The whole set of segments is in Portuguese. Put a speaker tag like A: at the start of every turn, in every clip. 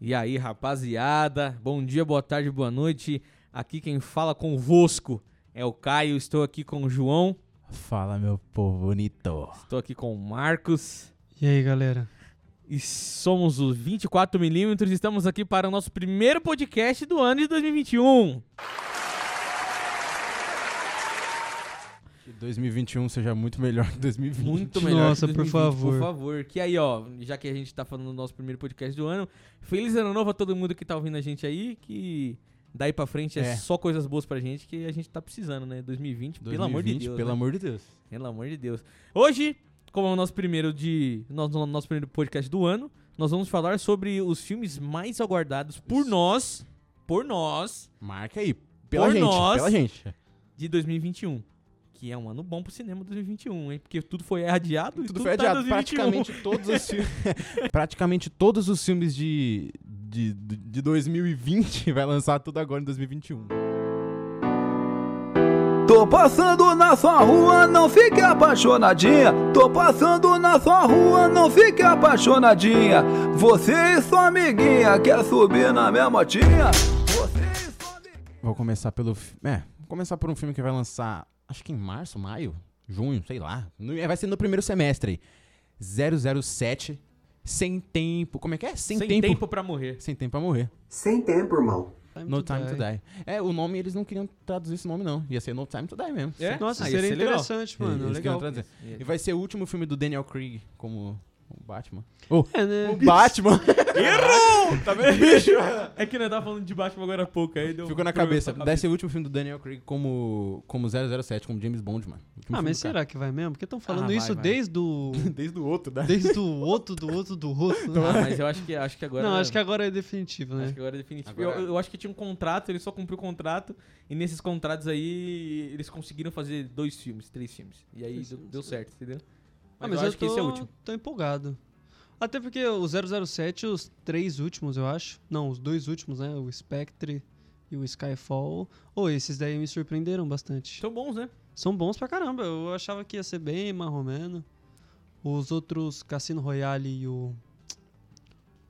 A: E aí, rapaziada, bom dia, boa tarde, boa noite. Aqui quem fala convosco é o Caio, estou aqui com o João,
B: Fala, meu povo bonito.
A: estou aqui com o Marcos
C: E aí, galera?
A: e somos os 24 milímetros e estamos aqui para o nosso primeiro podcast do ano de 2021.
B: 2021 seja muito melhor que 2020.
A: Muito melhor.
C: Nossa,
A: que
C: por
A: 2020,
C: favor.
A: um, Por favor. Que aí, ó, já que a gente tá falando do nosso primeiro podcast do ano, feliz ano novo a todo mundo que tá ouvindo a gente aí, que daí pra frente é,
B: É.
A: só coisas boas pra gente que a gente tá precisando, né? 2020, pelo amor de
B: 2020,
A: Deus.
B: Pelo
A: né?
B: amor de Deus.
A: Pelo amor de Deus. Hoje, como é o nosso primeiro de nosso, nosso primeiro podcast do ano, nós vamos falar sobre os filmes mais aguardados por
B: Isso.
A: nós, por nós,
B: Marca aí. Pela
A: Por
B: gente.
A: nós.
B: Pela gente.
A: de 2021. Que é um ano bom pro cinema 2021, hein? Porque tudo foi adiado e
B: Tudo,
A: tudo
B: foi
A: tá em
B: adiado.
A: 2021.
B: Praticamente todos os filmes. praticamente todos os filmes de, de, de 2020 vai lançar tudo agora em 2021.
D: Tô passando na sua rua, não fique apaixonadinha. Tô passando na sua rua, não fique apaixonadinha. Você e sua amiguinha quer subir na minha motinha? Você e sua amiguinha.
B: Vou começar pelo. fi- É, vou começar por um filme que vai lançar. Acho que em março, maio, junho, sei lá. No- é, Vai ser no primeiro semestre. 007. Sem tempo. Como é que é? Sem,
A: Sem
B: tempo.
A: tempo pra morrer.
B: Sem tempo pra morrer.
E: Sem tempo, irmão.
B: No Time to Die. É, o nome eles não queriam traduzir esse nome, não. Ia ser No Time to Die mesmo.
A: É?
C: Nossa,
A: Ah, ia
C: seria
A: ser legal.
C: interessante, mano.
B: Eles queriam
C: legal.
B: traduzir.
A: Ia-
B: E vai ser o último filme do Daniel Craig como o Batman. Oh,
C: É, né?
B: o Batman! Errou! Tá vendo? Bicho!
A: É que nós tava falando de Batman agora há pouco, aí deu um
B: Ficou na cabeça. Deve ser o último filme do Daniel Craig como, como 007, como James Bond, mano. Último
C: Ah, mas
B: filme do cara.
C: será que vai mesmo? Porque estão falando
A: Ah, vai,
C: isso
A: vai.
C: desde o.
B: Desde o outro, né?
C: Desde o outro, do outro, do outro. né?
A: Ah, mas eu acho que, acho que agora.
C: Não, acho que agora é definitivo,
A: acho
C: né?
A: que agora é definitivo.
B: Agora-
A: Eu, eu acho que tinha um contrato, ele só cumpriu o contrato, e nesses contratos aí eles conseguiram fazer dois filmes, três filmes. E aí
C: Três
A: deu,
C: filmes.
A: deu certo, entendeu?
C: Ah,
A: Mas, eu, acho que esse é o último.
C: Tô empolgado. Até porque o 007, os três últimos, eu acho. Não, os dois últimos, né? O Spectre e o Skyfall. Ou esses daí me surpreenderam bastante.
A: São bons, né?
C: São bons pra caramba. Eu achava que ia ser bem marromeno. Os outros, Cassino Royale e o.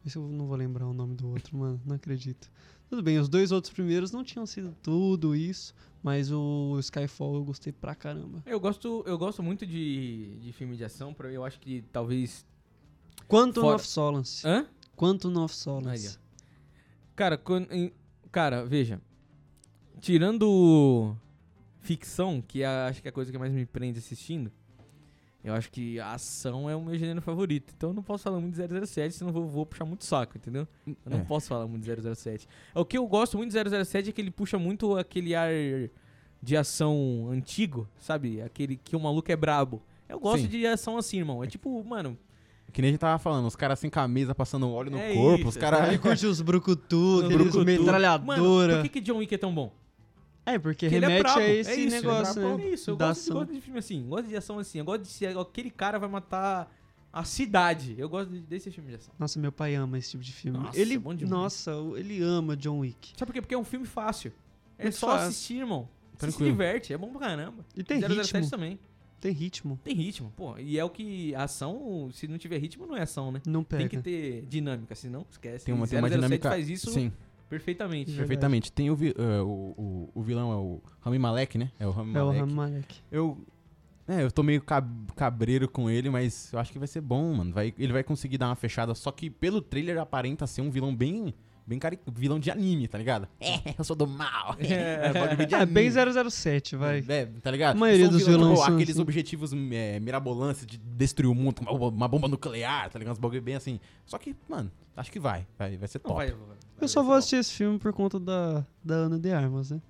C: Esse eu não vou lembrar o nome do outro, mano. Não acredito. Tudo bem, os dois outros primeiros não tinham sido tudo isso, mas o Skyfall eu gostei pra caramba.
A: Eu gosto, eu gosto muito de, de filme de ação, pra mim eu acho que talvez.
C: Quantum
A: Fora-
C: of Solace.
A: Hã?
C: Quantum of
A: Aí,
C: Solace.
A: Cara, quan- em- cara, veja. Tirando ficção, que é, a- acho que é a coisa que mais me prende assistindo, eu acho que a ação é o meu gênero favorito. Então eu não posso falar muito de 007, senão eu vou, vou puxar muito saco, entendeu? Eu não
B: É.
A: posso falar muito de 007. O que eu gosto muito de 007 é que ele puxa muito aquele ar de ação antigo, sabe? Aquele que o maluco é brabo. Eu gosto
B: Sim.
A: de ação assim, irmão. É tipo, mano,
B: Que nem a gente tava falando, os caras sem camisa, passando óleo no
A: É
B: corpo,
A: isso,
B: os caras...
C: Ele curte os brucutu,
A: Os
C: aqueles
A: brucutu.
C: metralhadora.
A: por que, que John Wick é tão bom?
C: É,
A: Porque
C: porque
A: ele
C: remete
A: brabo.
C: a esse
A: É isso,
C: negócio,
A: ele é brabo.
C: né?
A: É isso, eu
C: da
A: gosto de,
C: ação.
A: gosto de filme assim, gosto de ação assim, eu gosto de ser aquele cara vai matar a cidade. Eu gosto de- desse filme de ação.
C: Nossa, meu pai ama esse tipo de filme.
A: Nossa,
C: ele,
A: é bom demais.
C: nossa, ele ama John Wick.
A: Sabe por quê? Porque é um filme fácil. É
C: Muito
A: só
C: fácil.
A: assistir, irmão. Você se
B: Tranquilo.
A: diverte, é bom pra caramba.
C: E tem
A: 007
C: ritmo.
A: também.
C: Tem ritmo.
A: Tem ritmo, pô. E é o que a ação, se não tiver ritmo, não é ação, né?
C: Não
A: Tem
C: pega.
A: que ter dinâmica, senão esquece.
B: Tem uma, tem uma
A: 007
B: dinâmica...
A: faz isso
B: Sim,
A: perfeitamente.
C: Verdade.
B: perfeitamente. Tem o, vi- eh, o, o, o vilão, é o Rami Malek, né? É o Rami
C: É o
B: Malek.
C: Ramalek.
B: Eu... É, eu tô meio cab- cabreiro com ele, mas eu acho que vai ser bom, mano. Vai, ele vai conseguir dar uma fechada, só que pelo trailer aparenta ser um vilão bem... Bem cari... vilão de anime, tá ligado? É, eu sou do mal. É, pode vir de
C: É, bem
B: anime.
C: 007, vai.
B: É, tá ligado?
C: A maioria
B: São
C: dos
B: vilões,
C: vilões
B: tipo,
C: são
B: aqueles
C: assim.
B: objetivos é, mirabolantes de destruir o mundo com uma, uma bomba nuclear, tá ligado? Uns bagulho bem assim. Só que, mano, acho que vai. Vai, vai ser
A: Não,
B: top.
A: vai, vai, vai.
C: Eu só vou assistir esse filme por conta da, da Ana de Armas, né?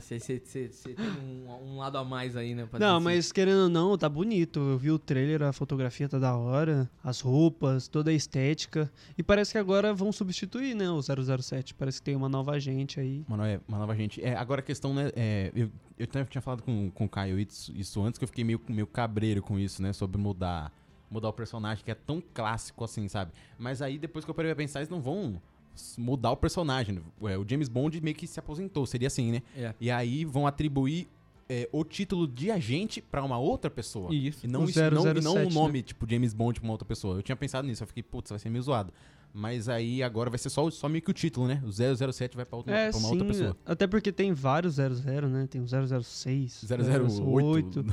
A: Você tem um, um lado a mais aí, né? pra
C: Não,
A: dizer.
C: mas querendo ou não, tá bonito. Eu vi o trailer, a fotografia tá da hora, as roupas, toda a estética. E parece que agora vão substituir, né, o 007. Parece que tem uma nova agente aí.
B: Mano, é uma nova gente. É, agora a questão, né? é, eu, eu até tinha falado com, com o Caio isso, isso antes, que eu fiquei meio, meio cabreiro com isso, né? Sobre mudar, mudar o personagem, que é tão clássico assim, sabe? Mas aí depois que eu parei pra pensar, eles não vão s- mudar o personagem. É, o James Bond meio que se aposentou, seria assim, né?
A: É.
B: E aí vão atribuir é, o título de agente pra uma outra pessoa.
A: Isso.
B: E não,
C: O
B: isso, não, e
C: 007,
B: não
C: né?
B: o nome, tipo, James Bond pra uma outra pessoa. Eu tinha pensado nisso, eu fiquei, putz, vai ser meio zoado. Mas aí agora vai ser só, só meio que o título, né? O 007 vai pra, outra,
C: É,
B: pra uma
C: sim.
B: outra pessoa.
C: Até porque tem vários 00, né? Tem o 006,
A: é.
B: 008.
C: 008.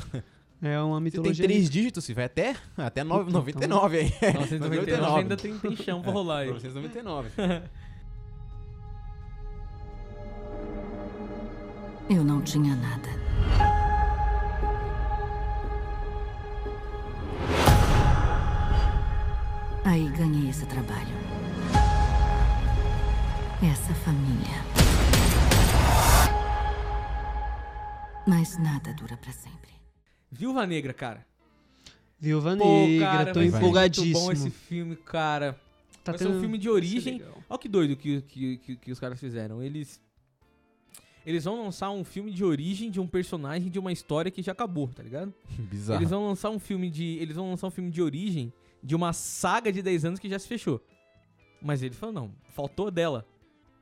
C: É uma
B: Você tem
C: mitologia.
B: três dígitos, se vai até, até 9,
C: Então.
B: 99 aí.
A: 999 ainda tem, tem chão
C: É.
A: pra rolar aí.
B: 999.
E: Eu não tinha nada. Aí ganhei esse trabalho. Essa família. Mas nada dura pra sempre.
A: Viúva Negra, cara.
C: Viúva
A: Pô,
C: Negra,
A: cara,
C: tô
A: foi
C: empolgadíssimo.
A: Muito bom esse filme, cara.
C: Tá
A: Vai ser um
C: tendo-
A: filme de
C: vai ser
A: origem.
C: legal.
A: Olha que doido que, que, que, que os caras fizeram. Eles. Eles vão lançar um filme de origem de um personagem de uma história que já acabou, tá ligado?
B: Bizarro. É
A: Eles vão lançar um filme de. Eles vão lançar um filme de origem de uma saga de 10 anos que já se fechou. Mas ele falou, não, faltou dela.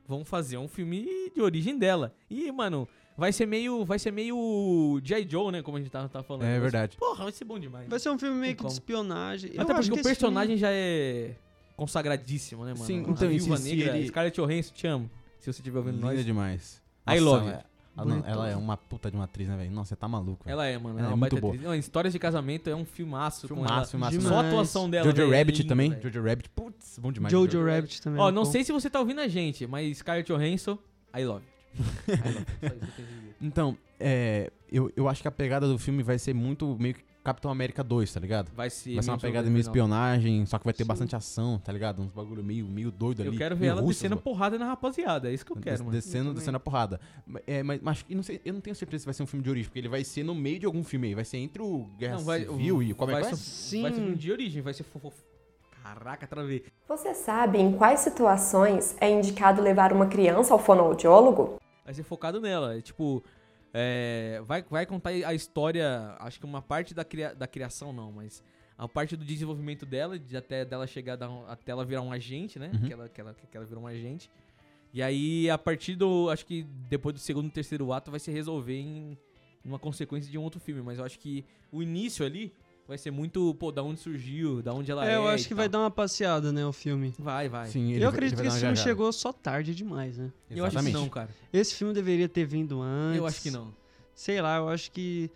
A: Vamos fazer um filme de origem dela. E, mano, vai ser meio. Vai ser meio. G.I. Joe, né? Como a gente tava, tava falando.
B: É
A: Vai ser-
B: verdade.
A: Porra, vai ser bom demais.
C: Vai ser um filme meio que
A: Tem
C: de
A: como.
C: espionagem. Eu
A: Até
C: acho
A: porque o
C: que esse
A: personagem já é consagradíssimo, né, mano?
B: Sim,
A: A
B: então, e
A: Viúva
B: se- se
A: Negra,
B: ele-
A: Scarlett Johansson, te amo. Se você estiver ouvindo
B: Linda
A: nós.
B: demais.
A: I love you.
B: ela, ela, não-
C: Bonitosa.
B: ela é uma puta de uma atriz, né, velho? Nossa, você tá maluco. velho.
A: Ela é, mano.
B: Ela
A: Ela
B: é
A: é uma baita
B: muito boa.
A: atriz. Não, Histórias de Casamento é um filmaço. com
B: Filmaço,
A: ela.
B: filmaço,
A: Só
C: filmaço.
A: a atuação dela.
B: Jojo
A: velho, é
B: Rabbit
A: linda,
B: também.
A: velho.
B: Jojo Rabbit, putz, bom demais.
C: Jojo Rabbit
B: né,
C: também.
A: é Ó,
C: é
A: não
B: então.
C: bom.
A: sei se você tá ouvindo a gente, mas Scarlett Johansson, I love it. I love it. Só isso que eu tenho que dizer.
B: Então, é, eu, eu acho que a pegada do filme vai ser muito meio que Capitão América 2, tá ligado?
A: Vai ser.
B: Vai ser uma
A: meio
B: pegada
A: sobre-
B: meio
A: não.
B: espionagem, só que vai ter
C: Sim.
B: bastante ação, tá ligado? Uns bagulho meio, meio doido ali.
A: Eu quero ver
B: meio
A: ela
B: russo,
A: descendo
B: mano.
A: porrada na rapaziada. É isso que eu
B: Des-
A: quero, mano.
B: descendo, descendo a porrada. Ma- É, mas, mas acho que não sei- eu não tenho certeza se vai ser um filme de origem, porque ele vai ser no meio de algum filme aí. Vai ser entre o Guerra
A: Não, vai-
B: Civil e o Como é que
A: vai
B: vai?
A: ser-
C: Sim.
A: Vai ser um de origem, vai ser fofo. Caraca, travei.
F: Você sabe em quais situações é indicado levar uma criança ao fonoaudiólogo?
A: vai ser focado nela. É, tipo, é, vai, vai contar a história, acho que uma parte da, cria- da criação não, mas a parte do desenvolvimento dela, de até dela chegar, a dar um- até ela virar um agente, né?
B: Uhum.
A: Que, ela, que, ela, que ela virou um agente. E aí, a partir do, acho que depois do segundo e terceiro ato, vai se resolver em uma consequência de um outro filme. Mas eu acho que o início ali vai ser muito, pô, da onde surgiu, da onde ela é.
C: É, eu
A: e
C: acho que vai
A: tal.
C: dar uma passeada, né, o filme.
A: Vai, vai.
B: Sim, ele
C: eu
B: vai-
C: acredito
B: ele vai
C: que
B: dar
C: esse
B: uma
C: filme
B: viajada.
C: chegou só tarde demais, né?
A: Eu acho que
B: Exatamente.
A: não, cara.
C: Esse filme deveria ter vindo antes.
A: Eu acho que não.
C: Sei lá, eu acho que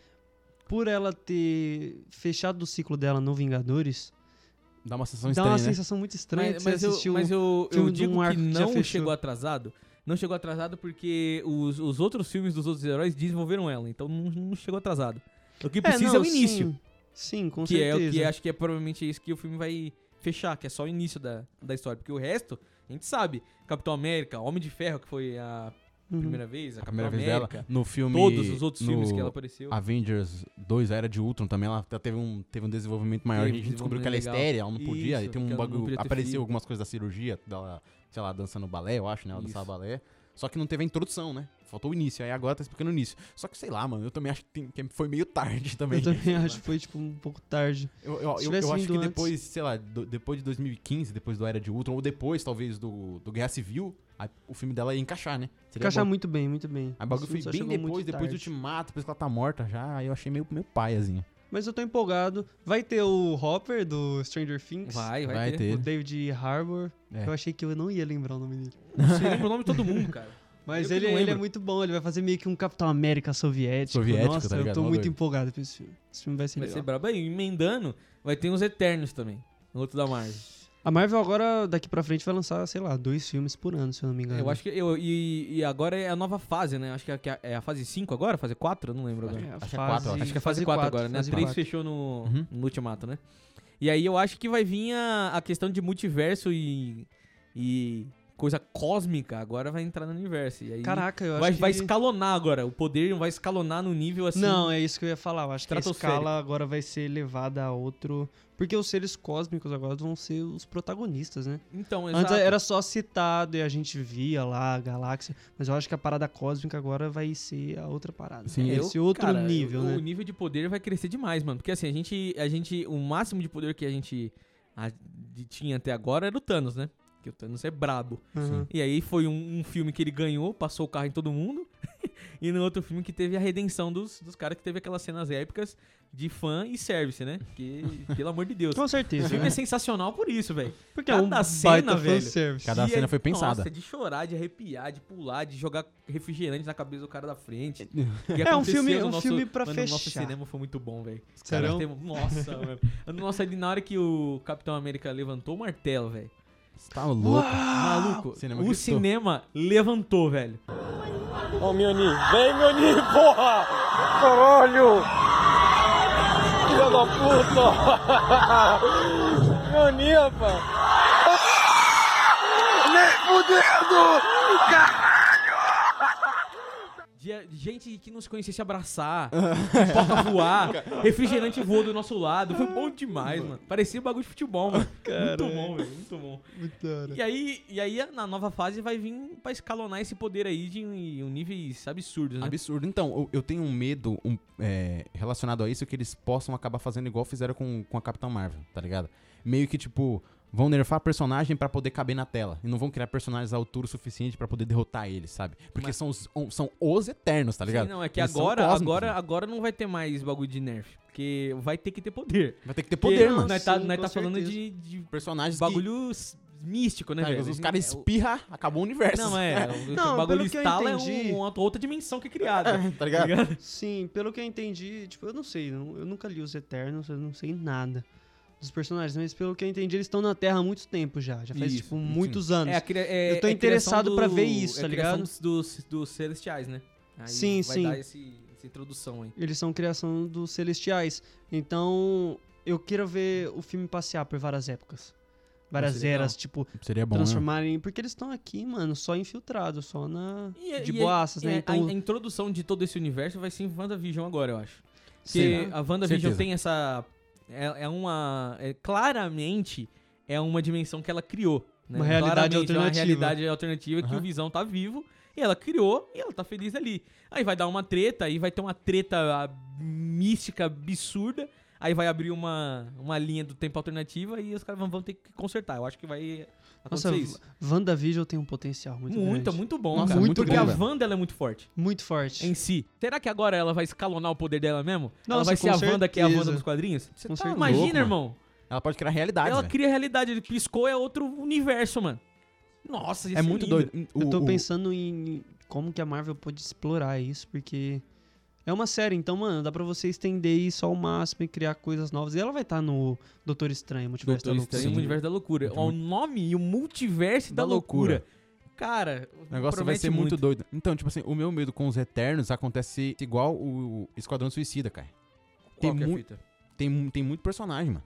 C: por ela ter fechado o ciclo dela no Vingadores,
B: Dá uma sensação
C: dá
B: estranha,
C: uma
B: né?
C: sensação muito estranha
A: mas,
C: de
A: mas
C: você assistir
A: eu,
C: o-
A: mas eu, eu
C: filme de um
A: digo que
C: arco que já
A: não
C: fechou.
A: chegou atrasado. Não chegou atrasado porque os, os outros filmes dos outros heróis desenvolveram ela, então não, não chegou atrasado. O que precisa é,
C: não,
A: o
C: sim.
A: início.
C: Sim, com
A: que é
C: certeza.
A: o que acho que é provavelmente isso que o filme vai fechar, que é só o início da, da história. Porque o resto, a gente sabe. Capitão América, Homem de Ferro, que foi a
C: Uhum.
A: primeira vez, a,
B: A primeira
A: Capitão
B: vez dela.
A: América,
B: No filme.
A: todos os outros
B: no
A: filmes que ela apareceu.
B: Avengers 2, a Era de Ultron também, ela te- teve um, teve um desenvolvimento maior.
A: Teve
B: a gente descobriu que ela é
A: desenvolvimento
B: estéreo, ela não
A: legal.
B: podia. aí
A: Isso,
B: tem
A: que ela
B: um
A: não
B: bagulho.
A: podia ter
B: Apareceu
A: filho.
B: algumas coisas da cirurgia, dela, sei lá, dançando balé, eu acho, né? Ela
A: Isso.
B: dançava balé. Só que não teve a introdução, né? Faltou o início. Aí agora tá explicando o início. Só que sei lá, mano, eu também acho que, tem- que foi meio tarde também.
C: Eu também acho que foi, tipo, um pouco tarde.
B: Eu, eu- eu-
C: Se tivesse
B: eu acho
C: vindo
B: que
C: antes.
B: depois, sei lá, do- depois de 2015, depois do Era de Ultron, ou depois, talvez, do, do Guerra Civil, aí o filme dela ia encaixar, né? Seria
C: Encaixar
B: bom.
C: muito bem, muito bem.
B: Aí o bagulho
C: Isso
B: foi
C: só
B: bem
C: chegou muito
B: depois, depois do
C: tarde.
B: ultimato, depois que ela tá morta já, aí eu achei meio, meio paiazinho.
C: Mas eu tô empolgado. Vai ter o Hopper do Stranger Things.
A: Vai, vai,
B: Vai
A: ter.
B: ter.
C: O David Harbour.
B: É.
C: Eu achei que eu não ia lembrar o nome dele.
A: Não sei lembra o nome de todo mundo, cara.
C: Mas
A: Eu que
C: ele,
A: não
C: ele é
A: lembro.
C: muito bom. Ele vai fazer meio que um Capitão América soviético.
B: Soviético,
C: Nossa,
B: tá
C: eu
B: ligado?
C: tô
B: Mó
C: muito
B: doido.
C: empolgado pra esse filme. Esse filme vai ser
A: Vai
C: legal.
A: ser brabo. Aí, emendando, vai ter os Eternos também. Outro da Marvel.
C: A Marvel agora, daqui pra frente, vai lançar, sei lá, dois filmes por ano, se eu não me engano.
A: Eu acho que. Eu, e, e agora é a nova fase, né? Acho que é, que é- é a fase 5 agora? Fase 4? Eu não lembro agora.
C: É, a
B: Acho que é
C: fase,
B: quatro, eu acho.
A: Acho que é a fase 4 agora, né? A
C: fase
A: 3
C: quatro.
A: fechou no,
B: Uhum.
A: no ultimato, né? E aí eu acho que vai vir a, a questão de multiverso e. e coisa cósmica agora vai entrar no universo. E aí
C: Caraca, eu acho
A: vai,
C: que...
A: vai escalonar agora. O poder vai escalonar no nível assim.
C: Não, é isso que eu ia falar. Eu acho que a
A: Estratosférico.
C: escala agora vai ser levada a outro... Porque os seres cósmicos agora vão ser os protagonistas, né?
A: Então,
C: Antes
A: exato.
C: era só citado e a gente via lá a galáxia, mas eu acho que a parada cósmica agora vai ser a outra parada.
B: Sim,
A: Eu,
C: esse outro
A: cara,
C: nível,
A: o,
C: né?
A: O nível de poder vai crescer demais, mano. Porque assim, a gente. A gente o máximo de poder que a gente a- de- tinha até agora era o Thanos, né? Porque o Thanos é brabo.
C: Aham.
A: E aí foi um, um filme que ele ganhou, passou o carro em todo mundo. E no outro filme que teve a redenção dos, dos caras que teve aquelas cenas épicas de fã e service, né? Que, pelo amor de Deus.
C: Com
A: O
C: certeza.
A: filme é
C: né?
A: sensacional por isso, velho.
C: Porque é um
A: cada
C: baita
A: cena, velho.
C: fanservice.
B: Cada
A: E
B: cena
A: é-
B: foi pensada.
A: Nossa, de chorar, de arrepiar, de pular, de jogar refrigerante na cabeça do cara da frente.
C: É um filme- é um filme pra
A: mano, o Nosso
C: fechar.
A: cinema foi muito bom, velho. Os
C: Serão?
A: caras têm- Nossa, velho. Nossa, ali na hora que o Capitão América levantou o martelo, velho.
B: Você tá louco.
A: Maluco,
B: Cinema
A: o
B: gritou.
A: cinema levantou, velho.
G: Ô, Mioni, vem, Mioni, porra! Caralho! Filha da puta! Mioni, rapaz!
A: De- de gente que não se conhecia se abraçar, pipoca voar, refrigerante voou do nosso lado. Foi bom demais, mano. Parecia um bagulho de futebol, mano. Muito bom, velho. Muito bom.
C: Muito da hora.
A: E aí, e aí, na nova fase, vai vir pra escalonar esse poder aí de um, um níveis absurdos, né?
B: Absurdo. Então, eu, eu tenho um medo um, é, relacionado a isso que eles possam acabar fazendo igual fizeram com, com a Capitã Marvel, tá ligado? Meio que, tipo, vão nerfar a personagem pra poder caber na tela. E não vão criar personagens à altura o suficiente pra poder derrotar eles, sabe? Porque são, os, um- são os eternos, tá ligado?
A: Sim, não, é que
B: Eles são
A: agora,
B: cósmicos, né?
A: agora,
B: mano.
A: agora não vai ter mais bagulho de nerf. Porque vai ter que ter poder.
B: Vai ter que ter poder,
A: Porque
B: mano.
A: Nós tá,
C: Sim,
A: nós
C: com
A: tá falando
C: certeza.
A: de, de
B: Personagens que...
A: bagulho s- místico, né,
B: tá,
A: velho?
B: os caras
A: É, o-
B: espirra, acabou o universo.
A: Não, é. O,
C: Não,
A: o bagulho
C: pelo que eu
A: estala é
C: entendi-
A: um- uma outra dimensão que é criada.
B: tá ligado?
C: Sim, pelo que eu entendi, tipo, eu não sei, eu eu nunca li os Eternos, eu não sei nada dos personagens, mas pelo que eu entendi, eles estão na Terra há muito tempo já, já faz,
A: Isso,
C: tipo, muitos anos.
A: É a cria- é-
C: Eu tô
A: é a criação
C: interessado pra ver
A: do-
C: isso,
A: é
C: tá
A: a criação
C: ligado?
A: Dos, dos, dos celestiais, né? Aí
C: Sim,
A: vai
C: sim.
A: dar esse- essa introdução aí.
C: Eles são criação dos Celestiais, então eu quero ver o filme passear por várias épocas. Várias
A: seria
C: eras, tipo,
B: Seria bom, né?
C: transformarem. Porque eles estão aqui, mano, só infiltrados, só na.
A: E- é,
C: de
A: e-
C: boaças,
A: e
C: né?
A: a-
C: Então.
A: a, introdução de todo esse universo vai ser em WandaVision agora, eu acho.
C: Será?
A: Porque a WandaVision
B: Certeza.
A: tem essa. É, é uma. é- claramente é uma dimensão que ela criou. Né?
C: Uma realidade
A: Claramente É uma
C: alternativa.
A: realidade alternativa que
B: Aham.
A: o Visão tá vivo. E ela criou e ela tá feliz ali. Aí vai dar uma treta, aí vai ter uma treta ah, mística absurda. Aí vai abrir uma, uma linha do tempo alternativa e os caras vão, vão ter que consertar. Eu acho que vai acontecer
C: Nossa,
A: isso.
C: WandaVision tem um potencial muito
A: Muito, muito,
C: grande.
A: bom,
B: Nossa,
A: cara.
B: muito
A: porque
B: bom,
A: a
B: velho.
A: Wanda ela é muito forte
C: Muito forte.
A: em si. Será que agora ela vai escalonar o poder dela mesmo? ela
C: Nossa,
A: vai ser a
C: com
A: Wanda que é a Wanda
C: certeza.
A: dos quadrinhos? Você
C: Com
A: tá,
C: certeza.
A: imagina,
B: Louco, mano.
A: irmão.
B: Ela pode criar realidade,
A: ela
B: velho.
A: cria a realidade, ele piscou, é outro universo, mano. Nossa, isso
B: É muito
A: lindo.
B: doido.
C: Eu
B: O-
C: tô
B: o-
C: pensando em como que a Marvel pode explorar isso, porque é uma série, então, mano, dá pra você estender isso ao máximo e criar coisas novas. E ela vai estar no Doutor Estranho, Multiverso
A: Doutor
C: da
A: Estranho e o
C: Loucura.
A: Multiverso da Loucura. O nome e o Multiverso da,
B: Da
A: loucura.
B: loucura.
A: Cara,
B: O negócio vai
A: promete
B: ser muito. doido. Então, tipo assim, o meu medo com os Eternos acontece igual o Esquadrão Suicida, cara. Tem
A: Qual que é a
B: mu-
A: fita?
B: Tem, mu- tem muito personagem, mano.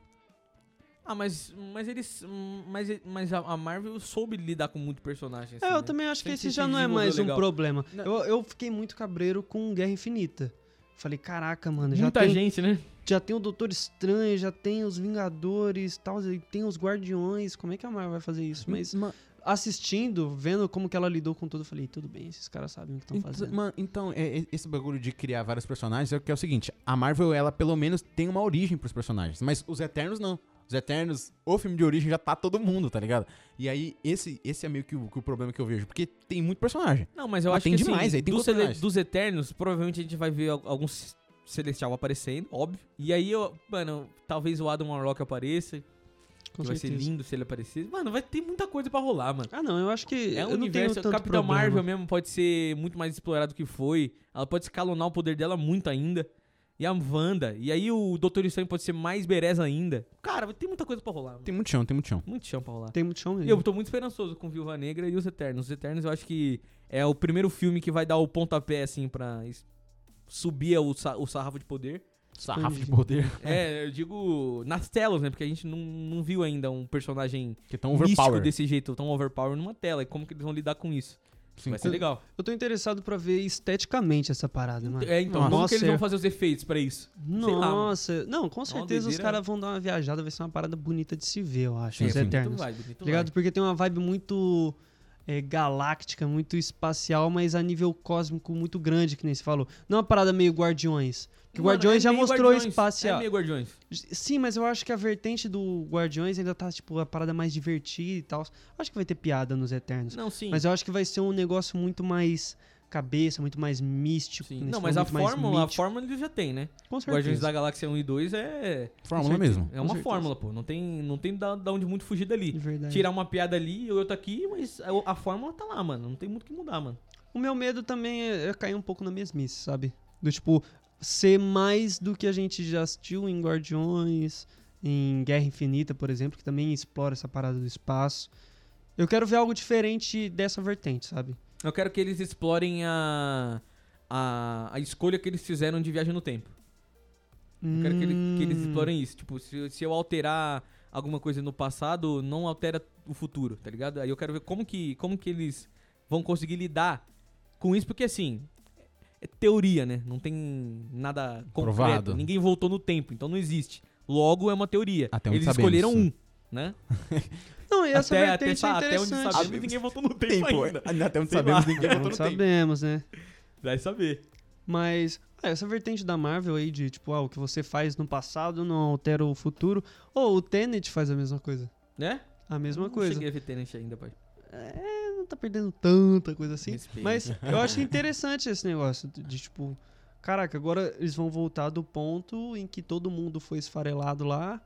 A: Ah, mas, mas eles. Mas, mas a- a Marvel soube lidar com muito personagem.
C: É,
A: assim,
C: eu
A: né?
C: também acho que
A: Sempre se
C: esse já não é mais um
A: desenvolveu legal.
C: problema.
A: Não.
C: Eu, eu fiquei muito cabreiro com Guerra Infinita. Falei, caraca, mano, já
A: Muita
C: tem,
A: gente, né?
C: já tem o Doutor Estranho, já tem os Vingadores, tal, e tem os Guardiões. Como é que a Marvel vai fazer isso? Mas
B: Ma-
C: assistindo, vendo como que ela lidou com tudo, eu falei, tudo bem, esses caras sabem o que estão
B: Então,
C: fazendo.
B: mano, então é, é- esse bagulho de criar vários personagens é o que é o seguinte: a Marvel, ela pelo menos tem uma origem pros personagens, mas os Eternos não. Os Eternos, o filme de origem já tá todo mundo, tá ligado? E aí, esse, esse é meio que o, que o problema que eu vejo, porque tem muito personagem.
A: Não, mas eu
B: Mas
A: acho
B: tem
A: que
B: demais,
A: assim,
B: aí tem
A: dos,
B: quantos
A: cele-
B: personagens?
A: dos Eternos, provavelmente a gente vai ver al- alguns Celestial aparecendo, óbvio. E aí, eu, mano, talvez o Adam Warlock apareça,
C: Com
A: que vai ser
C: certeza.
A: lindo se ele aparecer. Mano, vai ter muita coisa pra rolar, mano.
C: Ah, não, eu acho que.
A: É um
C: eu não tenho
A: universo,
C: tanto
A: Capitão
C: problema.
A: Marvel mesmo pode ser muito mais explorado que foi. Ela pode escalonar o poder dela muito ainda. E a Wanda. E aí o Doutor Estranho pode ser mais bereza ainda. Cara, vai ter muita coisa pra rolar. Mano.
B: Tem muito chão, tem muito chão.
A: Muito chão pra rolar.
C: Tem muito chão
A: E
C: mesmo.
A: Eu tô muito esperançoso com Viúva Negra e os Eternos. Os Eternos eu acho que é o primeiro filme que vai dar o pontapé, assim, pra es- subir o, sa- o sarrafo de poder.
B: Sarrafo de poder.
A: É, eu digo nas telas, né? Porque a gente não, não viu ainda um personagem
B: Que tão
A: místico
B: overpower.
A: desse jeito, tão overpower numa tela. E como que eles vão lidar com isso?
B: Sim.
A: Vai ser legal.
C: Eu tô interessado pra ver esteticamente essa parada,
B: Ah.
C: mano.
A: É, então, como
C: Nossa,
A: que eles vão
C: eu-
A: fazer os efeitos pra isso? sei lá, mano.
C: Nossa, não, com certeza os
A: doideira.
C: caras vão dar uma viajada, vai ser uma parada bonita de se ver, eu acho,
B: Sim,
C: os
B: sim.
A: Bonito
C: Eternos.
A: vai, bonito
C: Ligado?
A: vai.
C: Porque tem uma vibe muito é, galáctica, muito espacial, mas a nível cósmico muito grande, que nem se falou. Não é uma parada meio Guardiões. Porque
A: Mano,
C: Guardiões
A: é
C: já
A: meio
C: mostrou
A: Guardiões, É
C: espacial.
A: meio Guardiões.
C: Sim, mas eu acho que a vertente do Guardiões ainda tá, tipo, a parada mais divertida e tal. Acho que vai ter piada nos Eternos.
A: Não, sim.
C: Mas eu acho que vai ser um negócio muito mais cabeça, muito mais místico.
A: Sim.
C: nesse
A: Não,
C: filme,
A: mas a
C: muito mais
A: fórmula, a
C: mítico.
A: fórmula ele já tem, né?
C: Com
A: Guardiões
C: certeza.
A: da Galáxia 1 e 2 é
B: Fórmula
C: certeza.
B: mesmo.
A: é uma
C: certeza.
A: fórmula, pô. Não tem, não tem da, da onde muito fugir dali.
C: De verdade.
A: Tirar uma piada ali e outra aqui, mas a, a fórmula tá lá, mano. Não tem muito o que mudar, mano.
C: O meu medo também é é cair um pouco na mesmice, sabe? Do tipo, ser mais do que a gente já assistiu em Guardiões, em Guerra Infinita, por exemplo, que também explora essa parada do espaço. Eu quero ver algo diferente dessa vertente, sabe?
A: Eu quero que eles explorem a, a, a escolha que eles fizeram de viagem no tempo. Eu quero que, ele- que eles
C: Hum.
A: explorem isso. Tipo, se, se eu alterar alguma coisa no passado, não altera o futuro, tá ligado? Aí eu quero ver como que, como que eles vão conseguir lidar com isso, porque assim, é teoria, né? Não tem nada concreto.
B: Provado.
A: Ninguém voltou no tempo, então não existe. Logo, é uma teoria.
B: Até onde
A: eles
B: sabemos.
A: escolheram um, né?
C: Hum, Não, e essa
A: até, até,
C: vertente
A: sa-
C: é
A: até onde
C: interessante.
A: sabemos, ninguém voltou no tempo, é. ainda.
B: Até onde
A: Sei
B: sabemos,
A: lá.
B: ninguém
C: Não
B: botou no tempo.
C: sabemos, né?
A: Vai saber.
C: Mas ah, essa vertente da Marvel aí de tipo, ah, o que você faz no passado não altera o futuro. Ou o Tenet faz a mesma coisa.
A: Né?
C: A mesma
A: não
C: coisa.
A: cheguei a ver Tenet ainda, pai.
C: É, não tá perdendo tanta coisa assim.
A: Respeito.
C: Mas eu acho interessante esse negócio de, de, tipo, caraca, agora eles vão voltar do ponto em que todo mundo foi esfarelado lá.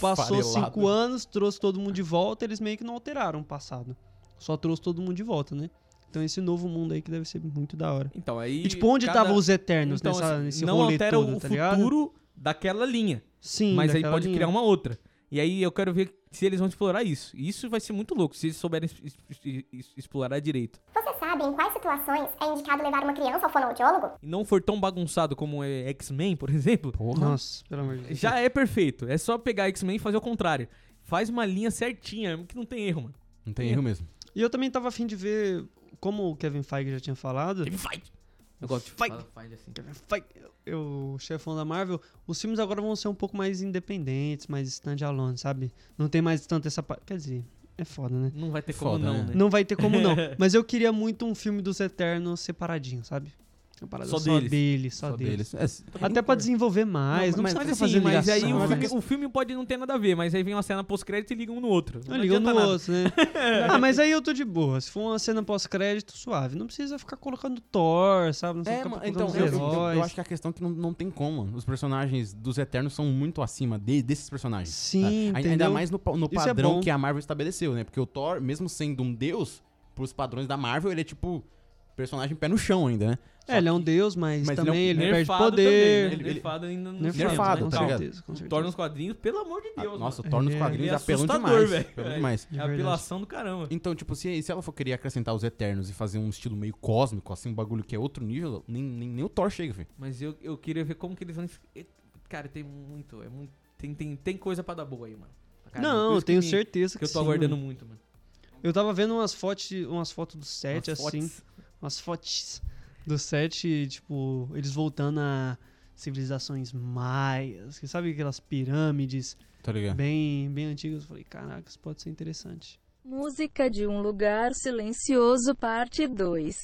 C: Passou cinco anos, trouxe todo mundo de volta, eles meio que não alteraram o passado. Só trouxe todo mundo de volta, né? Então esse novo mundo aí que deve ser muito da hora.
A: Então, aí...
C: E, tipo, onde
A: cada-
C: estavam os Eternos
A: Então,
C: nessa,
A: assim,
C: nesse
A: não
C: rolê
A: altera
C: todo,
A: o
C: tá ligado?
A: futuro daquela linha,
C: Sim,
A: mas aí
C: daquela
A: pode
C: linha.
A: criar uma outra. E aí eu quero ver se eles vão explorar isso. E isso vai ser muito louco, se eles souberem es- es- es- explorar direito.
H: Você sabe em quais situações é indicado levar uma criança ao fonoaudiólogo?
A: E não for tão bagunçado como é X-Men, por exemplo,
B: Porra.
C: Nossa, pelo amor de Deus.
A: já é perfeito. É só pegar X-Men e fazer o contrário. Faz uma linha certinha, que não tem erro, mano.
B: Não tem erro mesmo.
C: E eu também tava afim de ver, como o Kevin Feige já tinha falado,
A: Fight! Eu gosto de
C: Fight.
A: falar fight assim.
C: Kevin Feige, eu, o chefão da Marvel, os filmes agora vão ser um pouco mais independentes, mais standalone, sabe? Não tem mais tanto essa parte. Quer dizer, é foda, né?
A: Não vai ter como
B: Foda,
A: não,
B: né?
A: né?
C: Não vai ter como não. Mas eu queria muito um filme dos Eternos separadinho, sabe? Uma parada
A: Só
C: só,
A: deles.
C: dele, só, dele.
B: É,
C: Até pra desenvolver mais,
A: Não, mas,
C: mas, não
A: assim,
C: precisa fazer
A: mas aí
C: ligação,
A: o
C: né?
A: filme, o filme pode não ter nada a ver, mas aí vem uma cena pós-crédito e liga um no outro.
C: Não,
A: Não
C: ligou
A: adianta
C: no
A: nada.
C: osso, né? ah, mas aí eu tô de boa. Se for uma cena pós-crédito, suave. Não precisa ficar colocando Thor, sabe? Não
B: É,
C: precisa ficar
B: mano,
C: colocando
B: então,
C: os
B: eu, eu-
C: heróis.
B: eu acho que a questão é que não, não tem como. Os personagens dos Eternos são muito acima de- desses personagens. tá?
C: Sim,
B: Ainda- Ainda
C: entendeu?
B: mais no, pa- no
C: Isso é
B: padrão
C: bom.
B: que a Marvel estabeleceu, né? Porque o Thor, mesmo sendo um deus, pros padrões da Marvel, ele é tipo personagem pé no chão ainda, né? Só
C: É, ele é um
B: que-
C: deus, mas,
B: mas ele é um
C: também ele, perde
A: Nerfado
C: poder.
A: Também, né?
B: Ele-
A: Nerfado ainda não
B: Nerfado,
A: sabemos, mas
B: tá
A: tal.
B: ligado?
C: Com certeza.
A: Então, Torna os quadrinhos, pelo amor de
B: Ah,
A: Deus.
B: nossa, o
A: mano.
B: Thor nos
C: É,
B: quadrinhos
A: é
B: apelão
A: assustador,
B: demais.
A: velho.
B: Apelão demais.
C: De
A: É
C: verdade.
A: apelação do caramba.
B: Então, tipo, se, se ela for querer acrescentar os Eternos e fazer um estilo meio cósmico, assim, um bagulho que é outro nível, nem, nem, nem o Thor chega, filho.
A: Mas eu, eu queria ver como que eles vão. e- Cara, tem muito. É muito tem, tem, tem coisa pra dar boa aí, mano. Pra caramba. Por
C: Não, eu
A: isso que
C: tenho
A: me-
C: certeza que,
A: Que né? eu tô
C: sim,
A: aguardando
C: mano.
A: muito, mano.
C: Eu tava vendo umas fotos, umas fotos do set,
A: Umas
C: assim.
A: fotos.
C: Umas fotos do set, e, tipo, eles voltando a civilizações maias, que sabe aquelas pirâmides
B: Tá ligado?
C: bem, bem antigas. Eu falei, caraca, isso pode ser interessante.
I: Música de um lugar silencioso, parte 2.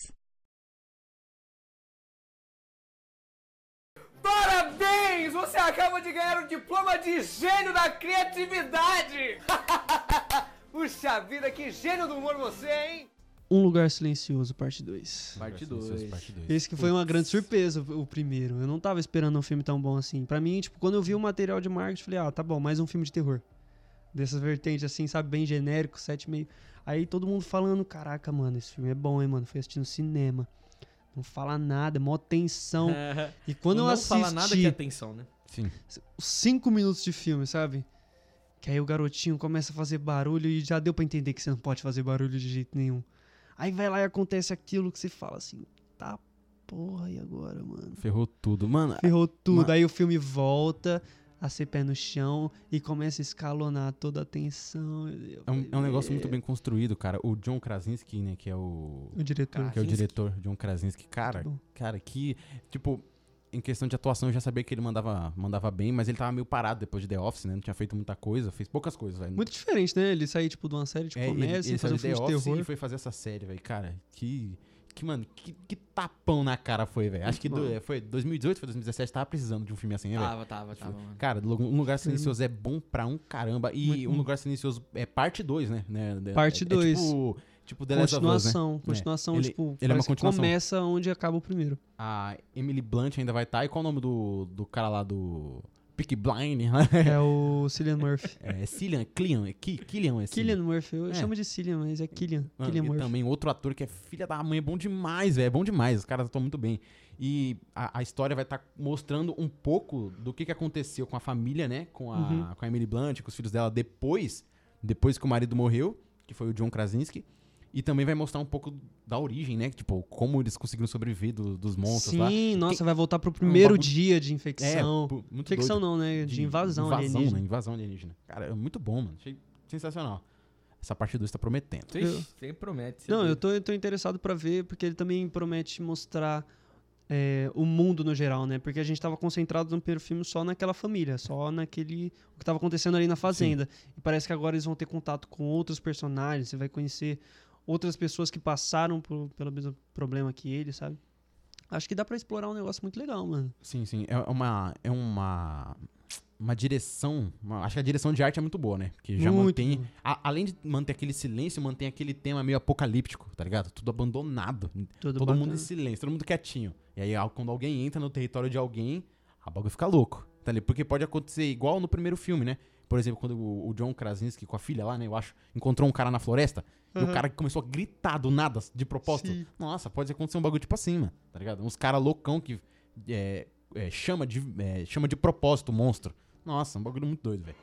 G: Parabéns! Você acaba de ganhar o diploma de gênio da criatividade! Puxa vida, que gênio do humor você, hein?
C: Um Lugar Silencioso, parte 2.
A: Parte
B: Versus
A: dois.
B: parte dois.
C: Esse que foi uma grande surpresa, o primeiro. Eu não tava esperando um filme tão bom assim. Pra mim, tipo, quando eu vi o material de marketing, eu falei, ah, tá bom, mais um filme de terror. Dessas vertentes, assim, sabe, bem genérico, sete e meio. Aí todo mundo falando, caraca, mano, esse filme é bom, hein, mano. Fui assistindo cinema. Não fala nada, mó tensão.
A: É.
C: E quando eu
A: não
C: assisti
A: fala nada que é atenção, né?
B: Sim.
C: os cinco minutos de filme, sabe? Que aí o garotinho começa a fazer barulho e já deu pra entender que você não pode fazer barulho de jeito nenhum. Aí vai lá e acontece aquilo que você fala assim, tá porra, e agora, mano?
B: Ferrou tudo. Mano,
C: Ferrou tudo.
B: Mas-
C: Aí o filme volta a ser pé no chão e começa a escalonar toda a tensão. Eu
B: É um, é um
C: falei,
B: negócio muito bem construído, cara. O John Krasinski, né, que é o.
C: O diretor.
A: Cara,
B: Que é o
A: Krasinski.
B: diretor, John Krasinski. Cara,
C: Muito
B: cara, que. Tipo, em questão de atuação, eu já sabia que ele mandava, mandava bem, mas ele tava meio parado depois de The Office, né? Não tinha feito muita coisa, fez poucas coisas, velho.
C: Muito diferente, né? Ele sair, tipo, de uma série de
B: É, ele,
C: comédia,
B: ele
C: e fazer um
B: saiu de
C: filme
B: The
C: de
B: Office
C: terror.
B: e foi fazer essa série, velho. Cara, que. Que, mano, que, que tapão na cara foi, velho. Acho que do- é, foi 2018, foi 2017, tava precisando de um filme assim, né, velho?
A: Tava, tava, tava, mano.
B: Cara, Lu- Um Lugar Silencioso é bom pra um caramba. E Um Lugar Silencioso é parte 2, né? né? né?
C: Parte
B: É- é
C: dois.
B: tipo, Tipo The Last of Us, né?
C: continuação, continuação,
B: Ele-
C: tipo,
B: ele é uma
C: parece que
B: continuação.
C: começa onde acaba o primeiro.
B: A Emily Blunt ainda vai estar. E qual o nome do, do cara lá do... Peak Blind?
C: É o Cillian Murphy.
B: É, Cillian, Cillian, Ki- Killian, é
C: Cillian Murphy, eu
B: É.
C: chamo de Cillian, mas é Killian.
B: Mano,
C: Cillian
B: e
C: Murphy.
B: também outro ator que é filha da mãe, é bom demais, velho. É bom demais, os caras estão muito bem. E a, a história vai estar mostrando um pouco do que, que aconteceu com a família, né? Com a,
C: Uhum.
B: com a Emily Blunt, com os filhos dela depois, depois que o marido morreu, que foi o John Krasinski. E também vai mostrar um pouco da origem, né? Tipo, como eles conseguiram sobreviver do- dos monstros lá.
C: Sim, nossa,
B: Quem-
C: vai voltar pro primeiro
B: é um bagulho-
C: dia de infecção.
B: pô, muito
C: infecção
B: doido.
C: não, né? De, invasão,
B: invasão
C: alienígena.
B: Né? Invasão alienígena. Cara, é muito bom, mano. Achei sensacional. Essa parte 2 tá prometendo.
C: Eu-
A: Ixi, Sempre promete. você é
C: Não, eu
A: doido.
C: tô, eu tô interessado pra ver, porque ele também promete mostrar é, o mundo no geral, né? Porque a gente tava concentrado no primeiro filme só naquela família, só naquele. o que tava acontecendo ali na fazenda. E parece que agora eles vão ter contato com outros personagens, você vai conhecer outras pessoas que passaram por- pelo mesmo problema que ele, sabe? Acho que dá pra explorar um negócio muito legal, mano.
B: Sim, sim. É uma. É uma. Uma direção. uma- acho que a direção de arte é muito boa, né? Porque já
C: Muito.
B: mantém. a- além de manter aquele silêncio, mantém aquele tema meio apocalíptico, tá ligado? Tudo abandonado.
C: Todo,
B: todo mundo
C: bacana.
B: em silêncio, todo mundo quietinho. E aí, ao- quando alguém entra no território de alguém, a bagulho fica louco. Tá ali? Porque pode acontecer igual no primeiro filme, né? Por exemplo, quando o o John Krasinski com a filha lá, né? Eu acho, encontrou um cara na floresta e o
C: Aham.
B: cara que começou a gritar do nada, de propósito.
C: Sim.
B: Nossa, pode acontecer um bagulho tipo assim, mano. Tá ligado? Uns caras loucão que é, é, chama, de, é, chama de propósito o monstro. Nossa, um bagulho muito doido, velho.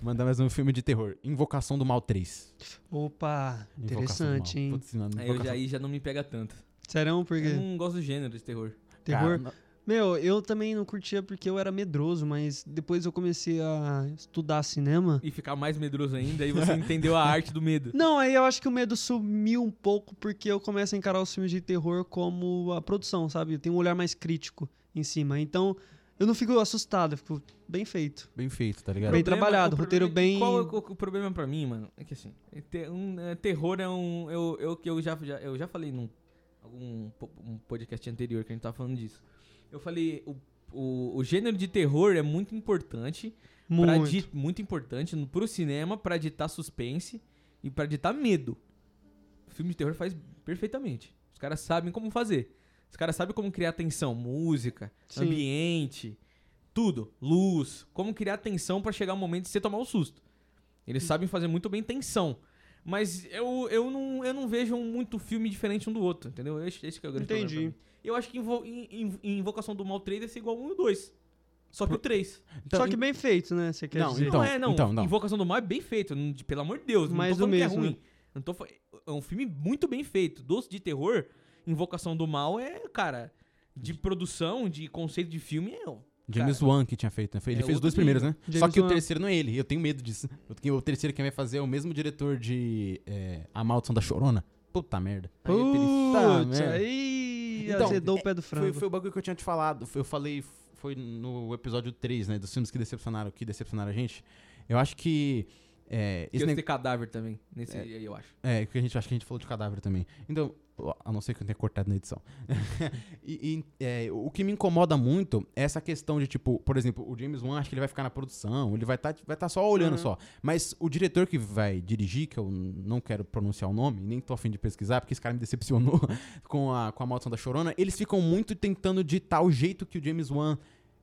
B: Mandar mais um filme de terror. Invocação do Mal 3.
C: Opa,
B: Invocação do
C: interessante,
B: Mal.
C: hein?
B: Putz, mano,
A: Aí eu
B: Invocação-
A: já, aí já não me pega tanto.
C: Serão,
A: Eu
C: porque
A: não gosto do gênero de terror.
C: terror.
B: Cara,
C: Meu, eu também não curtia porque eu era medroso, mas depois eu comecei a estudar cinema.
A: E ficar mais medroso ainda, aí você entendeu a arte do medo.
C: Não, aí eu acho que o medo sumiu um pouco porque eu começo a encarar os filmes de terror como a produção, sabe? Eu tenho um olhar mais crítico em cima. Então, eu não fico assustado, eu fico bem feito.
B: bem feito, tá
A: O
B: ligado?
C: Bem trabalhado,
A: o
C: roteiro
A: problema é que-
C: bem-
A: Qual é o, o problema pra mim, mano? É que assim, é ter- um, é, terror é um. Eu, eu, que eu, já, já- eu já falei num algum po- um podcast anterior que a gente tava falando disso. Eu falei, o, o, o gênero de terror é muito importante. pra
C: Muito.
A: di- muito importante no, pro cinema pra ditar suspense e pra ditar medo. O filme de terror faz perfeitamente. Os caras sabem como fazer. Os caras sabem como criar tensão, música,
C: Sim.
A: ambiente, tudo, luz, como criar tensão pra chegar o momento de você tomar o susto. Eles sabem fazer muito bem tensão. Mas eu, eu, não, eu não vejo um muito filme diferente um do outro, entendeu? Esse, esse que é o grande problema
C: Entendi.
A: pra mim. Eu acho que invo- in- in- Invocação do Mal 3 deve ser igual um e o 2. Só que o 3.
B: Então,
C: Só que bem feito, né? Você quer
B: Não,
C: dizer.
B: então-
A: Não é, não.
B: então, não.
A: Invocação do Mal é bem feito. não- de- Pelo amor de Deus. não
C: Mais né?
A: tô
C: do
A: falando que é
C: mesmo,
A: ruim. Não tô, fa- é um filme muito bem feito. Doce de terror, Invocação do Mal é, cara, de produção, de conceito de filme, é.
B: James Wan que tinha feito, né? Foi- Ele
A: É
B: fez os
A: outro
B: dois primeiros, né? Só
C: James
B: que o
C: Wan.
B: terceiro não é ele, eu tenho medo disso. Porque o terceiro quem vai fazer é o mesmo diretor de é, A Maldição da Chorona. Puta merda. Aí é triste.
C: Putz,
B: Tá, merda.
C: aí
B: Então,
C: azedou o pé do
B: Foi,
C: frango.
B: foi o bagulho que eu tinha te falado. Foi- Eu falei, foi no episódio 3, né? Dos filmes que decepcionaram, que decepcionaram a gente. Eu acho que. É,
A: Esse
B: esse ne-
A: cadáver também. Nesse aí, eu acho.
B: É, que a gente acho que a gente falou de cadáver também. Então, ó, a não ser que eu tenha cortado na edição. e e, é, o que me incomoda muito é essa questão de, tipo, por exemplo, o James Wan acho que ele vai ficar na produção, ele vai estar vai tá só
C: Uhum.
B: olhando só. Mas o diretor que vai dirigir, que eu não quero pronunciar o nome, nem tô afim de pesquisar, porque esse cara me decepcionou com a, com a maldição da chorona, eles ficam muito tentando ditar o jeito que o James Wan.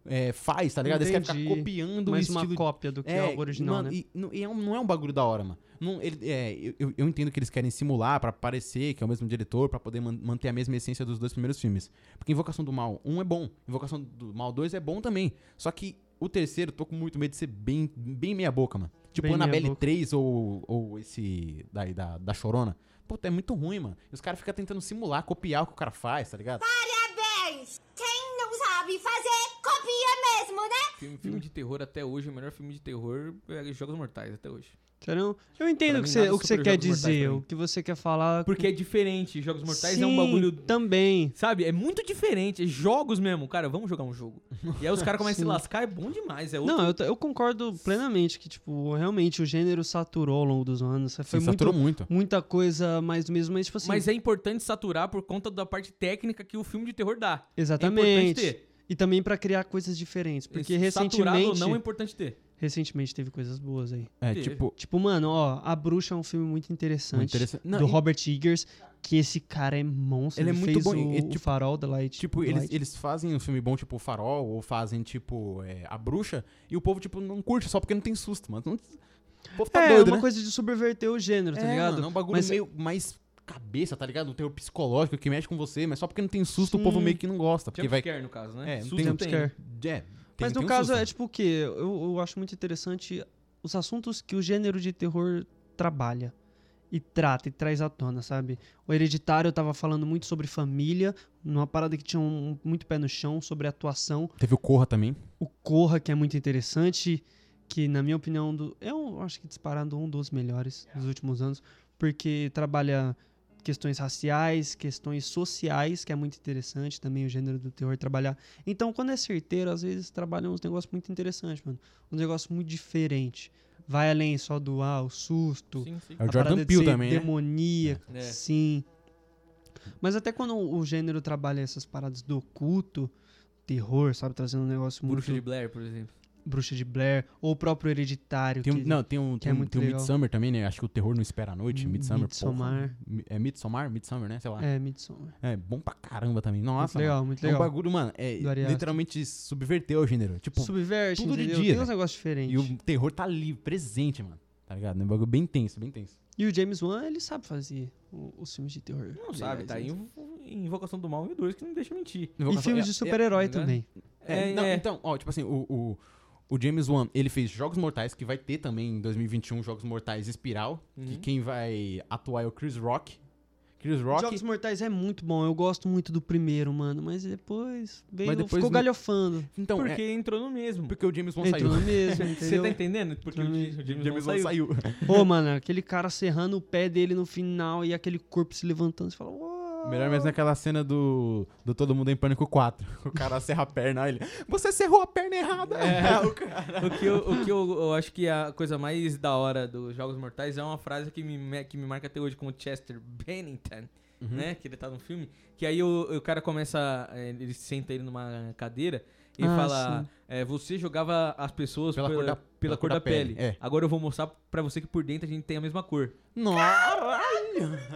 B: é, faz, tá ligado? Eles querem
C: Entendi.
B: ficar copiando
C: Mais
B: o
C: uma
B: um estilo
C: cópia do que é, o original,
B: mano,
C: né?
B: E, não, e é um- não é um bagulho da hora, mano. Não, ele, é, eu- eu, eu entendo que eles querem simular pra parecer que é o mesmo diretor, pra poder man- manter a mesma essência dos dois primeiros filmes. Porque Invocação do Mal 1 é bom, Invocação do Mal 2 é bom também. Só que o terceiro, eu tô com muito medo de ser bem, bem meia boca, mano. Tipo
C: Bem
B: Annabelle
C: meia-boca.
B: 3 ou, ou esse daí da, da Chorona. Puta, é muito ruim, mano. E os caras ficam tentando simular, copiar o que o cara faz, tá ligado?
E: Quem não sabe fazer, copia mesmo, né?
A: Filme, filme de terror até hoje, o melhor filme de terror é Jogos Mortais até hoje.
C: Entendeu? Eu entendo
A: Pra
C: o que
A: mim,
C: você,
A: nada
C: o que você
A: supera
C: quer
A: Jogos Mortais
C: dizer,
A: pra mim.
C: o que você quer falar.
A: Porque é diferente. Jogos Mortais é um
C: Sim,
A: bagulho.
C: Também.
A: Sabe? É muito diferente. É jogos mesmo. Cara, vamos jogar um jogo. E aí os caras começam a se lascar. É bom demais. É outro.
C: Não, eu, t- eu concordo plenamente que, tipo, realmente o gênero saturou ao longo dos anos. né? Foi
B: Sim, saturou
C: muito,
B: muito.
C: muita coisa mais do mesmo, mas, tipo assim.
A: Mas é importante saturar por conta da parte técnica que o filme de terror dá. É
C: Exatamente.
A: importante ter.
C: E também pra criar coisas diferentes. Porque
A: Esse Saturado ou
C: recentemente.
A: não é importante ter.
C: Recentemente teve coisas boas aí.
B: É,
A: Teve.
B: tipo,
C: Tipo, mano, ó, A Bruxa é um filme muito interessante.
B: Muito interessante. Não,
C: do
B: e-
C: Robert Eggers, que esse cara é monstro.
B: Ele é muito
C: fez
B: bom,
C: O,
B: e,
C: o
B: tipo-
C: Farol da Light.
B: tipo eles,
C: Light.
B: eles fazem um filme bom, tipo o Farol, ou fazem, tipo, é, A Bruxa, e o povo, tipo, não curte só porque não tem susto, mano. Não- O povo tá
C: é,
B: doido,
C: uma
B: né?
C: coisa de subverter o gênero, tá
B: é,
C: ligado?
B: mano, é um bagulho
C: Mas-
B: meio mais cabeça, tá ligado? Um terror psicológico que mexe com você, mas só porque não tem susto,
C: Sim.
B: o povo meio que não gosta. Porque vai...
A: Jumpscare, no caso, né?
B: É, não
A: Susto
B: tem
C: jumpscare.
B: É, tem-
C: Mas
B: tem
C: no
B: um
C: caso
B: susto.
C: é tipo o quê? Eu, eu acho muito interessante os assuntos que o gênero de terror trabalha e trata e traz à tona, sabe? O Hereditário tava falando muito sobre família, numa parada que tinha um- muito pé no chão, sobre atuação.
B: Teve o Corra também.
C: O Corra, que é muito interessante, que na minha opinião do, é um, acho que disparado um dos melhores
B: É.
C: dos últimos anos, porque trabalha questões raciais, questões sociais, que é muito interessante também o gênero do terror trabalhar. Então, quando é certeiro, às vezes trabalha uns negócios muito interessantes, mano. Um negócio muito diferente. Vai além só do ah, o susto,
A: Sim, sim.
B: É o
C: a
B: Jordan
C: parada de
B: Peele
C: ser
B: também, né?
C: demoníaco,
A: É.
C: sim. Mas até quando o gênero trabalha essas paradas do oculto, terror, sabe, trazendo um negócio muito
A: Bruxa de Blair, por exemplo.
C: Bruxa de Blair ou o próprio Hereditário.
B: Tem um,
C: que-
B: não, tem um,
C: que é
B: tem, um,
C: muito
B: tem um
C: legal.
B: Midsummer também, né? Acho que o terror não espera a noite.
C: M-
B: Midsummer,
C: Midsommar.
B: porra. Mi- É Midsommar? Midsummer, né? Sei lá. É,
C: É, Midsommar.
B: bom pra caramba também. Nossa,
C: muito
B: mano.
C: legal, muito
B: É um
C: legal.
B: bagulho, mano, é
C: Do Ari Aster.
B: literalmente subverteu o gênero. Tipo,
C: Subverte,
B: tudo de
C: entendeu?
B: dia,
C: Tem uns
B: velho.
C: negócios diferentes.
B: e o terror tá ali, presente, mano. Tá ligado? É um bagulho bem tenso, bem tenso.
C: James Wan, ele sabe fazer o- os filmes de terror.
A: Não sabe, tá aí
B: um-
A: Invo- Invocação do Mal um e o 2 que não deixa mentir.
C: E filmes de super-herói
A: tá ligado?
C: também.
B: É,
A: É,
B: não,
A: é.
B: Então, ó, tipo assim, o, o, o James Wan, ele fez Jogos Mortais, que vai ter também em 2021 Jogos Mortais Espiral, que
A: Uhum.
B: quem vai atuar é o Chris Rock. Chris Rock...
C: Jogos Mortais é muito bom. Eu gosto muito do primeiro, mano. Mas depois veio,
B: Mas depois
C: ficou
B: não-
C: galhofando.
B: Então,
A: porque
B: é,
A: entrou no mesmo.
B: porque o James Wan
C: Entrou no
B: saiu.
C: mesmo,
A: Você
C: entendeu?
A: tá entendendo? Porque o James, o James Bond saiu.
B: saiu.
C: Ô, mano, aquele cara serrando o pé dele no final e aquele corpo se levantando. Você fala, uou.
B: Melhor mesmo naquela cena do, do Todo Mundo em Pânico 4. O cara serra a perna, aí ele... Você serrou a perna errada! É, o cara...
A: O que, eu, o que eu, eu acho que a coisa mais da hora dos Jogos Mortais é uma frase que me, me- que me marca até hoje com o Chester Bennington,
B: Uhum.
A: né? Que ele tá no filme. Que aí o, o cara começa. eh, Ele senta ele numa cadeira e
C: Ah,
A: fala:
C: sim.
A: eh, Você jogava as pessoas
B: Pela
A: pela,
B: cor da-
A: pela cor da, pele.
B: é.
A: Agora eu vou mostrar pra você que por dentro a gente tem a mesma cor.
B: Nossa!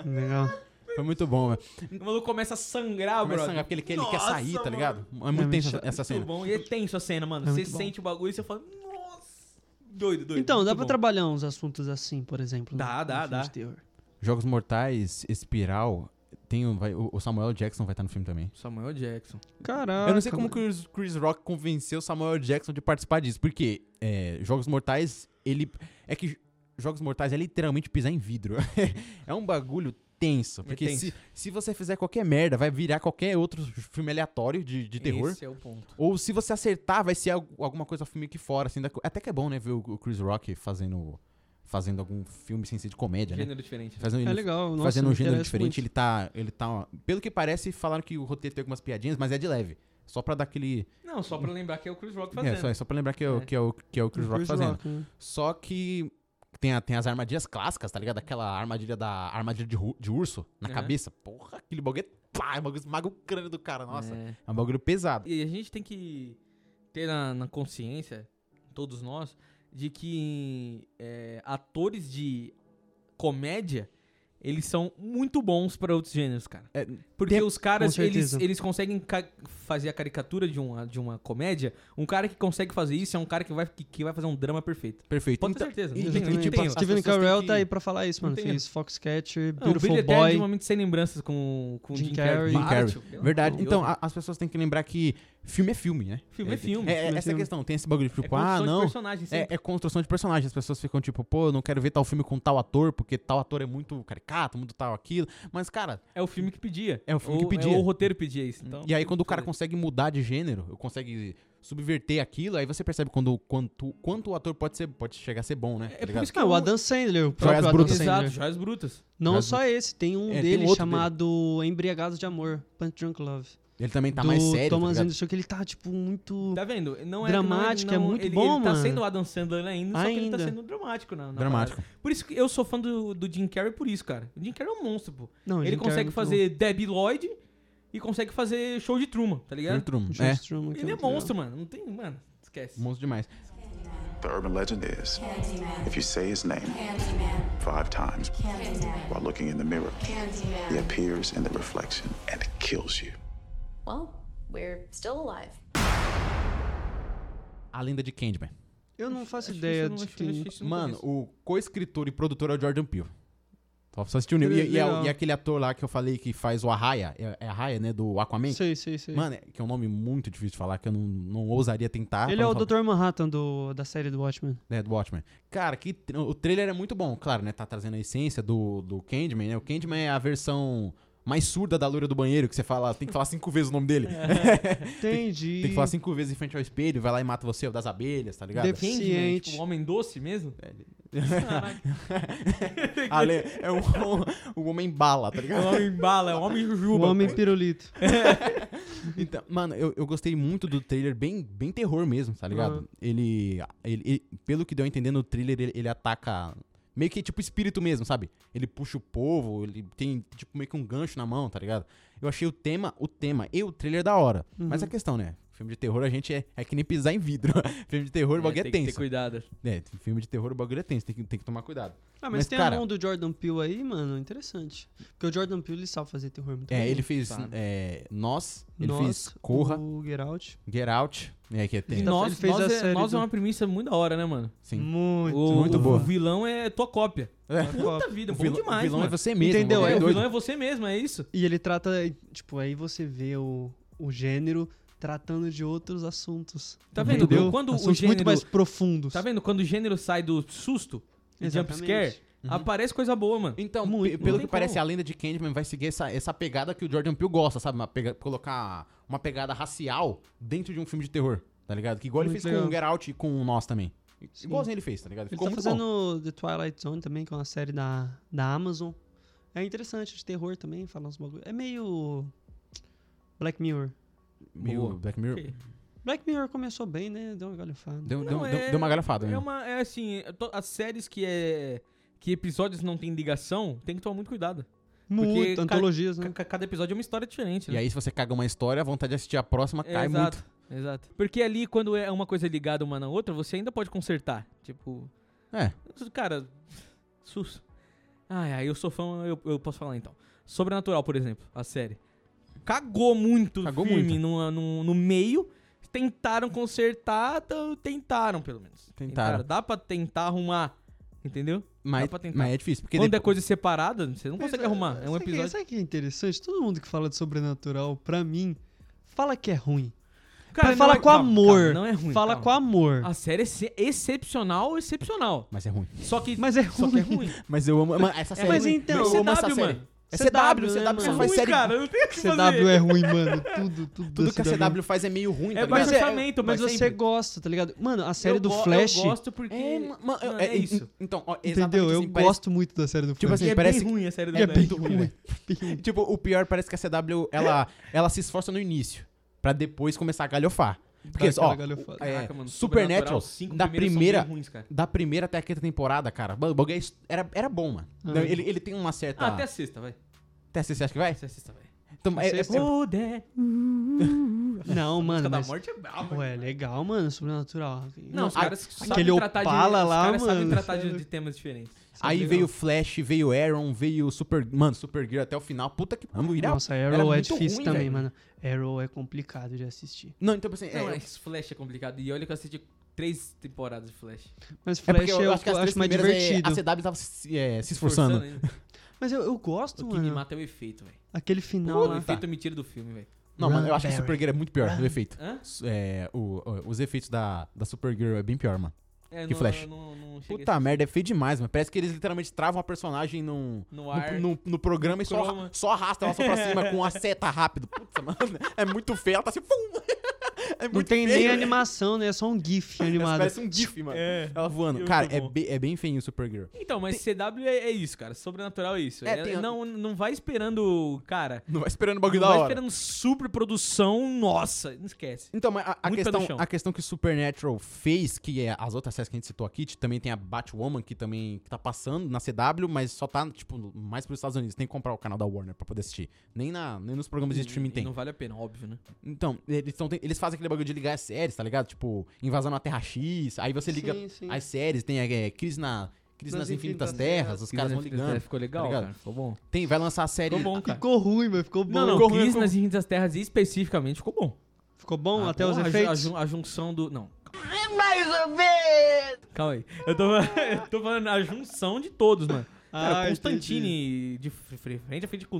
C: Legal.
B: Foi muito bom, velho.
A: O maluco começa a sangrar,
B: Começa a
A: Ah, brother.
B: sangrar porque ele, quer- ele quer
A: Nossa,
B: sair, tá
A: mano.
B: ligado? É muito
C: É,
B: tenso
C: muito
B: essa, essa
A: Muito
B: cena.
A: bom. E é tenso a cena, mano.
C: É
A: você
C: muito bom.
A: sente o bagulho e você fala, nossa. Doido, doido.
C: Então, dá pra
A: muito bom.
C: trabalhar uns assuntos assim, por exemplo.
A: Dá,
C: no- no
A: dá,
C: filme
A: dá.
C: de terror.
B: Jogos Mortais, Espiral, tem um, vai, o o Samuel Jackson vai estar no filme também.
A: Samuel Jackson.
C: Caraca.
A: Ah,
B: Eu não sei como
C: mano.
B: que o Chris- Chris Rock convenceu o Samuel Jackson de participar disso, porque é, Jogos Mortais, ele... É que Jogos Mortais é literalmente pisar em vidro. é um bagulho tenso, porque
A: É tenso.
B: Se, se você fizer qualquer merda, vai virar qualquer outro filme aleatório de, de terror.
A: Esse é o ponto.
B: Ou se você acertar, vai ser al- alguma coisa meio que fora, assim. Da... co- Até que é bom, né, ver o o Chris Rock fazendo, fazendo algum filme sem ser de comédia, né?
A: Gênero diferente. né?
B: Fazendo,
C: É legal. Nossa,
B: fazendo
C: me
B: um gênero
C: interessa
B: diferente,
C: muito.
B: ele tá. Ele tá. ó, Pelo que parece, falaram que o roteiro tem algumas piadinhas, mas é de leve. Só pra dar aquele.
A: Não, só pra lembrar que é o Chris Rock
B: É,
A: fazendo.
B: só, é só pra lembrar que é, o,
A: É.
B: que é, o, que é o Chris Rock
C: Chris
B: fazendo.
C: Rock, né?
B: Só que tem, a- tem as armadilhas clássicas, tá ligado? Aquela armadilha da armadilha de, ru- de urso na
A: Aham.
B: cabeça. Porra, aquele bagulho é. Pá, o bagulho esmaga o crânio do cara, nossa.
A: É.
B: É um bagulho pesado.
A: E a gente tem que ter na, na consciência, todos nós, de que é, atores de comédia, eles são muito bons pra outros gêneros, cara.
B: É,
A: Porque
B: tem-
A: os caras,
C: com
A: eles,
C: certeza.
A: eles conseguem ca- fazer a caricatura de uma, de uma comédia. Um cara que consegue fazer isso é um cara que vai, que, que vai fazer um drama perfeito.
B: Perfeito.
A: Pode ter
B: Então-
A: certeza.
B: e-
A: Não
B: e,
A: tem- não
C: Exatamente.
A: tem
B: tipo,
A: erro.
B: as
C: Steven
B: pessoas têm
C: Carell
B: que-
C: tá aí pra falar isso,
A: Não
C: mano.
A: tem
C: Fez Foxcatcher,
A: Não, o
C: Beautiful
A: Billy Boy.
C: Boy.
A: de um momento sem lembranças com, com
C: Jim
A: Jim Carrey.
C: Carrey.
B: Jim Carrey.
A: Bate, pelo
B: Verdade.
A: amor de
B: Então,
A: Deus.
B: a- as pessoas têm que lembrar que filme é filme, né?
A: Filme é filme. Filme
B: É,
A: é
B: essa é a
A: filme.
B: questão. Tem esse bagulho de
A: é
B: tipo, ah,
A: construção de
B: não.
A: personagem, sempre.
B: É, é construção de personagem. As pessoas ficam tipo, pô, eu não quero ver tal filme com tal ator, porque tal ator é muito caricato, muito tal aquilo. Mas, cara,
A: É o filme que pedia.
B: É o filme que
A: Ou-
B: pedia.
A: ou o roteiro pedia isso. Então,
B: e aí quando o cara
A: Fazer.
B: consegue mudar de gênero, consegue subverter aquilo, aí você percebe quando, quanto, quanto o ator pode ser, pode chegar a ser bom, né?
A: É
B: Tá
A: por
B: ligado?
A: isso que
C: Ah, o Adam Sandler, o próprio Adam
B: Brutas.
A: Exato,
C: Sandler. né?
A: joias brutas.
C: Não
B: Joias
C: só esse, tem um
B: É, tem
C: dele
B: outro
C: chamado Embriagados de Amor, Punch Drunk Love.
B: Ele também tá
C: do
B: mais sério. tá
C: Thomas
B: ligado?
C: Anderson, que ele tá, tipo, muito...
A: Tá vendo? Não é
C: Dramático,
A: não, não-
C: é muito
A: ele,
C: bom,
A: ele tá
C: mano.
A: sendo o Adam Sandler ainda, só que ele tá
C: Ainda.
A: sendo dramático na, na
B: Dramático.
A: parada. Por isso que eu sou fã do, do Jim Carrey por isso, cara. O Jim Carrey é um monstro, pô.
C: Não,
A: ele
C: Jim Carrey é
A: consegue
C: muito
A: fazer Debbie Lloyd e consegue fazer show de Truman, tá ligado?
B: Arthur,
C: bom. Josh
B: É,
C: Truman,
A: Ele
C: que
A: é
C: muito legal.
A: monstro, mano. Não tem, mano, esquece.
B: monstro demais.
J: The urban legend is if you say his name five times while looking in the mirror, he appears in the reflection and kills you.
F: Well, we're still alive.
B: A lenda de Candyman.
C: Eu não faço
A: Acho que
C: ideia
A: isso eu não-
C: de
A: acho que- acho
C: quem...
A: que isso eu não
B: Mano,
A: conheço.
B: o co-escritor e produtor é o Jordan Peele. Só só assistiu o nível. E, e, é o-
C: Legal.
B: e aquele ator lá que eu falei que faz o Arraia, é, é Arraia, né? Do Aquaman.
C: Sei, sei, sei.
B: Mano, é- que é um nome muito difícil de falar, que eu não, não ousaria tentar.
C: ele
B: pra
C: é
B: não
C: o
B: falar-
C: Dr. Manhattan do, da série do Watchmen.
B: né, do Watchmen. Cara, que tr- o trailer é muito bom, claro, né? Tá trazendo a essência do, do Candyman, né? O Candyman é a versão mais surda da loira do banheiro, que você fala, tem que falar cinco vezes o nome dele.
A: É.
C: Entendi.
B: tem que falar cinco vezes em frente ao espelho, vai lá e mata você, é o das abelhas, tá ligado?
C: Def-
A: Candyman,
C: Ciente.
A: tipo, o homem doce mesmo? Ah,
B: Ale, é um, um homem bala, tá
A: O
B: ligado?
A: homem bala, é o homem
C: O
B: Um
A: jujuba.
C: Homem Pirulito.
B: Então, mano, eu, eu gostei muito do trailer, bem, bem terror mesmo, tá ligado?
C: Uhum.
B: Ele, ele, ele- Pelo que deu a entender no trailer, ele, ele ataca. Meio que tipo espírito mesmo, sabe? Ele puxa o povo, ele tem tipo meio que um gancho na mão, tá ligado? Eu achei o tema, o tema e o trailer da hora. Mas a questão, né? Filme de terror a gente é, é que nem pisar em vidro. filme de terror o
A: É,
B: bagulho é,
A: tem que ter
B: tenso.
A: cuidado.
B: É, filme de terror o bagulho é tenso, tem que, tem que tomar cuidado.
C: Ah, mas,
B: Mas,
C: tem
B: cara-
C: a mão do Jordan Peele aí, mano, interessante. Porque o Jordan Peele, ele sabe fazer terror muito
B: É,
C: bem.
B: ele fez
A: sabe.
B: é, Nós, ele
C: Nós,
B: fez Corra,
C: O Get Out.
B: Get Out, né? Que é tenso.
C: tá-
A: Nós,
C: ele fez
A: nós
C: a
A: é,
C: série
A: nós
C: do-
A: é uma premissa muito da hora, né, mano?
B: Sim.
C: Muito,
A: O,
B: Muito
A: o
B: boa.
A: vilão é tua cópia.
B: É.
A: Puta vida,
B: O
A: bom
B: vilão,
A: demais,
B: o vilão
A: mano.
B: é você mesmo.
C: Entendeu?
B: mano.
A: É,
C: É
A: o
B: doido.
A: vilão é você mesmo, é isso?
C: E ele trata, tipo, aí você vê o, o gênero tratando de outros assuntos.
A: Tá vendo?
C: Entendeu?
A: Quando o
C: assuntos
A: gênero-
C: muito mais profundos.
A: Tá vendo? Quando o gênero sai do susto, e jumpscare,
C: Exatamente.
B: Uhum.
A: aparece coisa boa, mano.
B: Então,
C: Muito,
B: pe-
C: não
B: pelo
A: tem
B: que parece,
A: como.
B: a lenda de Candyman vai seguir essa, essa pegada que o Jordan Peele gosta, sabe? Uma pega- colocar uma pegada racial dentro de um filme de terror, tá ligado? Que igual ele
C: Muito
B: fez com o
A: é.
C: legal.
B: Get Out e com o Nós também. Igualzinho ele fez, tá ligado?
C: Ele
B: Ficou
C: tá
B: muito bom.
C: fazendo The Twilight Zone também, que é uma série da, da Amazon. É interessante, de terror também, falar uns bagulho. É meio... Black Mirror.
B: Meio
A: Boa.
B: Black Mirror.
A: Ok.
C: Black Mirror começou bem, né? Deu uma galhofada.
B: Deu, deu-
A: Não,
B: deu-
A: é-
B: deu uma galhofada.
A: É
B: né?
A: uma. É assim, é to- as séries que é. Que episódios não tem ligação, tem que tomar muito cuidado.
C: Muito,
A: ca-
C: antologias, né?
A: Ca- ca- Cada episódio é uma história diferente, né?
B: E aí, se você caga uma história, a vontade de assistir a próxima
A: É,
B: cai
A: exato,
B: muito.
A: exato. Porque ali, quando é uma coisa ligada uma na outra, você ainda pode consertar. Tipo,
B: É.
A: cara, sus. Ai, ai, eu sou fã, eu, eu posso falar então. Sobrenatural, por exemplo, a série. Cagou muito o
B: Cagou
A: filme
B: muito.
A: No, no, no meio. Tentaram consertar, t- tentaram pelo menos.
B: Tentaram.
A: Dá pra tentar arrumar, entendeu?
B: Mas,
A: pra tentar.
B: mas é difícil. Porque
A: Quando é
B: depois-
A: coisa separada, você não consegue arrumar. É um
C: Sabe que-
A: episódio.
C: Sabe o que é interessante? Todo mundo que fala de sobrenatural, pra mim, fala que é ruim.
A: Cara,
C: Mas fala
A: não-
C: com
A: calma,
C: amor.
A: calma, não é ruim.
C: Fala
A: calma.
C: com amor.
A: A série é ex- excepcional, excepcional.
B: Mas é ruim.
A: Só que,
C: Mas é
A: só que é
C: ruim.
A: ruim.
B: Mas eu amo. mano, essa série.
C: mas
B: é ruim.
C: então-
B: eu amo essa
A: CW,
B: série.
A: mano.
B: É CW,
C: CW,
B: CW só
C: né, mano?
B: faz
A: É ruim,
B: série.
A: cara, não tem o que fazer.
C: CW é ruim, mano. Tudo, tudo.
B: Tudo que a
C: é ruim.
B: CW faz é meio ruim, tá
A: É
B: ligado?
A: baixo
C: Mas é-
A: orçamento,
C: Mas
A: mas
C: você
A: sempre.
C: gosta, tá ligado? Mano, a série
A: Eu
C: do
A: go-
C: Flash.
A: Eu gosto porque.
B: É, ma- ma-
A: Mano,
B: é,
A: é isso.
B: Então, ó,
C: entendeu?
B: exatamente
C: Eu
B: assim, parece-
C: gosto muito da série do
B: Tipo
C: Flash.
B: assim,
A: E é
B: parece
A: bem
B: que-
A: ruim a série do
B: é
A: Flash.
B: bem ruim, velho.
C: é
B: Tipo, o pior parece que a CW, ela, ela se esforça no início, pra depois começar a galhofar. Porque,
C: aquela
B: ó,
C: galhofada.
B: é,
A: Caraca, mano,
B: Supernatural,
A: Supernatural, cinco
B: da
A: primeiros são
B: primeira,
A: bem ruins, né? cara.
B: da primeira até a quinta temporada, cara, mano, o bagulho é his- era, era bom, mano.
C: Ah.
B: Não, ele, ele tem uma certa...
A: Ah, até a sexta, vai.
B: até a sexta, você acha que vai?
A: Até a sexta, vai.
B: Então, é, é-
C: Sexta-
B: é-
A: Oh, that.
C: Não, mano.
A: Música da
C: Mas...
A: morte é brava.
C: Ué, legal, mano. Sobrenatural.
A: Não, os
B: a-
A: caras
C: aquele
A: sabem tratar de. Os
C: Opala lá,
A: caras sabem
C: mano,
A: tratar de
C: sério.
A: de temas diferentes.
B: aí veio Flash, veio Aaron, veio Super... Mano, Super Gear até o final, puta que... Mano, irá-
C: Nossa,
B: era
C: Arrow é
B: muito
C: difícil
B: ruim,
C: também,
B: velho.
C: mano. Arrow é complicado de assistir.
B: Não, então, assim, é,
A: Não, mas Flash é complicado. E olha que eu assisti três temporadas de Flash.
C: Mas
B: é
C: Flash
B: porque
C: eu,
B: eu, acho que as três
C: acho mais
B: primeiras é,
C: divertido.
B: a CW tava se, é, se esforçando.
A: ainda.
C: Mas eu, eu gosto,
A: O que me
C: mano.
A: mata é o efeito, velho.
C: Aquele final
A: O
C: lá.
A: efeito me tira do filme, velho.
B: Não, mano, eu acho que
C: Run,
B: a Supergirl é muito pior, o efeito.
A: Hã?
B: S- é, o- o- os efeitos da, da Supergirl é bem pior, mano.
A: É,
B: Que
A: não-
B: Flash?
A: não- não cheguei a assim.
B: Puta merda, é feio demais, mano. Parece que eles literalmente travam a personagem num,
A: No
B: no,
A: ar.
B: no- no programa e só,
A: croma.
B: arra- só arrasta ela só pra cima com a seta rápido. Puta, mano, é muito feio, ela tá assim, pum! É
C: Não
B: muito
C: tem
B: feio,
C: nem
B: né?
C: animação, né? É só um GIF animado.
B: Parece um GIF, mano.
A: É.
B: Ela voando.
A: Muito
B: Cara, é,
A: bom.
B: be- é bem feio o Supergirl.
A: Então, mas CW é, é isso, cara. Sobrenatural é isso.
B: É,
A: É,
B: tem-
A: não, não vai esperando, cara.
B: Não vai esperando o bagulho
A: Não
B: da
A: vai
B: hora.
A: esperando super produção, nossa, não esquece.
B: Então, mas a, a
A: Muito pé no
B: questão,
A: chão.
B: a questão que Supernatural fez, que é as outras séries que a gente citou aqui, também tem a Batwoman, que também tá passando na CW, mas só tá, tipo, mais pros Estados Unidos. Tem que comprar o canal da Warner pra poder assistir. Nem, na, nem nos programas de streaming
A: E
B: tem.
A: Não vale a pena, óbvio, né?
B: Então, eles, tão, eles fazem aquele bagulho de ligar as séries, tá ligado? Tipo, invasão na Terra X, aí você liga
C: Sim, sim.
B: as séries, tem é, crise, na, crise nas,
C: Nas
B: Infinitas,
C: Infinitas
B: Terras,
C: Terras,
B: os caras vão
A: Crise nas Infinitas
B: ligando. Tá
A: Terras Ficou legal,
B: ligado?
A: cara. Ficou bom.
B: Tem, vai lançar a série...
A: Ficou bom, cara.
C: Ficou ruim, mas ficou bom.
A: Não, não,
C: ficou,
A: Crise
B: né?
A: nas Infinitas Terras especificamente ficou bom.
C: ficou bom
A: Ah,
C: até os
A: porra, a ju- A,
C: efeitos.
A: ju- a junção do. Não. Mais ou menos! Calma aí. Eu tô, eu tô falando a junção de todos, mano. Cara,
C: Ah,
A: Constantine de fre- fre- frente a frente com o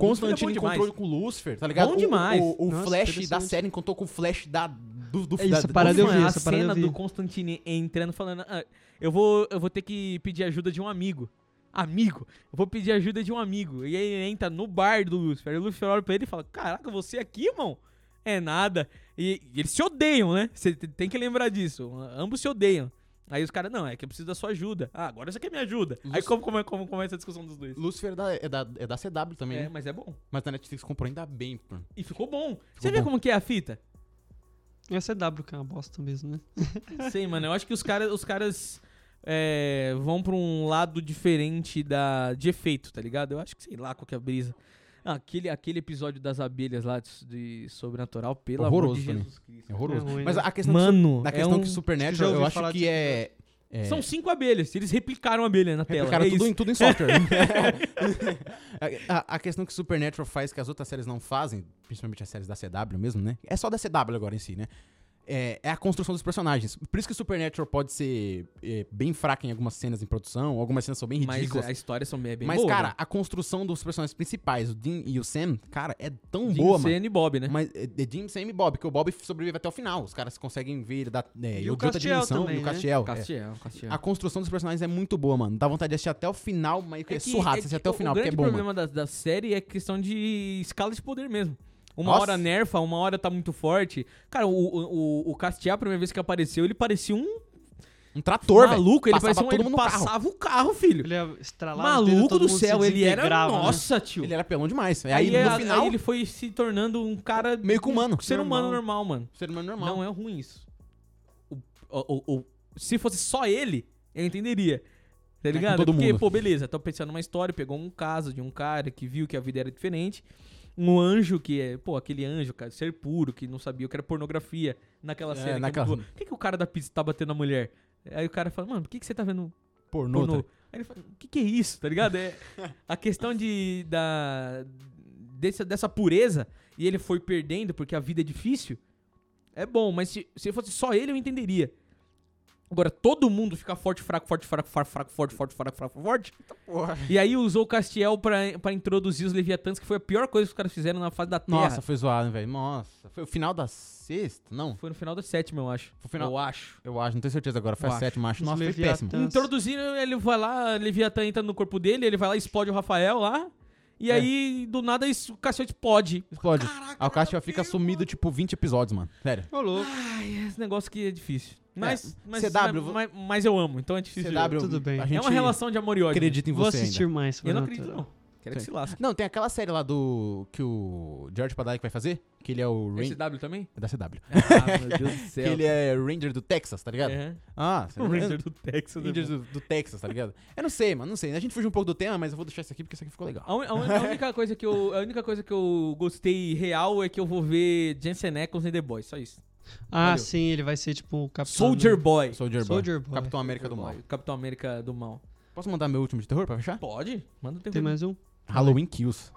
A: Lúcifer é bom
B: Constantine
A: demais.
B: encontrou com o Lucifer, tá ligado?
A: Bom
B: O-
A: demais.
B: O, o
C: Nossa,
B: Flash da
C: interessante.
B: série encontrou com o Flash da, do, do
C: É isso,
B: da-
C: parada
B: do-
C: eu vi,
A: Mano, a
C: essa parada eu
A: cena
C: vi.
A: do Constantine entrando falando: "Ah, eu, vou, eu vou ter que pedir ajuda de um amigo. Amigo, eu vou pedir ajuda de um amigo. E aí ele entra no bar do Lucifer. E o Lucifer olha pra ele e fala: Caraca, você aqui, irmão? É nada. E, e eles se odeiam, né? Você te- tem que lembrar disso. Ambos se odeiam. Aí os caras, não, é que eu preciso da sua ajuda. Ah, agora você quer me ajuda. Aí como, como, é- como começa a discussão dos dois?
B: Lucifer é da, é, da, é da CW também,
A: É,
B: né?
A: mas é bom.
B: Mas na Netflix comprou ainda bem, pô.
A: E ficou bom. você vê
B: bom.
A: como que é a fita?
C: E a CW, que é uma bosta mesmo, né?
A: Sei, mano. Eu acho que os caras, os caras é, vão pra um lado diferente da, de efeito, tá ligado? Eu acho que sei lá qual que é a brisa. Ah, Aquele, aquele episódio das abelhas lá de, de Sobrenatural, pelo amor
B: Horroroso
A: de
B: também.
A: Jesus Cristo.
B: É horroroso.
C: É ruim,
B: Mas
C: né?
B: a questão,
A: Mano,
B: que, na
A: é
B: questão
A: um-
B: que
C: Acho que já
B: Supernatural, eu
C: ouvi
B: acho
C: falar
B: que
C: disso.
A: né?
B: é... é
A: São cinco abelhas. Eles replicaram a abelha na tela.
B: Replicaram
A: é
B: tudo
A: isso.
B: em, tudo em software. a, a- a questão que Supernatural faz que as outras séries não fazem, principalmente as séries da CW mesmo, né? É só da CW agora em si, né? É, é a construção dos personagens. Por isso que Supernatural pode ser é, bem fraca em algumas cenas em produção, algumas cenas são bem
A: Mas
B: ridículas.
A: a história são bem, bem
B: Mas,
A: boa,
B: cara,
A: né?
B: a construção dos personagens principais, o Dean e o Sam, cara, é tão
A: Jim
B: boa, mano.
A: Senna e Bob, né?
B: Mas é é Dean, Sam e Bob, que o Bob sobrevive até o final. Os caras conseguem ver ele da, é,
C: E
B: de
C: o
B: outra
C: Castiel
B: dimensão
C: também,
B: e o
C: né?
B: Castiel. é.
A: Castiel, Castiel.
B: A construção dos personagens é muito boa, mano. Dá vontade de assistir até o final, mas é,
A: que-
B: surrado,
A: é
B: assistir
A: que
B: até o final, porque é
A: grande
B: bom, mano.
A: problema da, da série é questão de escala de poder mesmo. Uma
B: Nossa.
A: hora nerfa, uma hora tá muito forte. Cara, o, o, o- o Castiel, a primeira vez que apareceu, ele parecia um
B: Um trator, velho.
A: maluco. Ele
B: Passava
A: parecia um,
B: todo
A: ele
B: mundo no carro.
A: passava o carro, filho.
C: Ele ia estralar os dedos,
A: maluco
C: todo
A: do
C: mundo se
A: céu. Ele era.
C: desintegrava, né?
A: nossa, tio.
B: Ele era pelão demais. Aí,
A: é-
B: no final,
A: aí ele foi se tornando um cara.
B: meio que humano.
A: um ser humano normal, mano.
B: Ser humano normal.
A: Não é ruim isso. O- o- o- o- se fosse só ele, eu entenderia. Tá
B: É, com
A: ligado?
B: todo
A: Porque,
B: mundo.
A: pô, beleza, tô pensando numa história, pegou um caso de um cara que viu que a vida era diferente. Um anjo que é, pô, aquele anjo, cara, ser puro, que não sabia o que era pornografia naquela
B: É,
A: cena. que
B: naquela-
A: mudou. Por que, que o cara da pizza tá batendo na mulher? Aí o cara fala, mano, por que, que você tá vendo
B: Pornô.
A: pornô?
B: tá?
A: Aí ele fala, o que, que é isso, tá ligado? É, a questão de. Da, dessa, dessa pureza, e ele foi perdendo porque a vida é difícil, é bom, mas se, se fosse só ele, eu entenderia. Agora, todo mundo fica forte, fraco, forte, fraco, fraco, fraco, forte, forte, fraco, fraco, forte. E aí usou o Castiel pra, pra introduzir os Leviatãs, que foi a pior coisa que os caras fizeram na fase da Terra.
B: Nossa, foi zoado, hein, velho. Nossa. Foi o final da sexta? Não.
A: Foi no final da sétima, eu acho.
B: Foi o final-
A: Eu acho.
B: Eu acho, não tenho certeza agora. Foi
A: Eu
B: a
A: acho.
B: sétima, acho.
C: Os
B: Nossa, foi
C: Leviatãs.
B: péssimo.
A: Introduziram, ele vai lá, Leviatã entra no corpo dele, ele vai lá e explode o Rafael lá. E aí, do nada, isso- o Castiel explode.
B: Explode. A Alcastia fica sumido, tipo, 20 episódios, mano. Sério.
C: Ô, louco.
A: Ai, esse negócio aqui é difícil. Mas, mas, é
B: CW,
A: mas, mas- mas eu amo, então é difícil. de-
B: CW,
C: Tudo bem.
B: a
C: É
B: gente
A: é uma relação de amor e ódio.
B: acredita em
C: Vou
B: você
C: assistir
B: ainda.
C: mais.
A: Eu não
C: Sobrenatural.
A: acredito, não. Quero que
B: Sim.
A: se lasque.
B: Não, tem aquela série lá do... Que o George Padalek vai fazer. Que ele é o... Ran-
A: SW também?
B: É da CW.
A: Ah, meu Deus do
B: Que
A: céu.
B: ele é Ranger do Texas, tá ligado?
A: É.
B: Ah,
A: O Ranger do Texas. é
B: Ranger
A: bom.
B: do, do Texas, tá ligado? Eu não sei, mano, não sei. A gente fugiu um pouco do tema, mas eu vou deixar isso aqui porque isso aqui ficou legal.
A: A, un- a un- a única coisa que eu, a única coisa que eu gostei real é que eu vou ver Jensen Ackles em The Boys, só isso.
C: Ah,
A: Valeu.
C: sim, ele vai ser tipo o Capitão.
A: Soldier Boy.
B: Soldier,
C: Soldier
B: Boy.
C: Boy.
B: Capitão América do Mal.
A: Boy, Capitão América do Mal.
B: Posso mandar meu último de terror pra fechar?
A: Pode? Manda o teu
C: Tem mais um?
B: Halloween Kills.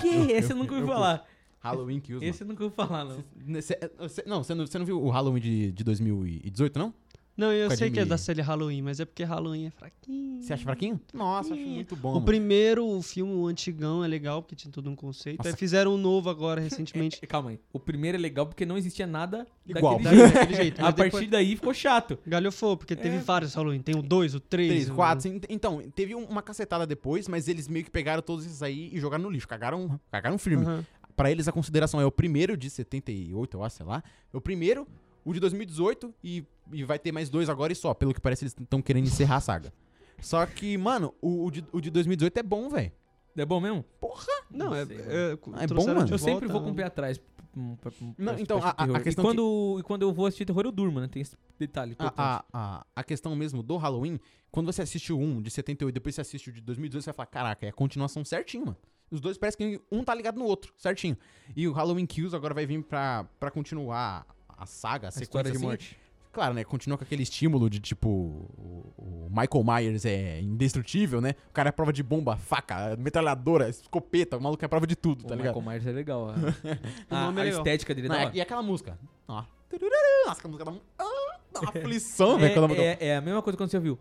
A: Que? Esse eu nunca ouvi
B: eu- eu-
A: falar.
B: Halloween Kills,
A: Esse eu nunca ouvi falar, não.
B: mano. Cê- cê- não, você não, cê não viu o Halloween de, de 2018, não?
C: Não, eu
B: Com a
C: sei
B: de
C: que é
B: milho.
C: da série Halloween, mas é porque Halloween é fraquinho.
B: Você acha fraquinho? Nossa, acho
C: Ih,
B: muito bom.
C: O
B: mano.
C: primeiro, o filme, o antigão, é legal, porque tinha todo um conceito. Aí fizeram um novo agora, recentemente.
A: Calma aí. O primeiro é legal porque não existia nada
B: Igual.
A: daquele jeito.
C: Daquele jeito,
A: A
C: mas
A: partir
C: depois-
A: daí ficou chato.
C: Galhofou, porque teve
A: É.
C: vários Halloween. Tem o 2, o 3,
B: Três, quatro, cinco. Então, teve um- uma cacetada depois, mas eles meio que pegaram todos esses aí e jogaram no lixo. Cagaram, cagaram firme. Pra eles, a consideração é o primeiro de 78, eu acho, sei lá. é O primeiro, o de 2018 e, e vai ter mais dois agora e só. Pelo que parece, eles estão querendo encerrar a saga. Só que, mano, o, o de, o de 2018 é bom, velho.
A: É bom mesmo?
C: Não, é,
A: sei,
C: é-
A: mano.
B: É bom,
C: trouxeram
B: mano.
C: de
A: Eu sempre
C: volta, né?
A: vou com o pé atrás. hum, pra- pra-
B: Não,
A: pra-
B: então,
A: pra
B: a- a- a
A: terror. e,
B: questão
A: quando, e quando eu vou assistir terror, eu durmo, né? Tem esse detalhe. importante.
B: A, a, a, a questão mesmo do Halloween, quando você assiste o 1 de 78 depois você assiste o de 2018, você vai falar, caraca, é a continuação certinho, mano. Os dois parece que um tá ligado no outro, certinho. E o Halloween Kills agora vai vir pra, pra continuar a saga, a,
A: a
B: sequência
A: história de
B: assim.
A: morte.
B: Claro, né? Continua com aquele estímulo de tipo. O, o Michael Myers é indestrutível, né? O cara é a prova de bomba, faca, metralhadora, escopeta, o maluco é a prova de tudo, tá
A: o
B: ligado?
A: Michael Myers é legal. A, a-
C: nome é
A: a
C: legal.
A: estética dele
B: Não,
A: da
B: é-
A: hora.
B: e aquela música. Ó. Tururu, Nossa, aquela música dá, um, ah, dá uma aflição, velho. quando-
A: É, é- é a mesma coisa quando você ouviu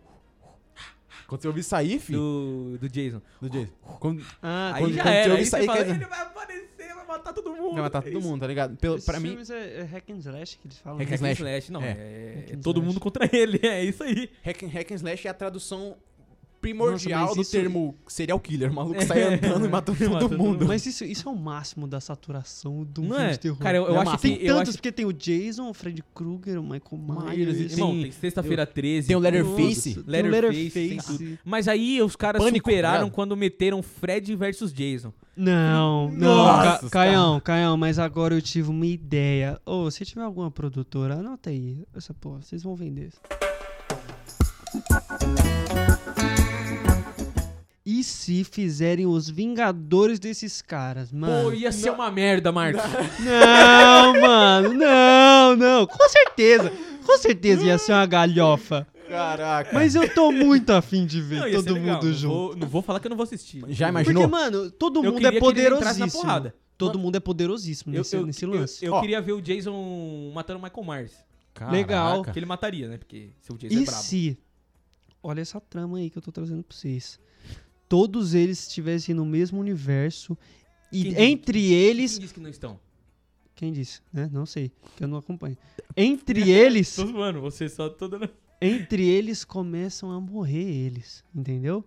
B: Quando você ouvir sair, filho.
A: do, do Jason.
B: Do Jason. Quando-
C: Ah,
A: Aí
B: quando-
A: já
B: quando você
A: era.
B: ouve
A: Aí
B: isso
A: você
B: aí,
A: fala,
B: quer dizer-
A: ele vai aparecer, vai matar todo mundo.
B: vai matar todo mundo, tá ligado? Pelo,
C: Esses
B: pra mim,
C: filmes é, é hack and slash que eles falam. né?
A: É
B: Hack
A: hack
B: and
A: and
B: slash.
A: slash, não.
B: É.
A: É,
C: Hack
A: é
C: and
A: todo
C: slash.
A: mundo contra ele. É isso aí.
B: hack, and- hack and slash é a tradução primordial
C: Nossa, mas
B: do
C: isso- É.
B: termo serial killer. O maluco sai andando e matando
A: Mata
B: todo
A: todo
B: mundo.
C: Mas isso, isso é o máximo da saturação do
A: Não
C: filme
A: é?
C: de terror.
A: Cara, eu, eu
B: Não é
A: acho
B: massa.
A: que.
C: tem
A: eu
C: tantos,
A: acho...
C: porque tem o Jason, o Fred Krueger, o Michael
B: Myers,
C: Myers.
A: Irmão,
B: Sim.
A: tem sexta-feira 13.
B: Tem um o
C: Nossa,
B: Leatherface.
C: tem o
A: Letterface, tem
C: Letterface.
A: Mas aí os caras
B: Pânico, tá
A: superaram
B: ligado?
A: quando meteram Fred versus Jason.
C: Não, não.
B: Nossa,
C: Ca- Caião, Caião, mas agora eu tive uma ideia. Ô, se tiver alguma produtora, anota aí. Essa porra, vocês vão vender. E se fizerem os Vingadores desses caras, mano?
A: Pô, ia ser uma merda, Marcos.
C: Não, mano, não, não. Com certeza, com certeza ia ser uma galhofa.
B: Caraca.
C: Mas é- eu tô muito afim de
A: Não,
C: ver
A: ia ser
C: todo
A: legal.
C: mundo
A: Não
C: junto.
A: vou- não vou falar que eu não vou assistir.
B: Já
C: Porque,
B: imaginou?
C: mano, todo
A: Eu
C: mundo
A: queria
C: é
A: que ele entrasse na
C: poderosíssimo.
A: porrada.
C: Todo mundo é poderosíssimo
A: Eu,
C: nesse,
A: eu-
C: nesse
A: eu-
C: lance.
A: eu
B: Ó.
A: queria ver o Jason matando o Michael Myers.
C: legal.
A: Que ele mataria, né? Porque se o Jason é
C: e
A: brabo.
C: se, olha essa trama aí que eu tô trazendo pra vocês, todos eles estivessem no mesmo universo e
A: Quem-
C: entre eles...
A: Quem disse que não estão?
C: Quem disse? Né? Não sei, que eu não acompanho. Entre eles,
A: Tô zoando, você só tô dando.
C: entre eles começam a morrer eles, entendeu?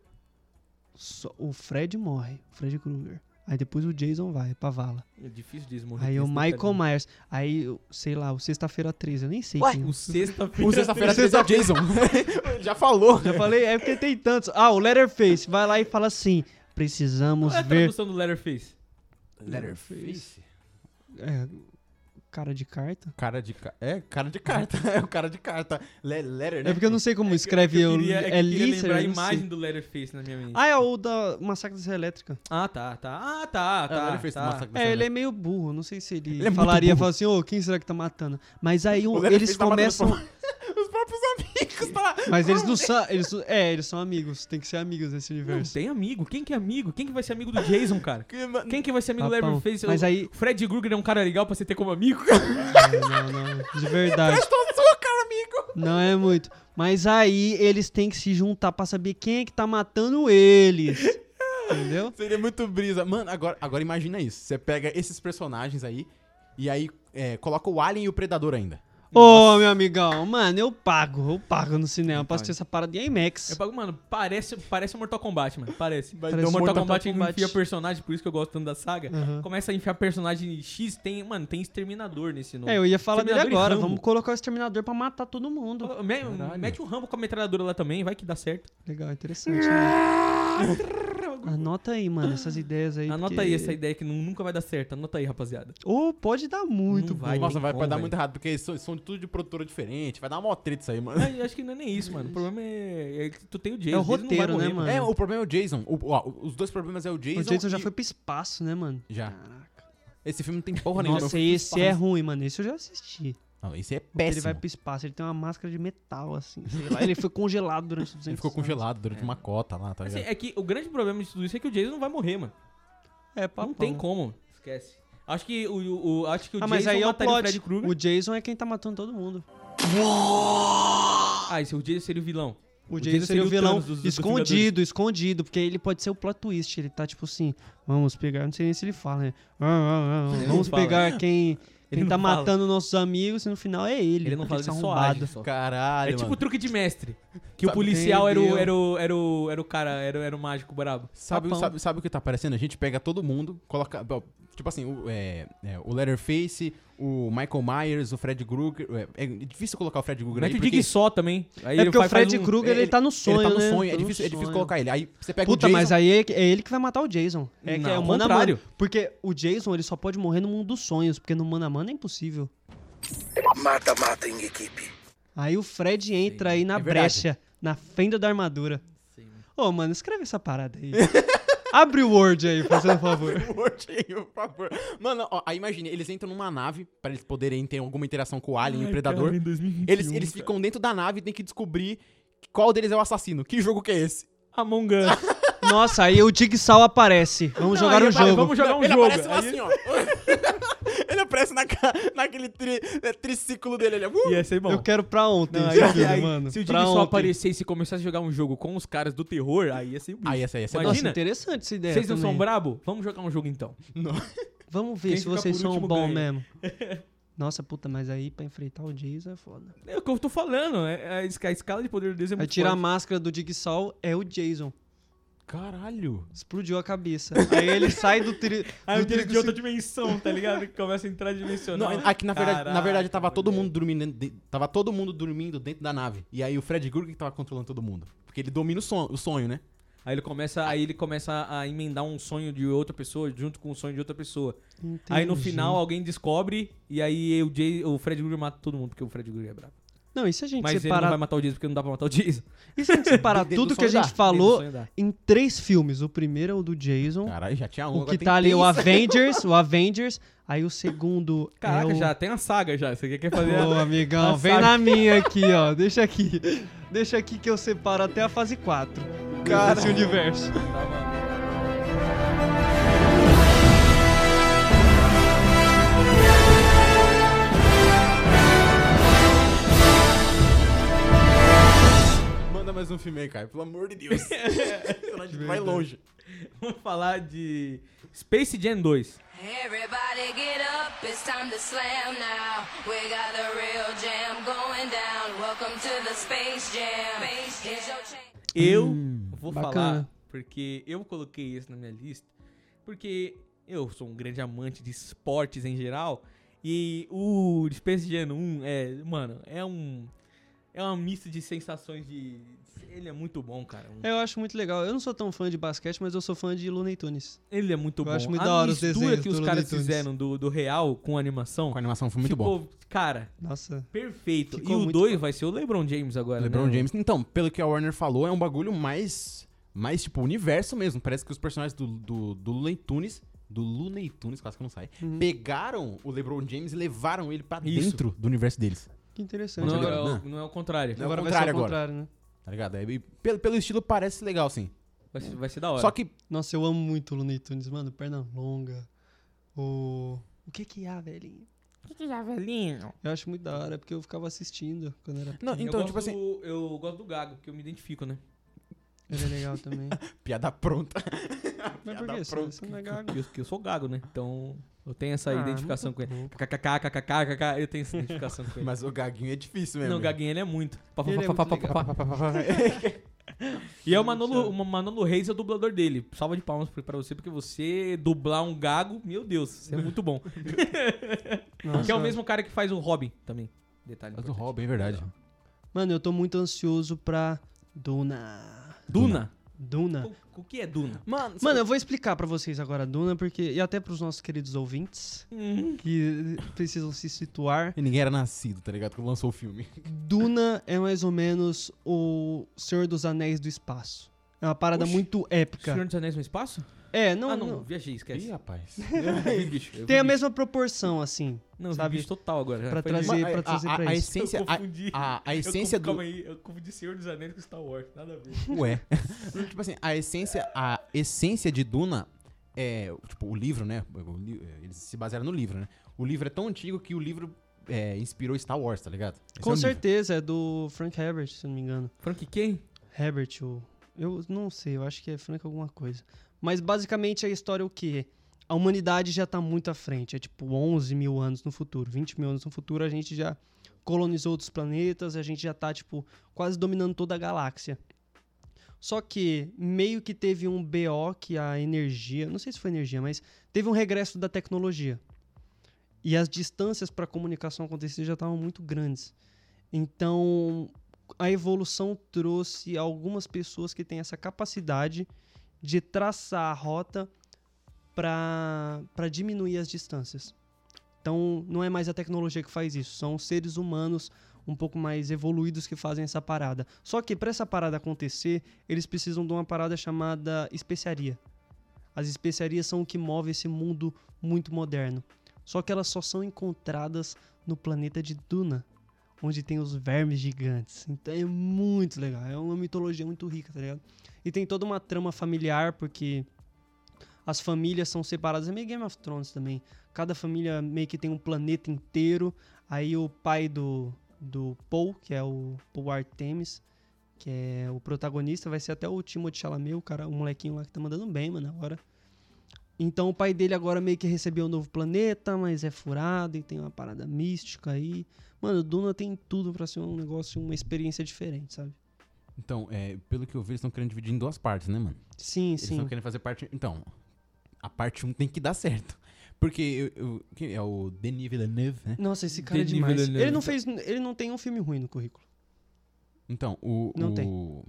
C: Só- o Fred morre, o Fred Krueger. Aí depois o Jason vai pra vala.
A: É difícil de morrer.
C: Aí
A: tem
C: o
A: esse
C: Michael
A: detalhe.
C: Myers. Aí, o- sei lá, o Sexta-feira 13, eu nem sei quem. é.
A: O sexta-feira.
B: O sexta-feira é da Jason. Já falou.
C: Já falei, é porque tem tantos. Ah, o Letterface vai lá e fala assim: precisamos
A: Qual é a
C: ver.
A: tradução do Letterface?
B: Leatherface.
C: É, cara de carta?
B: Cara de carta. É, cara de carta. É o cara de carta. Le letter, né?
C: É porque eu não sei como escreve.
A: eu
C: eu-
A: queria, é que
C: é
A: eu queria
C: Lisser?
A: lembrar a
C: eu não sei.
A: imagem do Letterface na minha mente.
C: Ah, é o da Massacre da Serra Elétrica.
A: Ah, tá, tá. Ah, tá,
B: É o
A: tá.
B: Leatherface do
A: tá.
B: Massacre da
C: É,
B: Serra
C: ele é meio burro. Não sei se ele,
B: Ele é muito
C: falaria,
B: burro.
C: fala assim, ô, quem será que tá matando? Mas aí o-
B: O Leatherface
C: eles
B: tá matando os
C: começam...
B: pró- Os próprios amigos, tá lá.
C: é- Mas eles não são... Eles, não- é, eles são amigos. Tem que ser amigos nesse
A: Não
C: universo.
A: tem amigo. Quem que é amigo? Quem que vai ser amigo do Jason, cara?
B: Que ma-
A: Quem que vai ser amigo do
C: Papão.
A: Leatherface?
C: Mas aí-
A: O Fred Krueger é um cara legal pra você ter como amigo, cara.
C: Não, não, né? de verdade.
B: Tô sua cara, amigo.
C: Não é muito. Mas aí eles têm que se juntar pra saber quem é que tá matando eles. Entendeu?
B: Seria muito brisa. Mano, agora, agora imagina isso. Você pega esses personagens aí e aí é, coloca o Alien e o Predador ainda.
C: Ô, meu amigão, mano, eu pago, eu pago no cinema pra assistir essa parada em
A: Eu
B: É
C: IMAX.
A: pago, É mano, parece, parece um Mortal Kombat, mano. Parece.
B: Vai
A: Parece
B: dar um
A: um Mortal,
B: Mortal
A: Kombat,
C: Kombat.
A: enfia personagem, por isso que eu gosto tanto da saga.
C: Aham.
A: Começa a enfiar personagem X, tem, mano, tem Exterminador nesse nome.
C: É, eu ia falar dele
A: Exterminador e
C: agora,
A: Rambo.
C: vamos colocar o Exterminador pra matar todo mundo.
A: Me- Mete o Rambo com a metralhadora lá também, vai que dá certo.
C: Legal, interessante. Né? Anota aí, mano, essas ideias aí.
A: Anota
C: porque-
A: aí essa ideia que nu- nunca vai dar certo. Anota aí, rapaziada.
C: Ou pode dar muito
A: Não vai.
C: bom.
B: Nossa, vai,
A: como,
B: vai dar
A: velho.
B: muito errado, porque são, são tudo de produtora diferente. Vai dar uma mó treta isso aí, mano.
A: Ai, Eu acho que não é nem isso, mano. O problema é, é que tu tem o Jason.
C: É o
A: Jason não vai
C: roteiro, né,
A: morrer,
C: mano?
B: É, o problema é o Jason. O- ó, os dois problemas é o Jason.
C: O Jason já
B: e-
C: foi pro espaço, né, mano?
B: Já.
C: Caraca.
B: Esse filme não tem porra nenhuma.
C: Nossa, esse é ruim, mano. Esse eu já assisti.
B: Não, esse é
C: Porque Ele
B: péssimo.
C: vai pro espaço, ele tem uma máscara de metal, assim, sei lá. Ele foi congelado durante 200
B: Ele ficou
C: anos.
B: congelado durante uma cota lá, tá
A: Assim,
B: ligado?
A: é que o grande problema de tudo isso é que o Jason não vai morrer, mano.
C: É, papão.
A: Não
B: né?
A: tem como. Esquece. Acho que o, o- o- acho que o
C: Ah,
A: Jason
C: mas aí é o
A: mataria o Fred
C: plot.
A: Krueger.
C: O Jason é quem tá matando todo mundo.
A: Ah, esse, o Jason seria o vilão.
C: O Jason seria o vilão
A: Thanos dos- dos
C: escondido, escondido, porque ele pode ser o plot twist. Ele tá tipo assim, vamos pegar, não sei nem se ele fala, né? Ah, ah, ah, ah,
A: Ele não
C: vamos
A: fala.
C: pegar quem, quem
A: não
C: tá
A: fala.
C: matando nossos amigos e no final é ele.
A: Ele não fala,
C: porque
A: ele
C: esse
A: só
C: arrombado.
A: age. Só.
B: Caralho,
A: É tipo
B: mano.
A: truque de mestre. Que o
B: Sabe-
A: policial era o,
C: Entendeu?
A: era, o, era, o, era o cara, era, era o mágico brabo.
B: Sabe,
C: Sapão.
B: sabe, sabe o que tá aparecendo? A gente pega todo mundo, coloca. ó, Tipo assim, o, é, é, o Leatherface, o Michael Myers, o Fred Krueger. É, é difícil colocar o Fred Krueger
A: Mete
B: aí.
A: o
B: porque
A: Jigsaw também. Aí
C: É porque o
A: faz- faz
C: Fred
A: um-
C: Krueger, ele, tá no sonho,
B: ele tá no
C: né?
B: sonho, é
C: Tá no
B: difícil, é difícil
C: sonho.
B: colocar ele. Aí você pega
C: Puta,
B: o Jason.
C: mas aí é, que- é ele que vai matar o Jason. É que
A: Não,
C: é
A: ao
C: o mano a
A: contrário.
C: mano. Porque o Jason, ele só pode morrer no mundo dos sonhos, porque no mano a mano é impossível.
D: Mata-mata em equipe.
C: Aí o Fred entra aí na
B: é verdade.
C: brecha, na fenda da armadura. Ô, mano, escreve essa parada aí. Abre o Word aí, fazendo favor.
B: Mortinho, por favor. Mano, ó, aí imagine, eles entram numa nave pra eles poderem ter alguma interação com o Alien e o Predador.
A: Cara, em 2021,
B: eles eles ficam dentro da nave e tem que descobrir qual deles é o assassino. Que jogo que é esse?
A: Among Us.
C: Nossa, aí o Jigsaw aparece. Vamos
A: Não,
C: jogar
A: aí
C: um
A: vai,
C: jogo.
A: Vamos jogar
B: Não,
A: um
B: ele
A: jogo.
B: aparece lá assim, ó. ele aparece na, ca- naquele tri- é, triciclo dele. Ele é...
A: E esse aí, bom.
C: Eu quero pra ontem.
A: Não, aí-
C: esse filme,
A: aí-
C: mano.
A: se o
C: pra
A: Jigsaw
C: ontem.
A: aparecesse e começasse a jogar um jogo com os caras do terror, aí ia ser o bicho.
B: Aí essa Ah, aí, é essa
A: Mas-
B: aí.
C: Nossa,
A: imagina.
C: interessante essa ideia.
A: Vocês não
C: é também.
A: são brabo? Vamos jogar um jogo então.
C: Vamos ver
A: Quem
C: se
A: ficar
C: vocês
A: por
C: são
A: último
C: bons
A: ganha.
C: mesmo. Nossa, puta, mas aí pra enfrentar o Jason é foda.
A: É o que eu tô falando. É, a esca- a escala de poder deles é
C: Aí
A: muito
C: tirar a
A: forte.
C: máscara do Jigsaw é o Jason.
B: Caralho.
C: Explodiu a cabeça. Aí ele sai do tri...
A: Aí
C: do
A: eu tiro de
C: triciclo-
A: outra dimensão, tá ligado? Que começa a entrar
B: Não,
A: dimensional.
B: aqui na verdade, na
A: Caraca,
B: verdade tava todo
A: moleque.
B: mundo dormindo, dentro de- tava todo mundo dormindo dentro da nave. E aí o Fred Krueger que tava controlando todo mundo, porque ele domina o son- o sonho né?
A: Aí ele começa, aí ele começa a emendar um sonho de outra pessoa junto com o sonho de outra pessoa. Aí no
C: Entendi.
A: final alguém descobre e aí o, Jay, o Fred Krueger mata todo mundo, porque o Fred Krueger é brabo.
C: Não, e se a gente
A: Mas ele não vai
C: separar,
A: matar o Jason porque não dá pra matar o Jason.
C: e se a gente separar
B: Dentro do
C: tudo que a
B: sonho
C: gente
B: dá,
C: falou
A: dentro do sonho dá.
C: em três filmes? O primeiro é o do Jason,
B: Caralho, já tinha um.
C: o
B: agora
C: que
B: tem
C: tá ali é o
B: três.
C: Avengers, o Avengers. Aí o segundo
A: Caraca,
C: é o...
A: já tem a saga já. Você quer fazer
C: Ô,
A: a...
C: amigão,
A: a
C: vem
A: saga.
C: na minha aqui, ó. Deixa aqui. Deixa aqui que eu separo até a fase 4
B: Cara.
C: desse universo.
B: Manda mais um filme aí, cara, pelo amor de Deus. Senão a gente vai longe.
A: Vamos falar de Space Jam 2.
E: Everybody get up, it's time to slam now. We got a real jam going down. Welcome to the Space Jam. Here's your chance.
A: Eu vou falar
C: Hum, bacana.
A: porque eu coloquei isso na minha lista porque eu sou um grande amante de esportes em geral e o Space Jam 1 é, mano, é um é um misto de sensações de ele é muito bom, cara. Um-
C: Eu acho muito legal. Eu não sou tão fã de basquete, mas eu sou fã de Looney Tunes.
A: Ele é muito
C: eu
A: bom.
C: acho muito
A: A
C: da hora os
A: mistura
C: desenhos
A: que
C: do
A: os
C: Looney
A: caras
C: Tunes.
A: fizeram do, do real com animação.
B: Com a animação foi muito bom.
A: ficou, cara,
C: Nossa.
A: perfeito.
C: Ficou
A: e o
C: muito
A: 2 vai ser o LeBron James agora,
B: LeBron
A: né?
B: James. Então, pelo que a Warner falou, é um bagulho mais. Mais tipo universo mesmo. Parece que os personagens do, do, do Looney Tunes. Do Looney Tunes, quase que não sai. Pegaram o LeBron James e levaram ele pra
A: Uhum. Isso.
B: dentro do universo deles.
C: Que interessante.
A: Não,
C: Agora,
A: é o-
B: Não.
A: não é o contrário.
B: Não. é o
C: agora vai ser
B: contrário
C: ao
B: agora.
C: contrário, né?
B: Tá ligado? Aí, pelo, pelo estilo parece legal, sim.
A: Vai, ser- vai ser da hora.
B: Só que.
C: Nossa, eu amo muito o Looney Tunes, mano. Perna longa. O. O que que há, velhinho? Eu acho muito da hora, porque eu ficava assistindo quando era.
B: Não,
A: Eu
B: então,
A: gosto
B: tipo assim.
A: do- eu gosto do Gago, porque eu me identifico, né?
C: Era legal também.
B: Piada pronta.
C: Mas por
B: Piada
C: que? Você
B: pronta.
C: você não é gago.
A: Porque eu, que eu sou gago, né? Então eu tenho essa
C: Ah,
A: identificação com
C: muito
A: ele.
C: bom.
A: KKK, KKK, KKK, eu tenho essa identificação com ele.
B: Mas o Gaguinho é difícil mesmo.
A: Não, o Gaguinho ele é muito. Pá, pá,
C: Ele é
A: pá, pá,
C: muito
A: pá, pá, pá, pá. E é o Manolo, o Manolo Reis é o dublador dele. Salva de palmas pra pra você, porque você dublar um gago, meu Deus, você é muito bom. que é o
C: Nossa.
A: mesmo cara que faz o Robin também. Detalhe.
B: Mas o
A: importante.
B: Robin, é verdade.
C: Mano, eu tô muito ansioso pra. Duna.
A: Duna.
C: Duna.
A: O, o que é Duna?
B: Mano,
C: Mano, eu vou explicar pra vocês agora a Duna, porque e até pros nossos queridos ouvintes
A: Uhum.
C: que precisam se situar.
A: é
B: E ninguém era nascido, tá ligado? Quando lançou o filme.
C: Duna é mais ou menos o Senhor dos Anéis do espaço. É uma parada
A: Oxi.
C: muito épica.
A: Senhor dos Anéis no Espaço?
C: É, não,
A: ah, não,
C: não-
A: viajei, esquece.
B: Ih, rapaz.
A: Eu vi bicho, eu vi
C: tem a
A: bicho.
C: mesma proporção assim.
A: Não, eu vi
C: sabe?
A: bicho total agora.
C: Pra
A: Foi
C: trazer-
A: demais.
C: Mas, pra trazer
B: é, a,
C: pra
B: a
C: isso.
B: essência,
A: Eu
B: a-
A: confundi.
B: a, a, essência
A: eu, confu-
B: do...
A: Calma aí, eu confundi Senhor dos Anéis com Star Wars, nada a ver.
B: Ué. tipo assim, a essência, a essência de Duna é, tipo, o livro, né? O li- eles se basearam no livro, né? O livro é tão é antigo que o livro é, inspirou Star Wars, tá ligado? Esse é
C: Com
B: o nível.
C: certeza, é do Frank Herbert, se eu não me engano.
A: Frank quem?
C: Herbert, o... eu não sei, eu acho que é Frank alguma coisa. Mas basicamente a história é o quê? A humanidade já tá muito à frente, é tipo 11 mil anos no futuro, 20 mil anos no futuro, a gente já colonizou outros planetas, a gente já tá, tipo, quase dominando toda a galáxia. Só que meio que teve um BO que a energia, não sei se foi energia, mas teve um regresso da tecnologia. E as distâncias para comunicação acontecer já estavam muito grandes. Então, a evolução trouxe algumas pessoas que têm essa capacidade de traçar a rota para diminuir as distâncias. Então, não é mais a tecnologia que faz isso, são os seres humanos um pouco mais evoluídos que fazem essa parada. Só que para essa parada acontecer, eles precisam de uma parada chamada especiaria. As especiarias são o que move esse mundo muito moderno. Só que elas só são encontradas no planeta de Duna, onde tem os vermes gigantes. Então é muito legal, é uma mitologia muito rica, tá ligado? E tem toda uma trama familiar, porque as famílias são separadas. É meio Game of Thrones também. Cada família meio que tem um planeta inteiro. Aí o pai do, do Paul, que é o Paul Artemis, que é o protagonista, vai ser até o Timothée Chalamet, o, cara, o molequinho lá que tá mandando bem, mano, agora. Então o pai dele agora meio que recebeu um novo planeta, mas é furado e tem uma parada mística aí. Mano, Duna tem tudo pra ser um negócio, uma experiência diferente, sabe?
B: Então, é, pelo que eu vi, eles estão querendo dividir em duas partes, né, mano?
C: Sim,
B: Eles
C: sim.
B: não querem fazer parte. Então, a parte 1 tem que dar certo. Porque eu, eu- quem é o Denis Villeneuve, né?
C: Nossa, esse cara é
A: Denis
C: demais.
A: Villeneuve.
C: Ele
B: tá
C: não fez, ele não tem um filme ruim no currículo.
B: Então, o.
C: Não
B: o,
C: tem.
B: O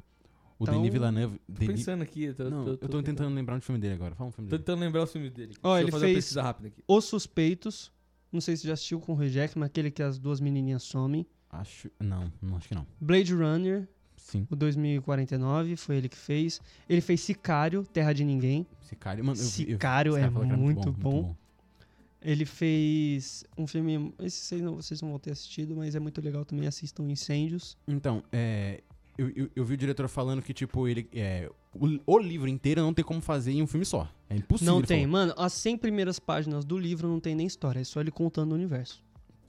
C: Então,
B: Denis Villeneuve.
A: Tô
B: Denis,
A: pensando aqui. eu Tô,
B: não, eu tô tentando lembrar um filme dele agora. Fala um filme
A: Tô
B: dele.
A: tentando lembrar o filme dele.
C: Ó,
A: Deixa eu
C: ele
A: fazer uma
C: fez-
A: pesquisa rápida aqui.
C: Os Suspeitos, não sei se já assistiu com o Reject, mas aquele que as duas menininhas somem.
B: Acho. Não, não acho que não.
C: Blade Runner,
B: Sim,
C: o 2049, foi ele que fez. Ele fez Sicário, Terra de Ninguém.
B: Sicário. Mano, eu, vi- eu,
C: Sicário
B: esse
C: é
B: cara falou que era
C: muito bom. Ele fez um filme, esse vocês não, vocês não vão ter assistido, mas é muito legal também, assistam Incêndios.
B: Então, é. Eu, eu, eu vi o diretor falando que, tipo, ele. É, o, o livro inteiro não tem como fazer em um filme só. É impossível.
C: não
B: ele
C: tem,
B: falou.
C: mano, as 100 primeiras páginas do livro não tem nem história, é só ele contando o universo.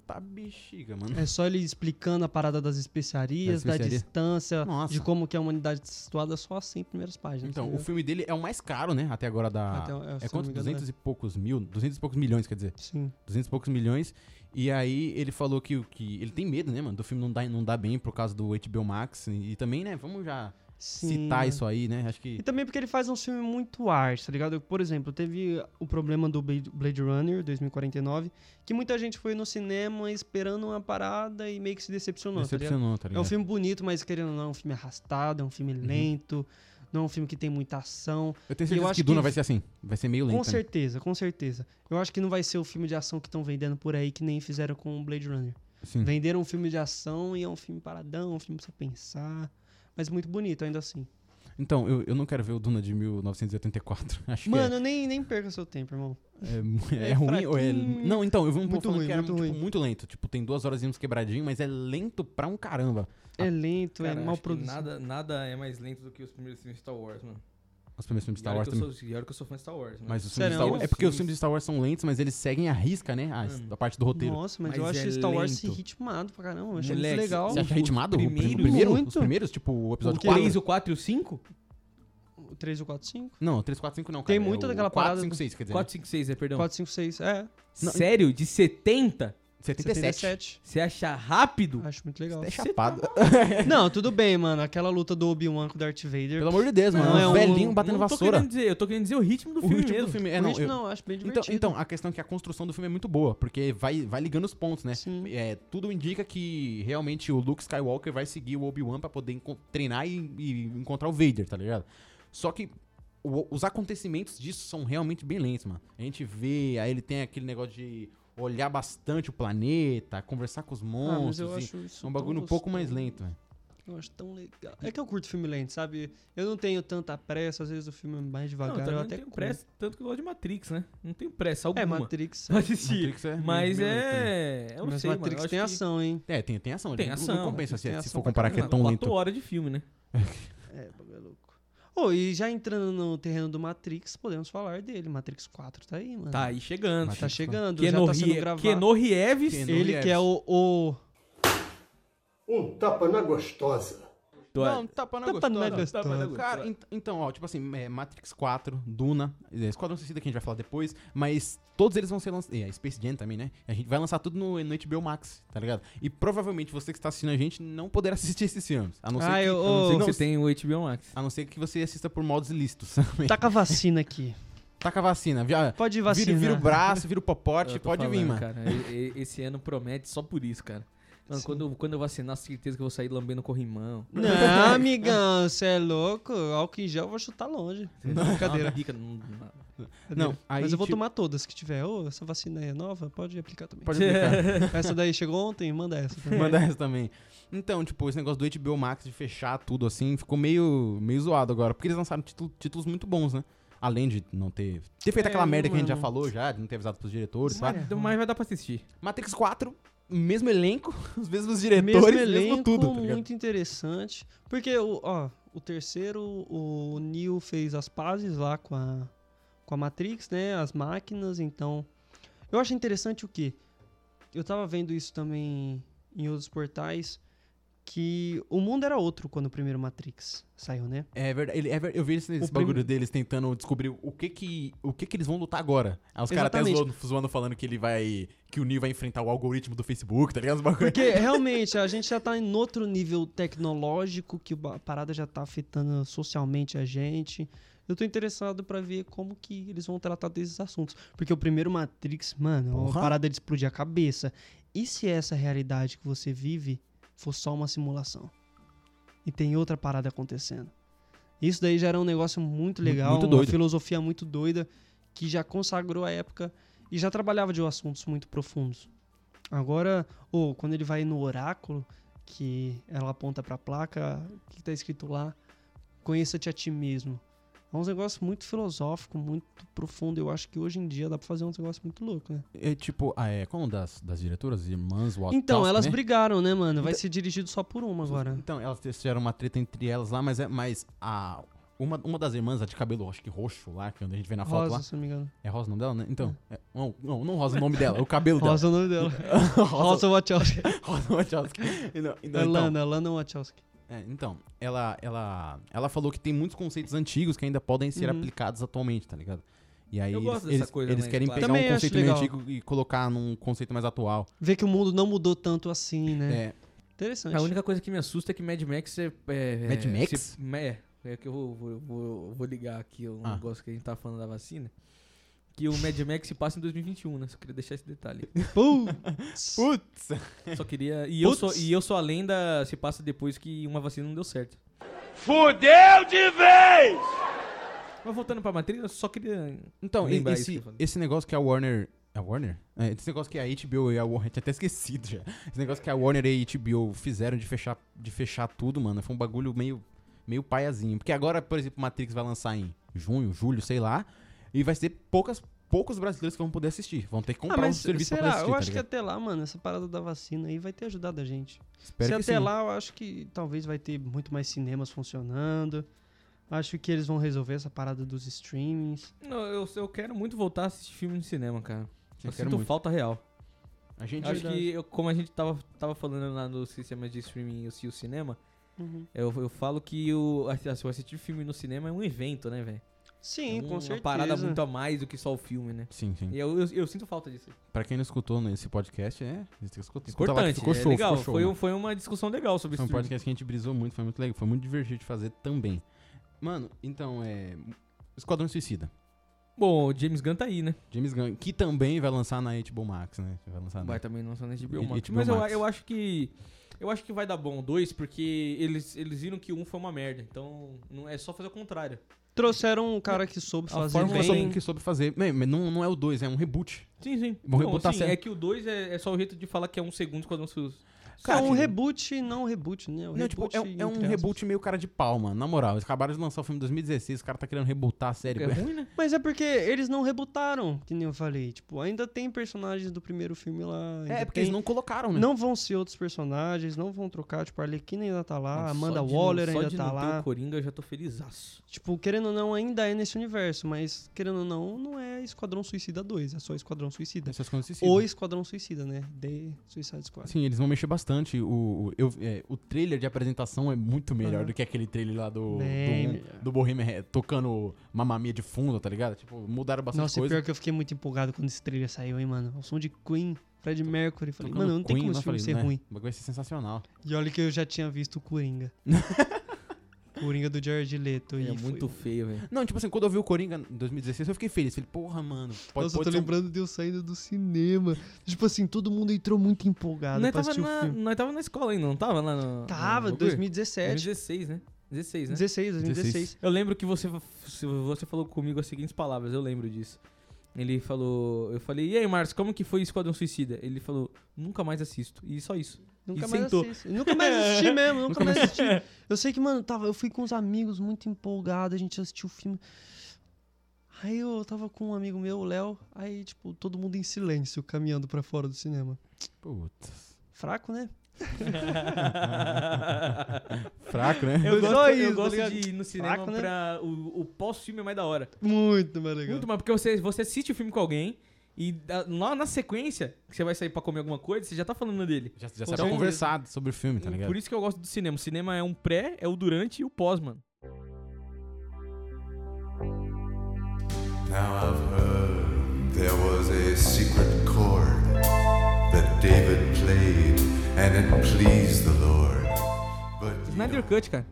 B: Tá bexiga, mano.
C: É só ele explicando a parada das especiarias,
B: Das
C: da
B: especiarias.
C: distância,
B: Nossa.
C: de como que a humanidade está situada, só as 100 primeiras páginas.
B: Então, o
C: entendeu?
B: filme dele é o mais caro, né? Até agora da.
C: Até- é, se
B: é
C: eu
B: quanto?
C: não me engano,
B: 200 e poucos mil? 200 e poucos milhões, quer dizer.
C: Sim.
B: 200 e poucos milhões. E aí ele falou que, o que ele tem medo, né, mano? Do filme não dar, não dar bem por causa do HBO Max. E, e também, né? Vamos já
C: Sim.
B: citar isso aí, né? Acho que.
C: E também porque ele faz um filme muito arte, tá ligado? Por exemplo, teve o problema do Blade Blade Runner 2049, que muita gente foi no cinema esperando uma parada e meio que se decepcionou, tá ligado?
B: Decepcionou, Uhum. tá ligado?
C: É um filme bonito, mas querendo ou não, é um filme arrastado, é um filme lento, não é um filme que tem muita ação.
B: Eu tenho
C: e eu
B: certeza
C: acho
B: que Duna
C: que-
B: vai ser assim. Vai ser meio lento.
C: Com
B: né?
C: certeza, com certeza. Eu acho que não vai ser o filme de ação que estão vendendo por aí, que nem fizeram com o Blade Runner.
B: Sim.
C: Venderam um filme de ação e é um filme paradão, um filme pra você pensar. Mas muito bonito, ainda assim.
B: Então, eu, eu não quero ver o Duna de 1984. Acho
C: Mano, nem, nem perca seu tempo, irmão.
B: que é- é, é,
C: é
B: ruim ou é.
C: fraquinho.
B: Não, então, eu vi um pouco
C: Muito
B: falando
C: ruim,
B: que era
C: muito
B: tipo,
C: ruim.
B: muito lento. Tipo, tem duas horas e uns quebradinhos, mas é lento pra um caramba.
C: É lento,
A: Cara,
C: é mal
A: acho que
C: produzido.
A: Nada, nada é mais lento do que os primeiros filmes de Star Wars, mano.
B: Os primeiros filmes de
A: E
B: Star
A: olha
B: Wars
A: que
B: também.
A: eu sou- né? E olha que eu sou fã de Star Wars, mano.
B: Mas os filmes
C: Sério,
B: de Star
C: é
B: Wars.
C: um
B: É porque os
A: filme-
B: filmes de Star Wars são lentos, mas eles seguem a risca, né? A,
A: Mano.
B: a parte do roteiro.
C: Nossa, mas,
A: Mas
C: eu
A: é
C: achei Star Wars
A: lento.
C: ritmado pra caramba. Eu achei
A: Moleque,
C: muito legal.
B: Você
A: Os-
B: acha ritmado? O prim- o
A: primeiros?
B: primeiro? Os
C: Muito.
B: primeiros? Tipo, o episódio
A: O
C: Porque-
B: 4?
A: 3, o 4 e o 5?
C: O 3, o 4, 5.
B: Não, 3, 4, 5 não, cara.
C: Tem muito
B: é
C: daquela
B: 4,
C: parada
B: 5,
C: do-
B: 6, quer dizer.
A: 4, 5, 6, é, perdão.
C: 4, 5, 6. É.
A: Sério? De 70?
B: né? 77.
C: 77.
A: Você acha rápido?
C: Acho muito legal.
B: É chapado.
C: Não, tudo bem, mano. Aquela luta do Obi-Wan com o Darth Vader.
B: Pelo amor de Deus, mano.
C: Não,
B: é
C: é
B: um
C: um-
B: velhinho batendo
A: não tô
B: vassoura.
A: Querendo dizer, eu tô querendo dizer o ritmo do
B: O
A: filme
B: ritmo
A: mesmo.
B: do filme é
C: Por
B: não.
C: isso,
B: eu-
C: não, eu acho bem
B: Então,
C: divertido.
B: então, a questão é que a construção do filme é muito boa, porque vai, vai ligando os pontos, né?
C: Sim.
B: É, tudo indica que realmente o Luke Skywalker vai seguir o Obi-Wan pra poder enco- treinar e, e encontrar o Vader, tá ligado? Só que o- os acontecimentos disso são realmente bem lentos, mano. A gente vê, aí ele tem aquele negócio de olhar bastante o planeta, conversar com os
C: Ah, mas
B: monstros.
C: eu
B: e-
C: acho isso
B: é um
C: tão
B: bagulho um pouco mais
C: gostoso.
B: lento, velho.
C: Eu acho tão legal. É que eu curto filme lento, sabe? Eu não tenho tanta pressa, às vezes o filme é mais
A: Não,
C: devagar,
A: eu também
C: eu
A: não
C: até
A: tenho
C: curto.
A: pressa, tanto que eu gosto de Matrix, né? Não tenho pressa alguma.
C: É, Matrix.
A: Pra assistir.
B: Matrix é
A: Mas
B: meio lento
A: é... Eu não
C: mas
A: sei,
C: Matrix
A: mano. eu
C: tem
A: acho que-
C: ação, hein?
B: É, tem, tem ação.
A: Tem
B: não-
A: ação,
B: Não compensa
C: tem
B: se, se
C: ação
B: for
C: pra
B: comparar que é
A: Mano,
B: tão
A: quatro
B: lento.
A: horas de filme, né?
C: É, bagulho é louco. Ô, e já entrando no terreno do Matrix, podemos falar dele. Matrix 4 tá aí, mano.
A: Tá aí chegando.
C: Tá chegando,
A: Keno,
C: já tá sendo
A: Rie-
C: gravado.
A: Keno Rieves.
B: Keno
C: Ele que é o... o...
K: Um tapa na gostosa.
A: Do-
B: Não, tapa
A: Tá
B: na
C: é. Tapa na
B: gostosa.
C: gostosa.
B: Cara, ent- então, ó, tipo assim, é, Matrix 4, Duna, é, Esquadrão Suicida que a gente vai falar depois, mas todos eles vão ser lançados. E a Space Jam também, né? A gente vai lançar tudo no, no HBO Max, tá ligado? E provavelmente você que está assistindo a gente não poderá assistir esses filmes. A não ser,
C: Ah,
B: que,
C: eu-
B: a não
A: Não
B: ser
A: sei
B: que
A: que
B: você
A: você tem o HBO Max.
B: a não ser que você assista por modos ilícitos.
C: Tá com a vacina aqui.
B: Taca a vacina. vi- ah,
C: Pode
B: Vira,
C: vacinar.
B: vira o braço, vira o
A: Eu
B: popote,
A: tô
B: pode vir,
A: falando,
B: mano.
A: Cara, e- e- esse ano promete só por isso, cara. Mano,
C: Sim.
A: quando, quando eu vacinar, certeza que eu vou sair lambendo corrimão.
C: Não, amigão, você é louco. Álcool em gel eu vou chutar longe.
A: Brincadeira. Dica, não- não-
B: Não, aí,
C: Mas eu vou
B: tipo,
C: tomar todas que tiver. Ô, essa vacina é nova, pode aplicar também.
B: Pode aplicar.
C: Essa daí chegou ontem, manda essa. também.
B: Manda essa também. Então, tipo, esse negócio do HBO Max de fechar tudo assim, ficou meio, meio zoado agora. Porque eles lançaram título- títulos muito bons, né? Além de não ter. Ter feito
C: É,
B: aquela merda que a gente já
C: mano.
B: falou, já, de não ter avisado pros diretores, pá.
A: Mas, mas vai dar pra assistir.
B: Matrix 4, mesmo elenco, os mesmos diretores,
C: Mesmo
B: mesmo,
C: elenco,
B: tudo, tá ligado?
C: muito interessante. Porque, o- ó, o terceiro, o Neo fez as pazes lá com a, com a Matrix, né? As máquinas, então... Eu acho interessante o quê? Eu tava vendo isso também em outros portais, que o mundo era outro quando o primeiro Matrix saiu, né?
B: É verdade, ele- é ver- eu vi esse, esse
C: O
B: bagulho
C: primeiro-
B: deles tentando descobrir o que que, o que que eles vão lutar agora. Aí os caras até
C: Exatamente.
B: zoando, zoando falando que ele vai. que o Neo vai enfrentar o algoritmo do Facebook, tá ligado? Os bagulho.
C: Porque realmente a gente já tá em outro nível tecnológico que o ba- a parada já tá afetando socialmente a gente. Eu tô interessado pra ver como que eles vão tratar desses assuntos. Porque o primeiro Matrix, mano, é uma
B: Porra.
C: parada de explodir a cabeça. E se é essa realidade que você vive for só uma simulação? E tem outra parada acontecendo. Isso daí já era um negócio muito
B: Mu-
C: legal,
B: muito
C: uma
B: doido.
C: filosofia muito doida que já consagrou a época e já trabalhava de assuntos muito profundos. Agora, ou quando ele vai no oráculo, que ela aponta pra placa, o que tá escrito lá? Conheça-te a ti mesmo. É uns negócios muito filosófico, muito profundo. Eu acho que hoje em dia dá pra fazer uns negócios muito loucos, né?
B: É tipo, ah, é, como das, das diretoras, irmãs, Wachowski,
C: Então, elas
B: né?
C: brigaram, né, mano? Vai ser dirigido só por uma agora.
B: Então, elas fizeram uma treta entre elas lá, mas é mas a uma, uma das irmãs, a de cabelo, acho que roxo lá, que a gente vê na foto
C: Rosa,
B: lá.
C: se não me engano.
B: É Rosa o nome dela, né? Então, é- não, não, não Rosa o nome dela, é o cabelo dela.
C: Rosa é o nome dela. Rosa Wachowski.
B: Rosa Wachowski. Não, então,
C: é
B: então,
C: Lana, Lana Wachowski.
B: É, então, ela, ela, ela falou que tem muitos conceitos antigos que ainda podem ser
C: Uhum.
B: aplicados atualmente, tá ligado? E aí
A: Eu
B: eles,
A: gosto dessa
B: eles-
A: coisa
B: eles
A: mais tipo,
B: querem pegar
A: clássica.
C: Também
B: um
C: acho
B: conceito meio
C: legal.
B: antigo e colocar num conceito mais atual.
C: Ver que o mundo não mudou tanto assim, né?
B: É,
C: Interessante.
A: A única coisa que me assusta é que Mad Max é. é-
B: Mad
A: é-
B: Max?
A: se- é, é que eu vou, vou- vou- vou ligar aqui um
B: Ah.
A: negócio que a gente tá falando da vacina. Que o Mad Max se passa em 2021, né? Só queria deixar esse detalhe.
C: Putz.
B: Putz!
A: Só queria. E eu,
C: Putz.
A: sou, e eu sou a lenda se passa depois que uma vacina não deu certo.
G: Fudeu de vez!
A: Mas voltando pra matriz, eu só queria.
B: Então, e-
A: Lembrar isso que
B: esse,
A: eu falei.
B: esse negócio que a Warner. A Warner? É, esse negócio que a HBO e a Warner. Tinha até esquecido já. Esse negócio que a Warner e a HBO fizeram de fechar, de fechar tudo, mano. Foi um bagulho meio, meio paiazinho. Porque agora, por exemplo, Matrix vai lançar em junho, julho, sei lá. E vai ser poucas, poucos brasileiros que vão poder assistir. Vão ter
A: Ah,
B: que comprar o serviço
C: Ah,
B: pra poder
C: será?
B: assistir.
C: eu
B: tá
C: acho que
B: ligado?
C: até lá, mano, essa parada da vacina aí vai ter ajudado a gente.
A: é
B: Espero
C: Se
B: que
C: até
B: sim.
C: lá, eu acho que talvez vai ter muito mais cinemas funcionando. Acho que eles vão resolver essa parada dos streamings.
A: Não, eu, eu quero muito voltar a assistir filme no cinema, cara.
B: Eu
A: Eu
B: quero
A: sinto
B: muito.
A: falta real.
B: A
C: É
B: gente.
A: Eu acho que, eu- como a gente tava, tava falando lá no sistema de streaming e o cinema,
C: Uhum.
A: eu, eu falo que o, assim, assistir filme no cinema é um evento, né, velho?
C: Sim,
A: é
C: com certeza.
A: Uma parada muito a mais do que só o filme, né?
B: Sim, sim.
A: E eu, eu, eu sinto falta disso.
B: Pra quem não escutou nesse podcast, é. Escuta, escuta lá que
A: Importante,
B: ficou
A: é
B: show,
A: legal.
B: ficou show,
A: foi,
B: mano.
A: um- foi uma discussão legal sobre
B: Foi um
A: streaming.
B: podcast que a gente brisou muito, foi muito legal. Foi muito divertido de fazer também. Mano, então é. Esquadrão Suicida.
A: Bom, o James Gunn tá aí, né?
B: James Gunn, que também vai lançar na HBO Max, né? Vai lançar na...
A: Vai também lançar na HBO
B: E-
A: Max.
B: HBO
A: Mas eu,
B: Max.
A: eu acho que. Eu acho que vai dar bom o dois, porque eles, eles viram que um foi uma merda. Então, não é só fazer o contrário.
C: Trouxeram um cara que soube fazer
B: Fórmula
C: bem.
B: sobre o que soube fazer. Bem, Mas não, não é o 2, é um reboot.
A: Sim, sim.
B: Vou
A: Não,
B: rebutar
A: assim,
B: certo.
A: é que o 2 é, é só o jeito de falar que é um segundo Esquadrão Suicida.
C: é um
B: Cara,
C: reboot, não reboot, né? Um
B: Não, tipo, é, um-
C: reboot,
B: é um
C: entre aspas.
B: reboot meio cara de palma, na moral. Eles acabaram de lançar o filme em 2016, o cara tá querendo rebootar a série.
A: É ruim, né?
C: Mas é porque eles não rebutaram, que nem eu falei. Tipo, ainda tem personagens do primeiro filme lá.
B: É,
C: ainda
B: porque
C: tem-
B: eles não colocaram, né?
C: Não vão ser outros personagens, não vão trocar. Tipo, a Arlequina ainda tá lá, a
A: Não, só
C: Amanda
A: de não-
C: Waller
A: só
C: ainda
A: de
C: tá
A: não ter
C: lá.
A: o Coringa eu já tô felizaço.
C: Tipo, querendo ou não, ainda é nesse universo, mas querendo ou não, não é Esquadrão Suicida 2, é só Esquadrão Suicida.
B: Essas coisas se
C: Ou Esquadrão Suicida, né? The Suicide Squad.
B: Sim, eles vão mexer bastante. O, o, eu- é, o trailer de apresentação é muito melhor
C: Aham. Né,
B: do que aquele trailer lá do, um,
C: Bem melhor.
B: do, do Bohemian Rha- tocando mamamia de fundo, tá ligado? Tipo, mudaram bastante
C: Nossa, e
B: coisa.
C: pior que eu fiquei muito empolgado quando esse trailer saiu, hein, mano? O som de Queen, Fred Mercury. Falei,
B: Tocando
C: mano, não tem
B: Queen,
C: como
B: lá,
C: esse filme
B: falei,
C: ser
B: né?
C: ruim.
B: O bagulho Vai ser sensacional.
C: E olha que eu já tinha visto o Coringa. Coringa do Jared Leto.
A: Ele
C: e
A: é
C: foi
A: muito
C: um-
A: feio, velho.
B: Não, tipo assim, quando eu vi o Coringa em 2016, eu fiquei feliz. Falei, porra, mano, pode,
C: Nossa,
B: pode
C: eu tô
B: ser um-
C: lembrando de eu saindo do cinema. Tipo assim, todo mundo entrou muito empolgado
A: Nós
C: pra
A: tava,
C: assistir o
A: na,
C: filme.
A: nós tava na escola ainda, não tava lá no.
C: Tava,
A: no bagulho?
C: 2017.
A: 2016, né? 16, né?
C: 16, 2016.
A: Eu lembro que você, se você falou comigo as seguintes palavras, eu lembro disso. Ele falou. Eu falei, e aí, Márcio, como que foi Esquadrão Suicida? Ele falou, nunca mais assisto. E só isso.
C: Nunca
A: e
C: mais
A: sentou.
C: assisti. Nunca mais assisti mesmo, nunca, mais assisti. Eu sei que, mano, tava, eu fui com os amigos muito empolgado, a gente assistiu o filme. Aí eu tava com um amigo meu, o Léo, aí, tipo, todo mundo em silêncio, caminhando pra fora do cinema.
B: Putz.
C: Fraco, né?
B: Fraco, né?
A: Eu
C: Foi
A: gosto,
C: só
A: eu
C: isso, tá
A: gosto
C: ligado?
A: de ir no cinema
C: Fraco, né?
A: pra. O, o pós-filme é mais da hora.
C: Muito mais legal.
A: Muito mais, porque você, você assiste o filme com alguém e da- lá na sequência, que você vai sair pra comer alguma coisa, você já tá falando dele.
B: Já, já
A: Com
B: saiu
C: Então,
A: certeza.
B: conversado sobre o filme, tá ligado?
A: Por isso que eu gosto do cinema. O cinema é um pré, é o durante e o pós, mano.
L: Now I've heard there was a secret chord that David played, and it pleased the Lord. But
A: Snyder Cut, cara.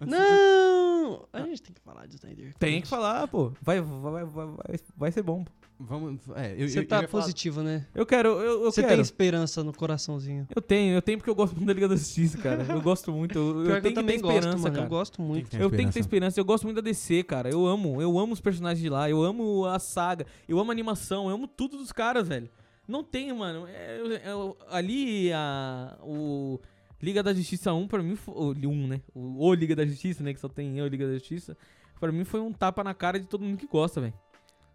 C: Não! A gente tem que falar de Snyder.
A: Ah. Tem que falar, pô. Vai, vai, vai, vai, vai ser bom. pô.
B: Vamos. É, eu,
C: Você
B: eu- eu
C: tá
B: ia falar-
C: positivo, né?
A: Eu quero, eu, eu
C: Você
A: quero.
C: tem esperança no coraçãozinho.
A: Eu tenho, eu tenho porque eu gosto muito da Liga da Justiça, cara. Eu gosto muito. Eu,
C: Pior
A: eu
C: que
A: tenho
C: eu
A: que ter
C: também gosto,
A: esperança,
C: mano.
A: cara.
C: Eu gosto muito.
B: Tem
A: Eu tenho que ter
B: esperança.
A: esperança. Eu gosto muito da DC, cara. Eu amo. Eu amo os personagens de lá. Eu amo a saga. Eu amo a animação. Eu amo tudo dos caras, velho. Não tem, mano. É, eu- eu- ali, a, o Liga da Justiça 1, pra mim, foi, o, um, né? O, o Liga da Justiça, né? Que só tem eu, Liga da Justiça. Pra mim foi um tapa na cara de todo mundo que gosta, velho.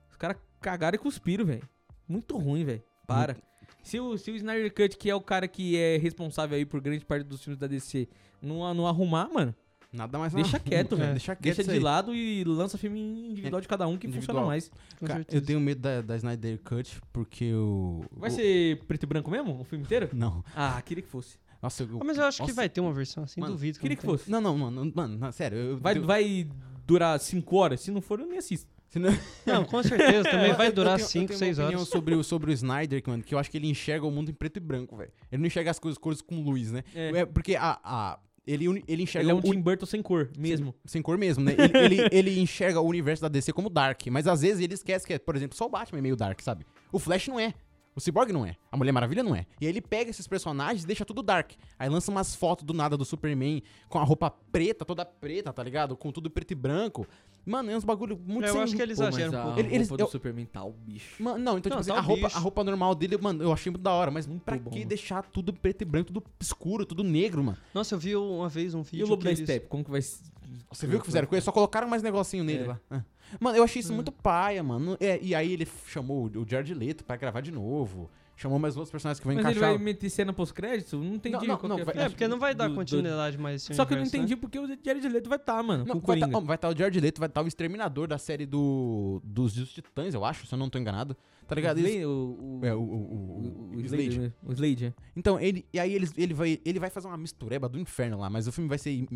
A: Os caras cagaram e cuspiram, velho. Muito ruim, velho. Para. Se o, se o Snyder Cut, que é o cara que é responsável aí por grande parte dos filmes da DC, não, não arrumar, mano,
B: Nada mais É,
A: Deixa quieto,
C: né?
A: velho. Deixa,
B: Deixa quieto. isso
A: de
B: aí.
A: lado e lança filme individual de cada um que
B: Individual.
A: funciona mais.
C: Com
B: Cara, eu
C: certeza.
B: tenho medo da, da Snyder Cut, porque o.
A: Vai
B: o-
A: ser preto e branco mesmo? O filme inteiro?
B: Não.
A: Ah, queria que fosse.
B: Nossa, eu.
C: Ah, mas eu acho
B: nossa.
C: que vai ter uma versão assim,
B: Mano,
C: duvido.
A: Queria
C: não
A: que
C: tenha.
A: fosse.
B: Não, não, mano. Mano, na- sério. Eu,
A: Vai,
B: eu-
A: vai durar 5 horas? Se não for, eu nem assisto.
B: se não-
C: Não, com certeza. Também vai
B: Eu- eu
C: durar
B: tenho- eu
C: 5,
B: tenho uma
C: 6
B: opinião
C: horas.
B: Sobre o, sobre o Snyder, que, mano, que eu acho que ele enxerga o mundo em preto e branco, velho. Ele não enxerga as coisas, cores com luz, né?
A: É.
B: É porque a. a- ele, uni- ele enxerga
A: Ele é um
B: o
A: Tim Burton sem cor, mesmo.
B: Sem cor mesmo, né? Ele, ele, ele enxerga o universo da DC como Dark, mas às vezes ele esquece que, é, por exemplo, só o Batman é meio Dark, sabe? O Flash não é. O Cyborg não é. A Mulher Maravilha não é. E aí ele pega esses personagens e deixa tudo dark. Aí lança umas fotos do nada do Superman com a roupa preta, toda preta, tá ligado? Com tudo preto e branco. Mano, é uns bagulho muito
C: Eu
B: sem-
C: acho que eles
B: Pô,
C: exageram um
A: a
C: pouco.
B: Ele- eles-
A: roupa
B: eu-
A: do Superman tá o bicho.
B: Mano, não, então, tipo
C: Não, tá
B: assim, a
C: um
B: roupa,
C: bicho.
B: a roupa normal dele, mano, eu achei muito da hora, mas pra
A: bom,
B: que
A: mano.
B: deixar tudo preto e branco, tudo escuro, tudo negro, mano?
C: Nossa, eu vi uma vez um
A: E
C: vídeo.
A: o Lobo
C: que
A: da
C: eles-
A: Step, como que vai... s-
B: Você viu o que fizeram com ele? Só colocaram mais negocinho nele
A: É.
B: lá. Ah. Mano, eu achei isso muito paia, mano. É, e aí ele chamou o Jared Leto pra gravar de novo. Chamou mais outros personagens que vão
A: Mas ele
B: encaixar.
A: vai meter cena pós-crédito? Não entendi.
B: Não, não,
A: qual
B: não,
A: que a
B: vai-
A: fita
C: É, porque não vai dar
A: do- do-
C: continuidade mais. esse
A: Só que eu não
C: universo, né?
A: entendi porque o Jared Leto vai estar, mano,
B: Não,
A: com o
B: vai, tá,
A: Coringa.
B: ó, vai tá o Jared Leto, vai estar o exterminador da série do, dos, dos Titãs, eu acho, se eu não tô enganado. Tá ligado? Eles-
A: Slade, o, o,
B: É, o, o, o,
A: o,
B: o
A: o
B: Slade.
A: Slade. né? O Slade, é.
B: Então, ele, e aí eles, ele, vai, ele vai fazer uma mistureba do inferno lá, mas o filme vai ser. im-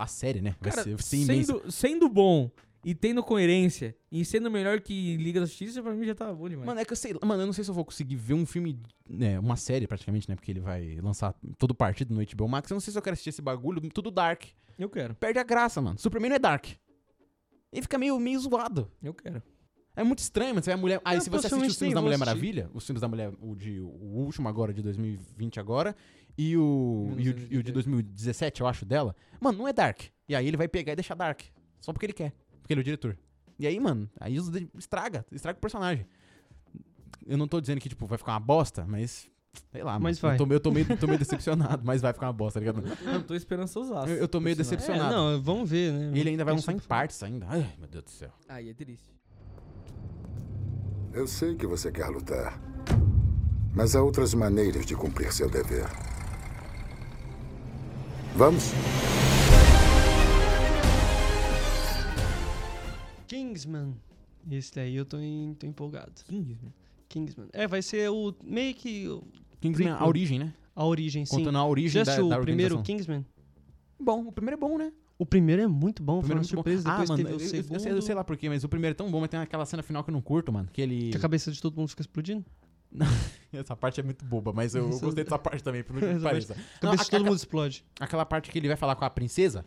B: A série, né? Vai
A: Cara,
B: ser, vai ser imensa.
A: sendo, sendo bom e tendo coerência e sendo melhor que Liga da Justiça, pra mim já tá bom demais.
B: Mano, é que eu sei. Mano, eu não sei se eu vou conseguir ver um filme. Né, uma série praticamente, né? Porque ele vai lançar todo partido no HBO Max. Eu não sei se eu quero assistir esse bagulho, tudo dark.
A: eu quero,
B: Perde a graça, mano. Superman não é dark. Ele fica meio, meio zoado.
A: eu quero.
B: É muito estranho, mano. Você vê a mulher. Aí,
C: Eu
B: se você assistir
C: possivelmente
B: os filmes
C: nem
B: da
C: vou
B: Mulher
C: assistir.
B: Maravilha, os filmes da Mulher, o, de, o último agora, de 2020 agora, e o, e o, e o de 2017, eu acho, dela, mano, não é dark. E aí ele vai pegar e deixar dark. Só porque ele quer. Porque ele é o diretor. E aí, mano, aí os- estraga. Estraga o personagem. Eu não tô dizendo que, tipo, vai ficar uma bosta, mas Sei lá,
C: Mas
B: mas vai. Eu
C: vai.
B: tô, meio- eu tô meio, tô meio decepcionado, mas vai ficar uma bosta, tá ligado?
A: Ah, Eu tô esperançosaço.
B: Eu, eu tô meio
A: Por sinal.
B: decepcionado.
C: É, não, vamos ver, né?
B: Ele ainda vai
C: Isso-
B: lançar em partes ainda. Ai, meu Deus do céu.
A: Aí é triste.
M: Eu sei que você quer lutar. Mas há outras maneiras de cumprir seu dever. Vamos?
C: Kingsman. Esse daí eu tô, em- tô empolgado.
A: Kingsman?
C: Kingsman. É, vai ser o meio que... o
B: Kingsman,
C: prequel.
B: a origem, né?
C: A origem, sim.
B: Contando a origem
C: Já
B: da-
C: assistiu
B: da
C: o primeiro
B: organização.
C: Kingsman?
B: Bom, o primeiro é bom, né?
C: O primeiro é muito bom,
B: O
C: foi
B: primeiro
C: uma
B: é muito bom.
C: surpresa.
B: Ah,
C: Depois
B: mano,
C: teve
B: eu,
C: o
B: eu- eu
C: segundo.
B: sei, eu sei lá porquê, mas o primeiro é tão bom, mas tem aquela cena final que eu não curto, mano. Que ele.
C: Que a cabeça de todo mundo fica explodindo?
B: Essa parte é muito boba, mas eu, eu
C: Essa-
B: gostei dessa parte também, por né? incrível que
C: Essa parte-
B: pareça.
C: a cabeça de todo mundo explode.
B: Aquela parte que ele vai falar com a princesa.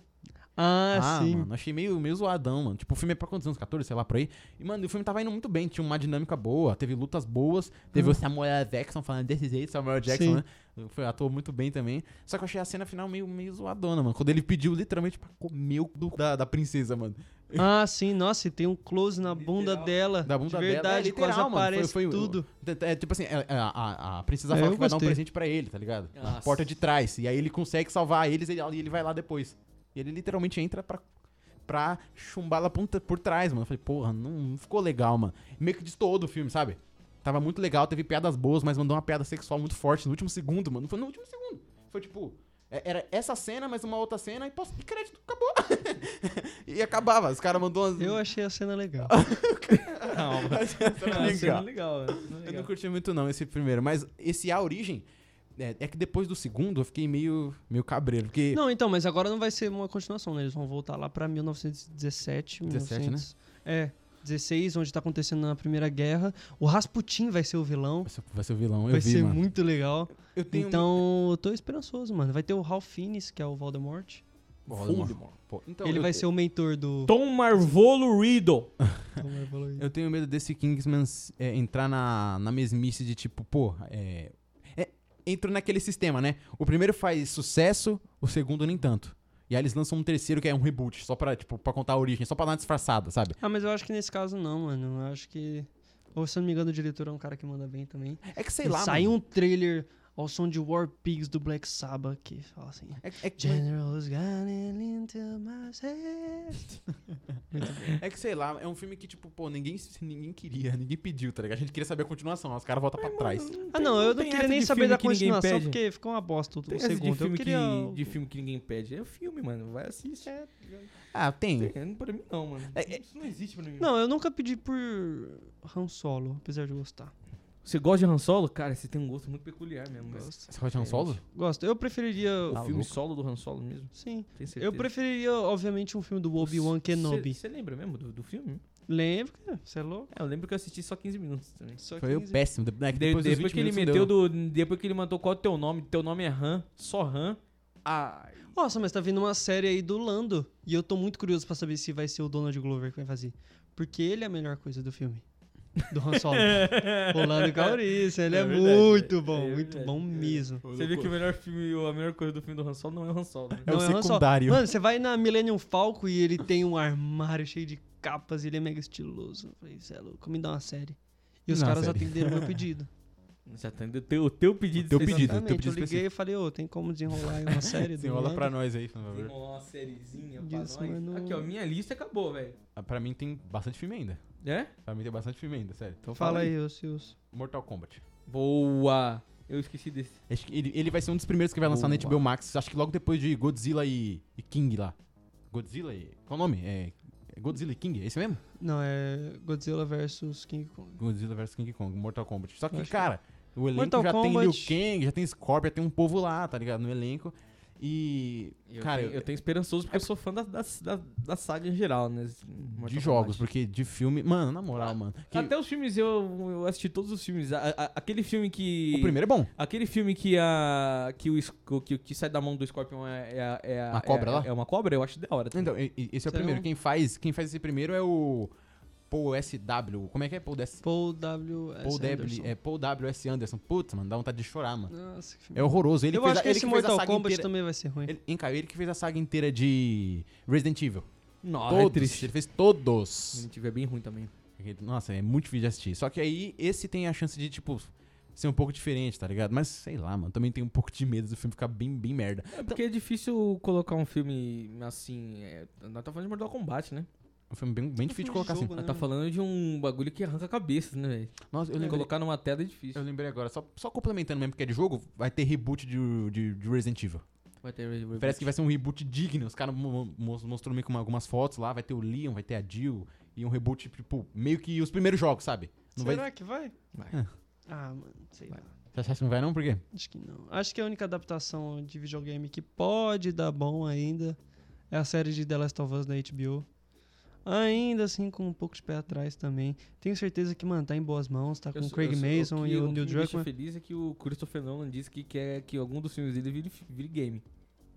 C: Ah, sim.
B: mano, achei meio, meio zoadão, mano. Tipo, o filme é pra quantos anos? 14, sei lá, por aí. E, mano, o filme tava indo muito bem. Tinha uma dinâmica boa, teve lutas boas. Teve
C: Hum.
B: o Samuel Jackson falando desse jeito, Samuel Jackson,
C: Sim.
B: né? Foi, atuou muito bem também. Só que eu achei a cena final meio, meio zoadona, mano. Quando ele pediu literalmente pra comer o cu da, da princesa, mano.
C: Ah, sim, nossa, e tem um close na bunda dela.
B: Da bunda
C: de
B: dela,
C: verdade,
B: é literal,
C: quase
B: mano.
C: aparece
B: Foi- foi-
C: tudo.
B: É, é, tipo assim, é, é, a, a, a princesa
C: É,
B: fala
C: eu
B: que vai dar um
C: gostei.
B: presente pra ele, tá ligado? Na
C: Nossa.
B: porta de trás. E aí ele consegue salvar eles e ele, e ele vai lá depois. E ele literalmente entra pra, pra chumbá-la por, por trás, mano. Eu falei, porra, não, não ficou legal, mano. Meio que destoou do filme, sabe? Tava muito legal, teve piadas boas, mas mandou uma piada sexual muito forte no último segundo, mano. Foi no último segundo. Foi tipo... é- Era essa cena, mais uma outra cena, e posso crédito, acabou. e acabava. Os caras mandou umas...
C: Eu achei a cena legal.
B: Calma.
A: Ah, cena
B: é
C: é
B: legal.
A: legal, velho, cena
B: Eu não
A: legal.
B: curti muito, não, esse primeiro. Mas esse A Origem, é, é que depois do segundo eu fiquei meio, meio cabreiro. Porque.
C: Não, então, mas agora não vai ser uma continuação, né? Eles vão voltar lá pra
B: 17,
C: 1917, 1900... É, 16, onde tá acontecendo a Primeira Guerra. O Rasputin vai ser o vilão.
B: Vai ser o vilão, eu
C: Vai
B: vi,
C: ser
B: mano.
C: muito legal.
B: Eu tenho-
C: Então, eu tô esperançoso, mano. Vai ter o Ralph Fiennes, que é o Voldemort.
B: Voldemort. Pô, então
C: Ele
B: eu-
C: vai ser o mentor do...
A: Tom Marvolo Riddle.
B: Eu tenho medo desse Kingsman é, entrar na, na mesmice de tipo, pô, é, é. Entrou naquele sistema, né? O primeiro faz sucesso, o segundo nem tanto. E aí eles lançam um terceiro que é um reboot, só pra, tipo, pra contar a origem, só pra dar uma disfarçada, sabe?
C: Ah, mas eu acho que nesse caso não, mano. Eu acho que... Ou, se eu não me engano, o diretor é um cara que manda bem também.
B: É que sei
C: E
B: lá,
C: Sai
B: mano.
C: um trailer ao som de War Pigs do Black Sabbath que fala assim...
B: É,
C: General's gone into my head.
B: É que sei lá, é um filme que, tipo, pô, ninguém, ninguém queria, ninguém pediu, tá ligado? A gente queria saber a continuação, ó, os caras voltam pra trás.
C: Ah, não, eu não
A: tem
C: queria
A: essa
C: nem
A: de
C: saber
A: filme
C: da
A: que ninguém
C: continuação,
A: pede.
C: porque ficou uma bosta o
A: Tem essa de
C: segundo. Eu
A: filme,
C: queria...
A: que, de filme que ninguém pede. É filme, mano. Vai assistir.
B: Ah, tem.
A: Tem, Pra mim não, mano. Isso não existe pra mim.
C: Não, eu nunca pedi por Han Solo, apesar de gostar.
A: Você gosta de Han Solo? Cara, você tem um gosto muito peculiar mesmo. velho.
B: Você gosta de Han é Solo?
C: Gosto. Eu preferiria...
A: O filme solo do Han Solo mesmo?
C: Sim.
A: Tem Ah, certeza.
C: Tá Eu preferiria, obviamente, um filme do Obi-Wan Kenobi.
A: Você lembra mesmo do, do filme?
C: Lembro, cara. Você é louco?
A: É, eu lembro que eu assisti só 15 minutos também.
B: Foi o péssimo. de- né, que
A: De-
B: Depois,
A: depois,
B: dos 20
A: que ele
B: minutos não
A: meteu
B: deu.
A: do. Depois que ele mandou qual é o teu nome? Teu nome é Han, só Han.
B: Ah,
A: Ai.
C: Nossa, mas tá vindo uma série aí do Lando. E eu tô muito curioso pra saber se vai ser o Donald Glover que vai fazer. Porque ele é a melhor coisa do filme. Do Han Solo. o Lando Calrissian, ele é,
A: É verdade,
C: muito bom,
A: é
C: muito
A: verdade,
C: bom
A: é.
C: mesmo.
A: Você viu que o melhor filme, a melhor coisa do filme do Han Solo não é o Han Solo. Né?
C: Não, é o Han Solo. Mano, você vai na Millennium Falcon e ele tem um armário cheio de capas e ele é mega estiloso. Eu falei, "Cê é louco, me dá uma série. E os
A: Não,
C: caras
A: série.
C: atenderam meu pedido.
A: Já tá o teu, o teu pedido.
B: teu pedido,
C: Exatamente,
B: teu pedido
C: eu liguei e
B: específico.
C: falei, ô, tem como desenrolar aí uma série? do
B: Desenrola
C: Lando?"
B: pra nós aí, por favor.
A: Desenrolar uma sériezinha pra
C: Isso,
A: nós.
C: mas não-
A: Aqui, ó, minha lista acabou, velho.
B: Ah, Pra mim tem bastante filme ainda.
A: É?
B: Pra mim tem bastante filme ainda, sério. Então
C: Fala aí, ô Silvio.
B: Mortal Kombat.
A: Boa! Eu esqueci desse.
B: Acho que ele, ele vai ser um dos primeiros que vai lançar na
A: Boa.
B: HBO Max. Acho que logo depois de Godzilla e, e King lá. Godzilla e... Qual o nome? É, é Godzilla e King? É esse mesmo?
C: Não, é Godzilla versus King Kong.
B: Godzilla vs King Kong, Mortal Kombat. Só que,
C: Acho que-
B: cara, o elenco
C: Mortal
B: já tem Liu
C: Kombat.
B: Kang, já tem Scorpion, já tem um povo lá, tá ligado? No elenco. E.
A: Eu
B: cara,
A: tenho,
B: eu,
A: eu tenho esperançoso porque eu sou fã da, da, da, da saga em geral, né?
B: de
A: Mortal
B: jogos, porque de filme. Mano, na
C: Ah,
B: moral, mano.
C: tá
B: que-
A: Até os filmes, eu, eu assisti todos os filmes. A- a- aquele filme que.
B: O primeiro é bom.
A: Aquele filme que a. que o Sc- que, que sai da mão do Scorpion é, é, a- é a-
B: Uma cobra
A: é,
B: lá?
A: É uma cobra? Eu acho da hora. também.
B: Então, e- e- esse é o
A: Será
B: primeiro.
A: um-
B: Quem faz, quem faz esse primeiro é o. Paul S.W. Como é que é? Paul S.
C: Paul W. S.
B: Paul
C: Anderson.
B: W. É Paul W.S. Anderson. Putz, mano, dá vontade de chorar, mano.
C: Nossa, que filme.
B: É horroroso. Ele
C: eu
B: fez
C: acho
B: a-
C: que
B: ele
C: esse
B: fez a
C: Mortal
B: saga
C: Kombat
B: inteira- É
C: também vai ser ruim.
B: Ele, hein, cara, ele que fez a saga inteira de Resident Evil.
C: Ah,
A: Nossa,
B: todos.
A: é triste.
B: Ele fez todos.
A: Resident Evil é bem ruim também.
B: Nossa, é muito difícil de assistir. Só que aí, esse tem a chance de, tipo, ser um pouco diferente, tá ligado? Mas sei lá, mano, também tem um pouco de medo do filme ficar bem, bem merda.
A: É porque é difícil colocar um filme assim. É, nós tá falando de Mortal Kombat, né?
B: Um filme bem,
C: É
B: bem difícil de colocar assim.
A: Ela tá falando de um bagulho que arranca cabeças, né, velho?
B: Nossa, eu lembrei-
A: Colocar numa tela é difícil.
B: Eu lembrei agora, só, só complementando mesmo, porque é de jogo, vai ter reboot de, de, de Resident Evil.
A: Vai ter reboot.
B: Parece que vai ser um reboot digno. Os caras mo- mo- mostrou meio que uma- algumas fotos lá, vai ter o Leon, vai ter a Jill, e um reboot, tipo, meio que os primeiros jogos, sabe? Não
C: Será
B: vai...
C: que vai?
A: Vai.
C: Ah, mano, sei lá.
B: Você acha que não vai não? Por quê?
C: Acho que não. Acho que a única adaptação de videogame que pode dar bom ainda é a série de The Last of Us da HBO. Ainda assim, com um pouco de pé atrás também. Tenho certeza que, mano, tá em boas mãos. Tá com
A: Eu
C: o
A: sou-
C: Craig
A: eu sou-
C: Mason
A: que- o
C: e o
A: que
C: Neil
A: me deixa
C: Druckmann.
A: feliz é que o Christopher Nolan disse que quer que algum dos filmes dele vire, vire game.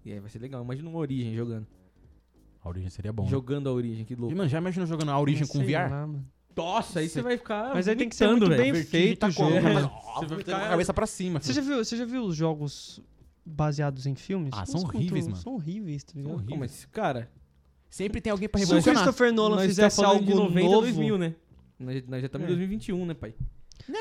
A: E aí vai ser legal. Imagina uma origem jogando.
B: A origem seria bom. né?
A: Jogando a origem, que
B: E,
A: louco.
B: mano, já imaginou jogando a origem com
C: Sei
B: VR?
C: lá, mano.
A: Nossa, aí
C: Sei.
A: você vai ficar.
C: Mas aí tem que ser
A: vomitando,
C: muito
A: velho.
C: bem
B: Vertigem
C: feito
B: tá
C: o
B: como?
C: jogo.
B: Mas,
A: Você
B: ó,
A: vai
B: com
A: ficar-
B: a cabeça pra cima.
C: Você já viu, você já viu os jogos baseados em filmes?
B: Ah,
C: Uns
B: são
C: muito-
B: horríveis, mano.
C: São horríveis, tá ligado?
A: Pô, mas, cara,
B: Sempre tem alguém pra
C: Se o
B: revolucionar.
C: Christopher Nolan
A: nós
C: fizesse
A: tá falando
C: algo
A: de 90
C: novo...
A: 2000, né? Nós, nós já estamos
C: É.
A: em 2021, né, pai?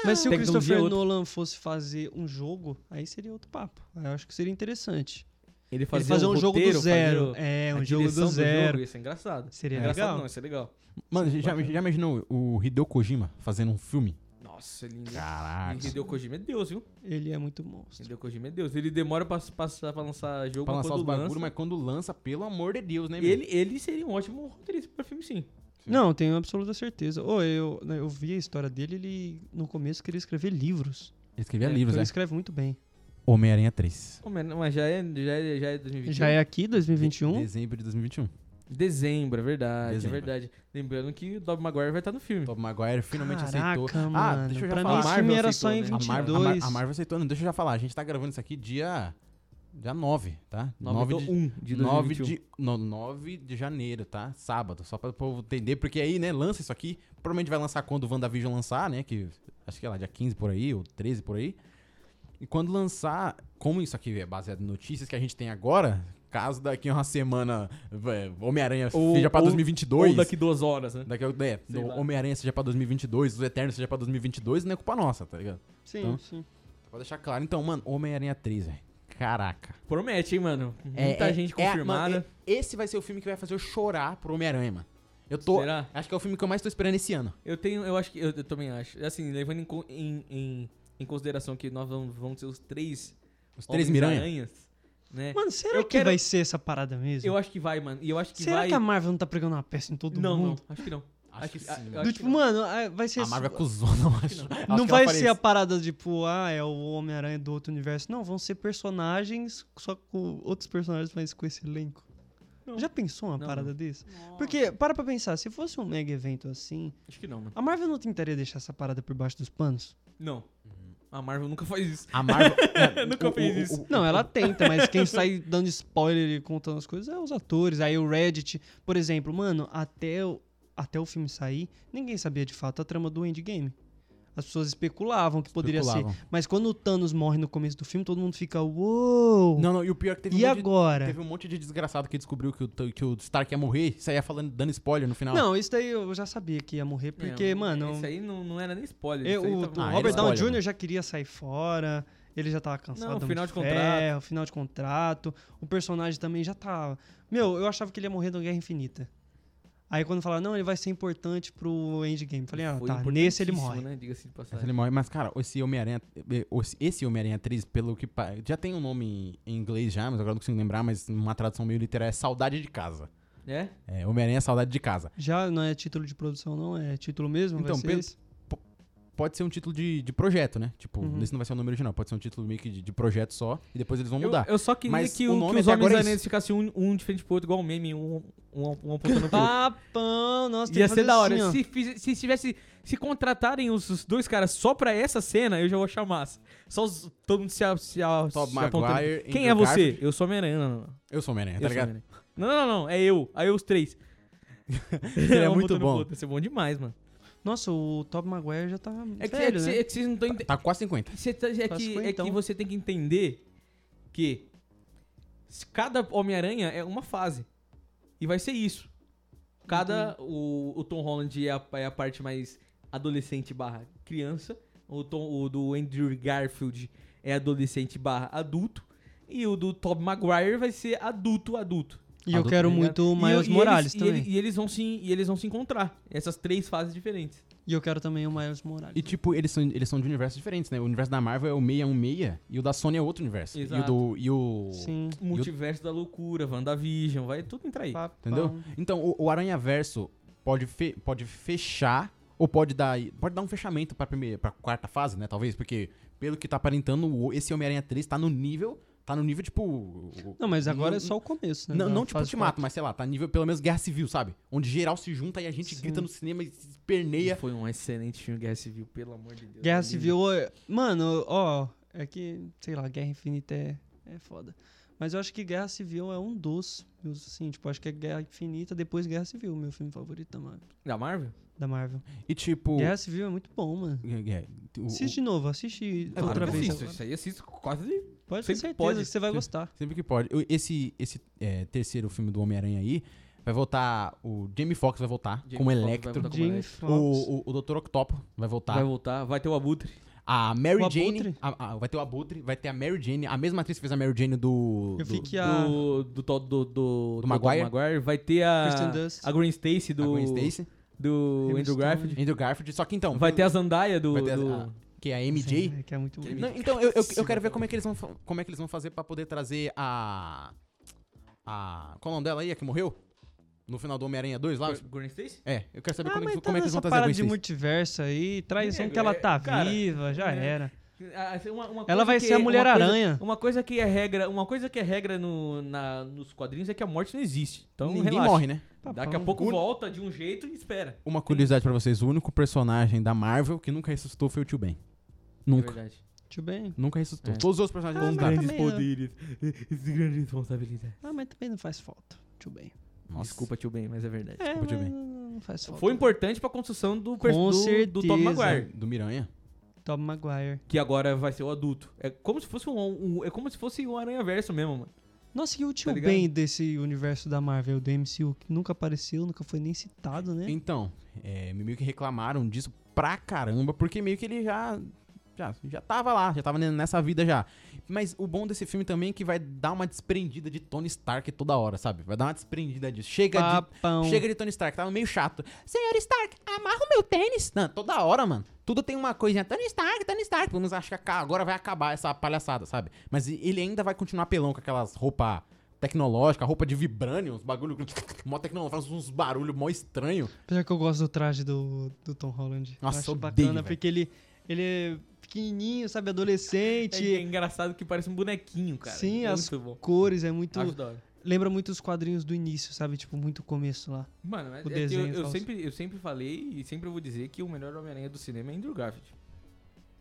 C: Mas se o
A: Tecnologia é
C: Christopher
A: outra.
C: Nolan fosse fazer um jogo, aí seria outro papo. Aí Eu acho que seria interessante.
A: Ele
C: fazer um jogo do
A: roteiro, fazer
C: zero.
A: o-
C: É, um
A: a
C: jogo
A: direção
C: do zero.
A: Jogo, ia ser engraçado.
C: Seria
A: engraçado
C: legal.
A: não, ia ser legal.
B: Mano, já, já imaginou o Hideo Kojima fazendo um filme?
A: Nossa, lindo.
B: Caraca.
A: Hideo Kojima é Deus, viu?
C: Ele é muito monstro.
A: Hideo Kojima é Deus. Ele demora pra, pra, pra lançar jogo,
B: Pra
A: mas
B: lançar
A: quando
B: os bagulho,
A: lança-
B: mas quando lança, pelo amor de Deus,
C: é
B: né, meu?
A: Ele, ele seria um ótimo roteirista pra filme, sim.
C: Não, tenho absoluta certeza. Ô, eu, né, eu vi a história dele, ele no começo queria escrever livros.
B: Ele escrevia
C: É,
B: livros,
C: então
B: né?
C: Ele escreve muito bem.
B: Homem-Aranha 3.
A: Pô, Mas mas já é, já é, já é 2021.
C: Já é aqui, 2021.
B: Dezembro de 2021.
A: Dezembro, é verdade,
B: Dezembro.
A: é verdade. Lembrando que o Bob Maguire vai estar no filme.
B: Tobey Maguire finalmente
C: Caraca,
B: aceitou.
C: mano.
B: Ah, deixa eu já
C: Pra mim
B: falar.
C: esse
B: A
C: filme
B: Marvel
C: era
B: aceitou, né?
C: só em
B: A Mar- a Mar-
C: 22.
B: A, Marvel aceitou. Não, deixa eu já falar. A gente tá gravando isso aqui dia... Dia 9, tá?
A: 9 do
B: de,
A: 1 de
B: 9
A: 2021.
B: de, não, 9 de janeiro, tá? Sábado. Só pra o povo entender. Porque aí, né? Lança isso aqui. Provavelmente vai lançar quando o WandaVision lançar, né? Que acho que é lá dia 15 por aí, ou 13 por aí. E quando lançar, como isso aqui é baseado em notícias que a gente tem agora, caso daqui a uma semana é, Homem-Aranha
A: Ou-
B: seja pra
A: ou-
B: 2022...
A: Ou daqui duas horas, né?
B: Daqui a, é,
A: Sei
B: o
A: lá.
B: Homem-Aranha seja pra 2022, os Eternos seja pra 2022, não é culpa nossa, tá ligado?
C: Sim,
B: Então,
C: sim.
B: Pra deixar claro. Então, mano, Homem-Aranha 3, velho. Caraca.
A: Promete, hein, mano?
B: É,
A: Muita
B: é-
A: gente
B: é-
A: confirmada.
B: mano, é- esse vai ser o filme que vai fazer eu chorar pro Homem-Aranha, mano. Eu tô.
A: Será?
B: Acho que é o filme que eu mais tô esperando esse ano.
A: Eu tenho, eu acho que, eu, eu também acho. Assim, levando em, con- em, em, em consideração que nós vamos, vamos ser os três...
B: Os três
A: homens
B: Miranha?
A: aranhas, né?
C: Mano, será
A: Eu
C: que
A: quero-
C: vai ser essa parada mesmo?
A: Eu acho que vai, mano. E eu acho que
C: será
A: vai...
C: que a Marvel não tá pregando uma peça em todo
A: Não, não.
C: mundo?
A: Acho que não.
B: Acho que
A: a-
B: sim,
A: eu
B: mano.
A: acho
C: Do
A: que
C: tipo,
A: não.
C: mano, ah, vai ser.
B: A Marvel acusou, não acho. Acho
A: É
B: que
C: Não
B: ela
C: vai
B: aparece.
C: ser a parada tipo, ah, é o Homem-Aranha do outro universo. Não, vão ser personagens, só com outros personagens, mas com esse elenco.
A: Não.
C: Já pensou uma
A: Não,
C: parada desse? Porque, para pra pensar, se fosse um mega evento assim,
A: Acho que não, mano.
C: a Marvel não tentaria deixar essa parada por baixo dos panos?
A: Não.
C: Uhum.
A: A Marvel nunca faz isso.
B: A Marvel.
A: Nunca fez isso.
C: Não, ela tenta, mas quem sai dando spoiler e contando as coisas é os atores. Aí o Reddit, por exemplo, mano, até o, até o filme sair, ninguém sabia de fato a trama do Endgame. As pessoas especulavam que poderia ser.
B: Especulavam.
C: Mas quando o Thanos morre no começo do filme, todo mundo fica, uou!
B: Não, não, e o pior é que teve
C: E
B: um monte de-
C: agora?
B: teve um monte de desgraçado que descobriu que o, que o Stark ia morrer e saía falando, dando spoiler no final.
C: Não, isso daí eu já sabia que ia morrer, porque,
A: Não,
C: mano,
A: É, Isso aí não, não era nem spoiler.
C: eu-
A: isso aí tá
C: o,
A: tava-
B: Ah,
C: o
B: era
C: Robert Downey
B: spoiler,
C: Jr.
B: né?
C: já queria sair fora, ele já tava cansado.
A: Não,
C: do
A: final
C: Homem
A: de contrato.
C: Ferro, final de contrato. O personagem também já tava. Meu, eu achava que ele ia morrer na Guerra Infinita. Aí quando falaram, não, ele vai ser importante pro Endgame. Falei, ah,
A: Foi
C: tá, nesse ele
A: importantíssimo,
C: morre.
A: Né? Diga-se de
B: Essa
A: passagem.
B: ele morre, mas cara, esse Homem-Aranha, eh, esse Homem-Aranha 3, pelo que pa- já tem um nome em inglês já, mas agora não consigo lembrar, mas uma tradução meio literal é Saudade de Casa.
A: É?
B: É, Homem-Aranha é Saudade de Casa.
A: né?
C: Já não é título de produção, não, é título mesmo? vai
B: Então,
C: ser
B: pelo-
C: esse?
B: Pode ser um título de, de projeto, né? Tipo,
C: Uhum.
B: esse não vai ser o nome original, pode ser um título meio que de, de projeto só, e depois eles vão
A: Eu,
B: mudar.
A: eu só queria
B: Mas
A: que,
B: o
A: o,
B: nome
A: que os
B: até agora
A: homens
B: é
A: aranhas ficassem um, um de frente pro outro, igual um meme, um, um, um apontando pro outro.
C: Papão, nossa, tem
A: Ia ser
C: que fazer
A: da hora.
C: assim, ó.
A: se, fiz- se tivesse. Se contratarem os, os dois caras só pra essa cena, eu já vou chamar. massa. Só os, todo mundo se, a- se, a- se
B: Tobey
A: apontando.
B: Maguire,
A: Quem
B: Andrew
A: é você?
B: Garfield.
A: Eu sou Homem-Aranha. Não, não, não.
B: Eu sou Homem-Aranha,
A: Eu
B: tá
A: sou
B: ligado?
A: Homem-Aranha. não, não, não, não. É eu. Aí os três.
B: Seria
A: Um
B: é muito
A: apontando pro
B: bom.
A: outro. Ia ser bom demais, mano.
C: Nossa, o Tobey Maguire já tá
A: É que, é
C: velho,
A: que,
C: né?
A: cê- é que vocês não estão entendendo.
B: Tá quase 50.
A: Cê tá- é,
C: Tá
A: que, é
C: cinquentão.
A: que você tem que entender que s- cada Homem-Aranha é uma fase. E vai ser isso. Cada. O, o Tom Holland é a, é a parte mais adolescente barra criança. O, Tom- o do Andrew Garfield é adolescente barra adulto. E o do Tobey Maguire vai ser adulto, adulto.
C: E eu Adulto, quero
A: tá
B: né?
A: ligado?
C: muito
A: E
C: o
A: eu-
C: Miles
A: e eles-
C: Morales
A: e
C: também.
A: ele- e, eles vão se, e eles vão se encontrar. Essas três fases diferentes.
C: E eu quero também o Miles Morales.
B: E tipo, eles são, eles são de universos diferentes, né? O universo da Marvel é o 616 e o da Sony é outro universo. E o
A: Exato.
B: do. E o
C: Sim.
B: e o-
A: Multiverso da loucura, WandaVision, vai tudo entrar aí.
B: Entendeu? Então, o, o Aranha Verso pode, fe- pode fechar ou pode dar, pode dar um fechamento pra, primeira, pra quarta fase, né? Talvez, porque pelo que tá aparentando, o- esse Homem-Aranha 3 tá no nível. Tá no nível tipo. o-
C: Não, mas agora
B: não-
C: é só o começo, né?
B: Não,
C: da
B: não tipo
C: fase
B: ultimato,
C: quatro.
B: mas sei lá, tá nível pelo menos guerra civil, sabe? Onde geral se junta e a gente grita no cinema e se perneia.
A: Foi um excelente filme, Guerra Civil, pelo amor de Deus.
C: Guerra
A: Ali.
C: Civil, é- mano, ó, é que, sei lá, Guerra Infinita é, é foda. Mas eu acho que Guerra Civil é um dos, meus, assim, tipo, acho que é Guerra Infinita, depois Guerra Civil, meu filme favorito da Marvel.
A: Da Marvel?
C: Da Marvel.
B: E tipo. é,
C: Guerra Civil é muito bom, mano.
B: o-
C: Assiste de novo, assiste
A: É,
C: outra
A: claro que eu
C: vez.
A: assisto, Isso aí assisto quase.
C: Pode ter
A: sempre
C: certeza
A: pode.
C: que você vai
B: Sim.
C: gostar.
B: Sempre que pode. Eu- Esse, esse é, terceiro filme do Homem-Aranha aí vai voltar. O Jamie Foxx vai voltar
A: Jamie
B: como
A: Foxx vai
B: Electro.
A: voltar como Jamie Electro. Foxx.
B: tá o, o, o Dr. Octopus vai voltar.
A: Vai voltar, vai ter o Abutre.
B: A Mary
A: O
B: Jane.
A: Abutre?
B: a- a- vai ter o Abutre, vai ter a Mary Jane, a mesma atriz que fez a Mary Jane do.
C: Eu
B: do-
C: vi que a
A: Do, do, do, do, do, do
B: Maguire.
A: Maguire. Vai ter a.
C: Kristen Dunst.
A: A Green Stacy do.
B: A Gwen Stacy.
A: Do
C: Emma
A: Andrew
C: Stone.
A: Garfield.
B: Andrew Garfield. Só que então.
A: Vai ter a Ah, Zandaya do.
B: vai ter a-
A: do-
B: a- que é a MJ.
C: É, que é muito
B: Não, então, eu, eu, eu quero ver como é que eles vão, fa- como é que eles vão fazer pra poder trazer a. A. Qual é o nome dela aí? A que morreu? No final do Homem-Aranha 2 lá?
A: Gr- Gwen Stacy?
B: É, eu quero saber
C: Ah,
B: como, é
C: mas
B: que-
C: tá
B: como é que eles vão
C: nessa
B: trazer a
C: parada
B: Gwen
C: de
B: Stacy.
C: multiverso aí, traição que ela
A: é,
C: tá
A: cara,
C: viva, já
A: é.
C: era.
A: Ah, assim, uma- uma coisa
C: Ela vai
A: que-
C: ser a
A: uma
C: Mulher
A: coisa-
C: Aranha.
A: Uma coisa que é regra, uma coisa que é regra no, na, nos quadrinhos é que a morte não existe. Então
B: Ninguém
A: relaxa.
B: morre, né?
A: Daqui a
C: bom.
A: pouco volta de um jeito e espera.
B: Uma curiosidade pra vocês: o único personagem da Marvel que nunca ressuscitou foi o Tio Ben.
A: É
B: Nunca.
A: verdade.
C: Tudo bem.
B: nunca ressuscitou.
A: É.
B: Todos os outros personagens
C: Ah,
B: vão
C: mas
B: dar.
C: também não-
A: grande responsabilidade.
C: Ah, mas também não faz falta. Tudo bem.
A: Desculpa, tio Ben, mas é verdade.
C: É,
B: Desculpa, tio
C: mas
B: Ben.
C: não não faz falta.
A: Foi importante pra construção do, pers- do,
C: Com
A: do Tom
C: certeza.
A: Maguire,
B: Do Miranha?
C: Tom Maguire.
A: que agora vai ser o adulto. É como se fosse um, um- é como se fosse um Aranha Verso mesmo, mano.
C: Nossa, e o
B: Tá
C: tio
A: ligado?
C: Ben desse universo da Marvel, do MCU, que nunca apareceu, nunca foi nem citado, né?
B: Então, é, meio que reclamaram disso pra caramba, porque meio que ele já, já, já tava lá, já tava ne- nessa vida já. Mas o bom desse filme também é que vai dar uma desprendida de Tony Stark toda hora, sabe? Vai dar uma desprendida disso. Chega
C: Papão.
B: de. Chega de Tony Stark, tava meio chato. Senhor Stark, amarra o meu tênis. Não, toda hora, mano. Tudo tem uma coisinha. Tony Stark, Tony Stark. Pelo menos acho que aca- agora vai acabar essa palhaçada, sabe? Mas e- ele ainda vai continuar pelão com aquelas roupas tecnológicas, roupa de vibranium, uns bagulho. Mó tecnológico, faz uns barulho mó estranho.
C: Apesar que eu gosto do traje do, do Tom Holland.
B: Nossa,
C: eu acho
B: eu odeio,
C: bacana,
B: velho.
C: porque ele, ele é pequenininho, sabe,
A: É,
C: adolescente.
A: é engraçado que parece um bonequinho, cara.
C: Sim,
A: é
C: as
A: muito bom.
C: cores, é muito...
A: Acho da hora.
C: Lembra muito os quadrinhos do início, sabe? Tipo, muito começo lá.
A: Mano, é, é que
C: desenho
A: eu, eu
C: falso.
A: sempre, eu sempre falei e sempre vou dizer que o melhor Homem-Aranha do cinema é Andrew Garfield.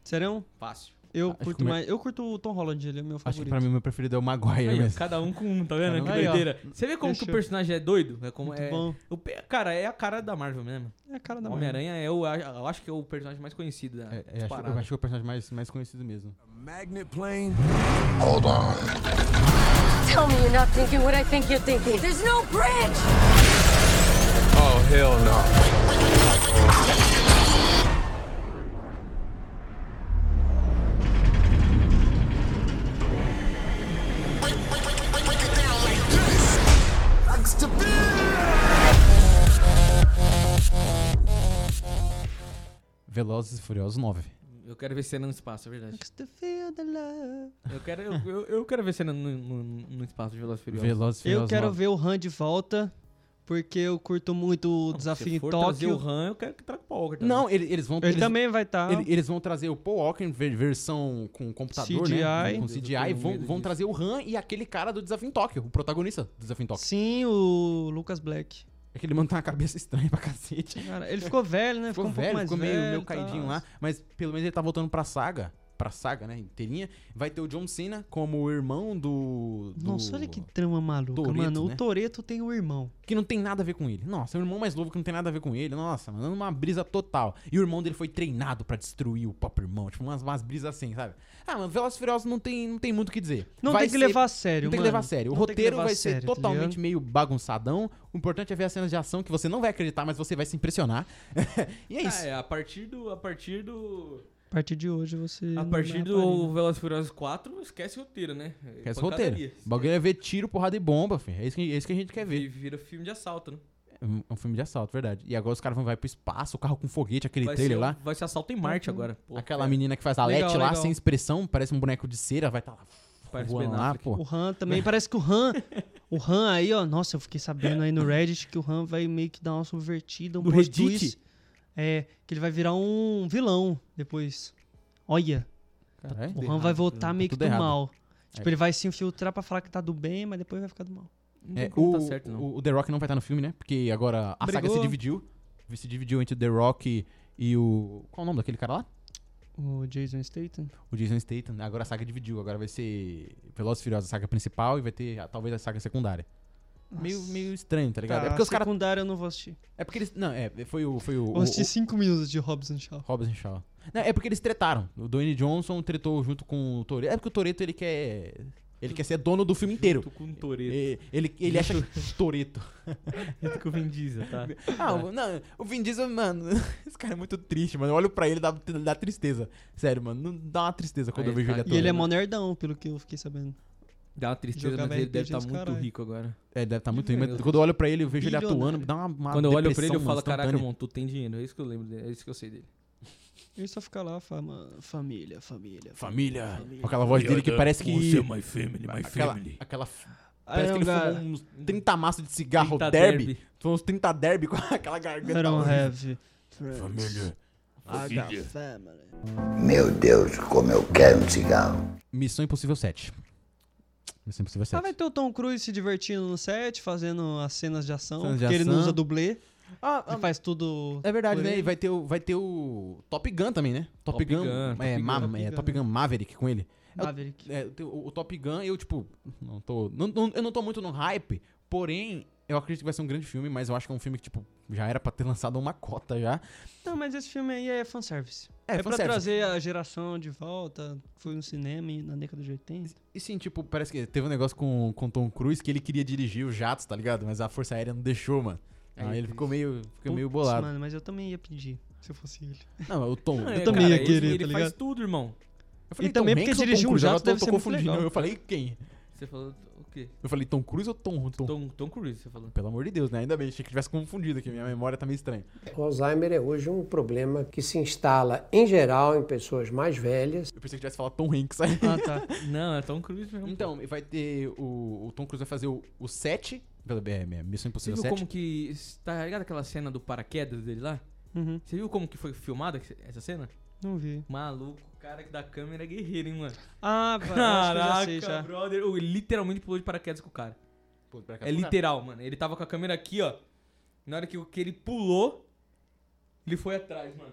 C: Serão?
A: Fácil.
C: Eu
B: Acho que
C: curto
B: o meu-
C: mais... Eu curto o Tom Holland, ele é meu
B: Acho
C: favorito.
B: que pra mim o meu preferido é o Maguire
A: Aí, ó,
B: mesmo.
A: cada um com um, tá vendo?
B: Cada um
A: que
C: com um. Aí, ó.
A: doideira. Você vê como que
C: Fechou.
A: o personagem é doido? É como
C: Muito
A: é.
C: bom.
A: O, pe- cara, é a cara da Marvel mesmo.
C: É a cara da Marvel.
A: Homem-Aranha é o. Eu acho que é o personagem mais conhecido da
B: É, é, acho,
A: disparado.
B: eu acho que é o personagem mais, mais conhecido mesmo.
L: Magnet plane.
M: Hold on.
E: Tell me you're not thinking what I think you're thinking. There's no bridge!
L: Oh, hell no.
B: Velozes e Furiosos 9.
A: Eu quero ver cena no espaço, é verdade.
C: Next to feel the love.
A: Eu quero, eu, eu, eu quero ver cena no, no, no espaço de Velozes e Furiosos.
B: Velozes e
C: Eu
B: Furiosos
C: quero
B: 9.
C: ver o Han de volta, porque eu curto muito o
A: Não,
C: desafio
A: se
C: em
A: for trazer
C: Tóquio.
A: o Han, eu quero que traga o tá Paul Walker também.
B: Não, ele- eles vão...
C: Ele
B: eles,
C: também vai tá. estar.
B: ele- eles vão trazer o Paul Walker em ver- versão com computador, né?
C: CGI.
B: Com
A: Eu
B: CGI.
A: tenho
B: Vão,
A: medo
B: vão
A: disso.
B: trazer o Han e aquele cara do Desafio em Tóquio, o protagonista do Desafio em Tóquio.
C: Sim, o Lucas Black.
B: É que ele mantém uma cabeça estranha pra cacete.
C: Cara, ele ficou velho, né?
B: Ficou
C: Ficou, um pouco
B: velho,
C: mais
B: ficou meio,
C: velho
B: meio
C: e
B: caidinho
C: tal.
B: lá. Mas pelo menos ele tá voltando pra saga. Pra saga, né? Inteirinha. Vai ter o John Cena como o irmão do... do...
C: Nossa, olha que trama maluca,
B: Toretto,
C: mano.
B: né?
C: O Toreto tem um irmão.
B: que não tem nada a ver com ele. Nossa, é um irmão mais novo que não tem nada a ver com ele. Nossa, mano, uma brisa total. E o irmão dele foi treinado pra destruir o próprio irmão. Tipo, umas, umas brisas assim, sabe? Ah, mano, Velozes e Furiosos não tem, não tem muito o que dizer.
C: Não
B: Vai
C: tem que
B: ser-
C: levar a sério,
B: Não tem que
C: mano.
B: levar a sério. O
C: Não tem que
B: roteiro
C: levar a
B: vai ser
C: sério, tá
B: totalmente
C: ligado?
B: meio bagunçadão. O importante é ver as cenas de ação que você não vai acreditar, mas você vai se impressionar. e é isso.
A: Ah, é, a partir do. A partir do.
C: A partir de hoje você.
A: A partir do Velozes e Furiosos 4, esquece o roteiro, né? É
B: Quer esse roteiro.
A: pancadaria.
B: O bagulho é ver tiro, porrada e bomba, filho. É isso que, é isso que a gente quer ver.
A: E vira filme de assalto, né?
B: É um- é um filme de assalto, verdade. E agora os caras vão vai pro espaço, o carro com foguete, aquele
A: vai
B: trailer
A: ser, um
B: lá.
A: Vai ser assalto em Marte agora. Pô,
B: Aquela
A: cara.
B: menina que faz a
A: Legal,
B: Lete lá,
A: legal.
B: sem expressão, parece um boneco de cera, vai estar tá lá.
A: Parece
B: voando
A: Ben
B: lá,
A: Affleck.
B: pô.
C: O Han também, parece que o Han. O Han aí, ó. Nossa, eu fiquei sabendo aí no Reddit que o Han vai meio que dar uma subvertida, um
A: No
C: plot
A: Reddit?
C: twist. É, que ele vai virar um vilão depois. Olha. tá-
B: Caralho,
C: o
B: tudo
C: Han vai
B: errado,
C: voltar
B: tá
C: meio que
B: tudo
C: do
B: errado.
C: mal. Tipo,
B: É.
C: ele vai se infiltrar pra falar que tá do bem, mas depois vai ficar do mal.
B: É,
A: tá
B: o, o- o The Rock não vai estar no filme, né? Porque agora a saga se
C: Brigou.
B: dividiu. Se dividiu entre o The Rock e o. Qual o nome daquele cara lá?
C: O Jason Statham.
B: O Jason Statham. Agora a saga dividiu. Agora vai ser Velozes e Furiosos, a saga principal, e vai ter ah, talvez a saga secundária. Meio, meio estranho, tá ligado? é porque os caras.
C: Secundário eu não vou assistir.
B: É porque eles. Não, é, foi o. Foi o,
C: Vou
B: o-
C: assistir
B: o-
C: 5 minutos de Hobbs and Shaw.
B: Hobbs and Shaw. Não, é porque eles tretaram. O Dwayne Johnson tretou junto com o Toreto. É porque o Toreto ele quer. Ele quer ser dono do filme inteiro.
A: com o Toretto.
B: E- Ele, ele acha que. Toreto.
A: Junto com o Vin Diesel, tá?
B: Ah, o- não, o Vin Diesel, mano, esse cara é muito triste, mano. Eu olho pra ele e dá, dá tristeza. Sério, mano, não dá uma tristeza quando
A: Aí
B: eu vejo
A: tá-
B: ele
C: E ele é
B: atuando.
C: mó nerdão, pelo que eu fiquei sabendo.
A: Dá uma tristeza,
C: Jogava
A: mas ele
C: RPG
A: deve estar
C: dos
A: muito
C: caralho.
A: rico agora.
B: É, deve estar muito ruim, mas quando eu olho pra ele, eu vejo ele atuando, dá uma, uma
A: Quando eu olho pra ele, eu
B: depressão, mano,
A: falo, caraca,
B: instantânea.
A: irmão, tu tem dinheiro. É isso que eu lembro dele, é isso que eu sei dele.
C: Ele só fica lá, fama, família, família.
B: Família. Com aquela voz dele que parece que.
A: Você é my family, my
B: aquela,
A: family.
B: Aquela. f-
C: Ah,
B: Parece
C: é
B: que
C: um
B: ele
C: gar-
B: fumou uns 30 maços de cigarro
A: 30
B: derby.
A: derby.
B: Foi uns 30 derby com aquela garganta.
C: I don't
B: horrível.
C: have friends.
B: Família.
C: I got family.
N: Meu Deus, como eu quero um cigarro.
B: Missão Impossível 7. Missão Impossível 7.
C: Ah, vai ter o Tom Cruise se divertindo no set, fazendo as cenas de ação,
B: Cenas de
C: porque ele não
B: ação.
C: usa dublê.
B: Ah,
C: ele faz tudo.
B: É verdade,
C: por
B: né?
C: ele.
B: E vai ter, o, vai ter o Top Gun também, né? Top,
A: Top
B: Gun,
A: Gun,
B: é,
A: Top Gun,
B: Ma-
A: Top
B: é,
A: Gun.
B: Top Gun Maverick com ele. É, o-
C: Maverick.
B: é, tem o, o Top Gun, eu, tipo, não tô. não- não- eu não tô muito no hype, porém, eu acredito que vai ser um grande filme, mas eu acho que é um filme que, tipo, já era pra ter lançado uma cota já.
C: Não, mas esse filme aí é fanservice.
B: É,
C: É, pra
B: fanservice.
C: trazer a geração de volta. Foi no cinema e na década de 80.
B: E sim, tipo, parece que teve um negócio com com o Tom Cruise que ele queria dirigir os jatos, tá ligado? Mas a Força Aérea não deixou, mano.
C: Aí
B: Aí ele
C: triste.
B: ficou meio, ficou é meio
C: Putz,
B: bolado.
C: Mano, mas eu também ia pedir, se eu fosse ele.
B: Não, o Tom.
A: É,
C: também
A: cara,
C: ia querer,
A: ele,
C: tá
A: ele faz
C: ligado?
A: tudo, irmão.
B: Eu falei,
C: E também
B: Tom
C: porque
B: Hanks ou
C: dirigir
B: Tom
C: um
B: Cruise? Agora
C: jato
B: eu
C: deve
B: tô
C: ser muito
B: confundindo.
C: legal.
B: Eu falei quem?
A: Você falou o quê?
B: Eu falei Tom Cruise ou Tom? Tom.
A: Tom, Tom Cruise, você falou.
B: Pelo amor de Deus, né? Ainda bem, achei que tivesse confundido aqui. Minha memória tá meio estranha.
O: O Alzheimer é hoje um problema que se instala em geral em pessoas mais velhas.
B: Eu pensei que tivesse falado Tom Hanks aí.
C: Ah, tá.
A: Não, é Tom Cruise mesmo.
B: Então, e vai ter o, o Tom Cruise vai fazer o, o 7, pelo é, é, Missão
A: Você
B: Impossível
A: viu
B: 7.
A: como que. Tá ligado aquela cena do paraquedas dele lá?
C: Uhum.
A: Você viu como que foi filmada que- essa cena?
C: Não vi.
A: Maluco, o cara da câmera é guerreiro, hein, mano?
C: Ah, pá, eu acho que eu já
A: Caraca,
C: sei já.
A: brother. Eu literalmente pulou de paraquedas com o cara.
B: Pô, de
A: É
B: paraquedas com o
A: literal, mano. Ele tava com a câmera aqui, ó. Na hora que, o- que ele pulou, ele foi atrás, mano.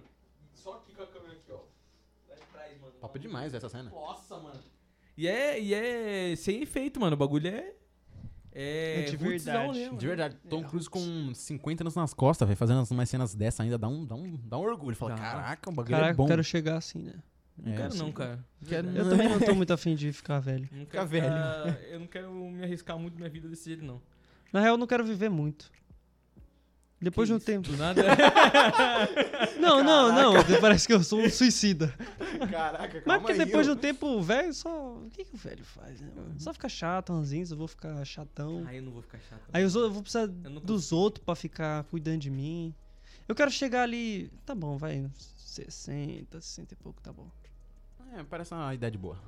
A: Só aqui com a câmera aqui, ó. Lá atrás, mano.
B: Top demais essa cena.
A: Nossa, mano. E é, e é sem efeito, mano. O bagulho é. É,
C: É de
A: rootsão,
C: verdade.
A: né, mano?
B: De verdade, Tom Cruise com 50 anos nas costas, velho, fazendo umas cenas dessa ainda, dá um, dá um, dá um orgulho. Fala,
A: Dá.
B: caraca, o bagulho
C: Caraca,
B: é bom.
C: eu quero chegar assim, né?
A: Não
B: É,
A: quero,
B: assim.
A: não, cara.
B: Quero-
A: Verdade.
C: Eu também não tô muito afim de ficar velho.
A: Não
B: Fica
A: quero
B: velho.
A: ficar- Eu não quero me arriscar muito minha vida desse jeito, não.
C: Na real, eu não quero viver muito. Depois de um tempo.
A: Do nada.
C: Não, não, não. Parece que eu sou um suicida.
B: Caraca,
C: Mas
B: calma
C: porque
B: aí,
C: depois de
B: ô.
C: um tempo, o velho só. O que, que o velho faz, né? mano? Só ficar chato, ranzinho, eu vou ficar chatão.
A: Aí eu não vou ficar chato.
C: Aí os outros, eu vou precisar
A: não
C: dos outros pra ficar cuidando de mim. Eu quero chegar ali. Tá bom, vai. uns 60, 60 e pouco, tá bom.
B: É, parece uma idade boa.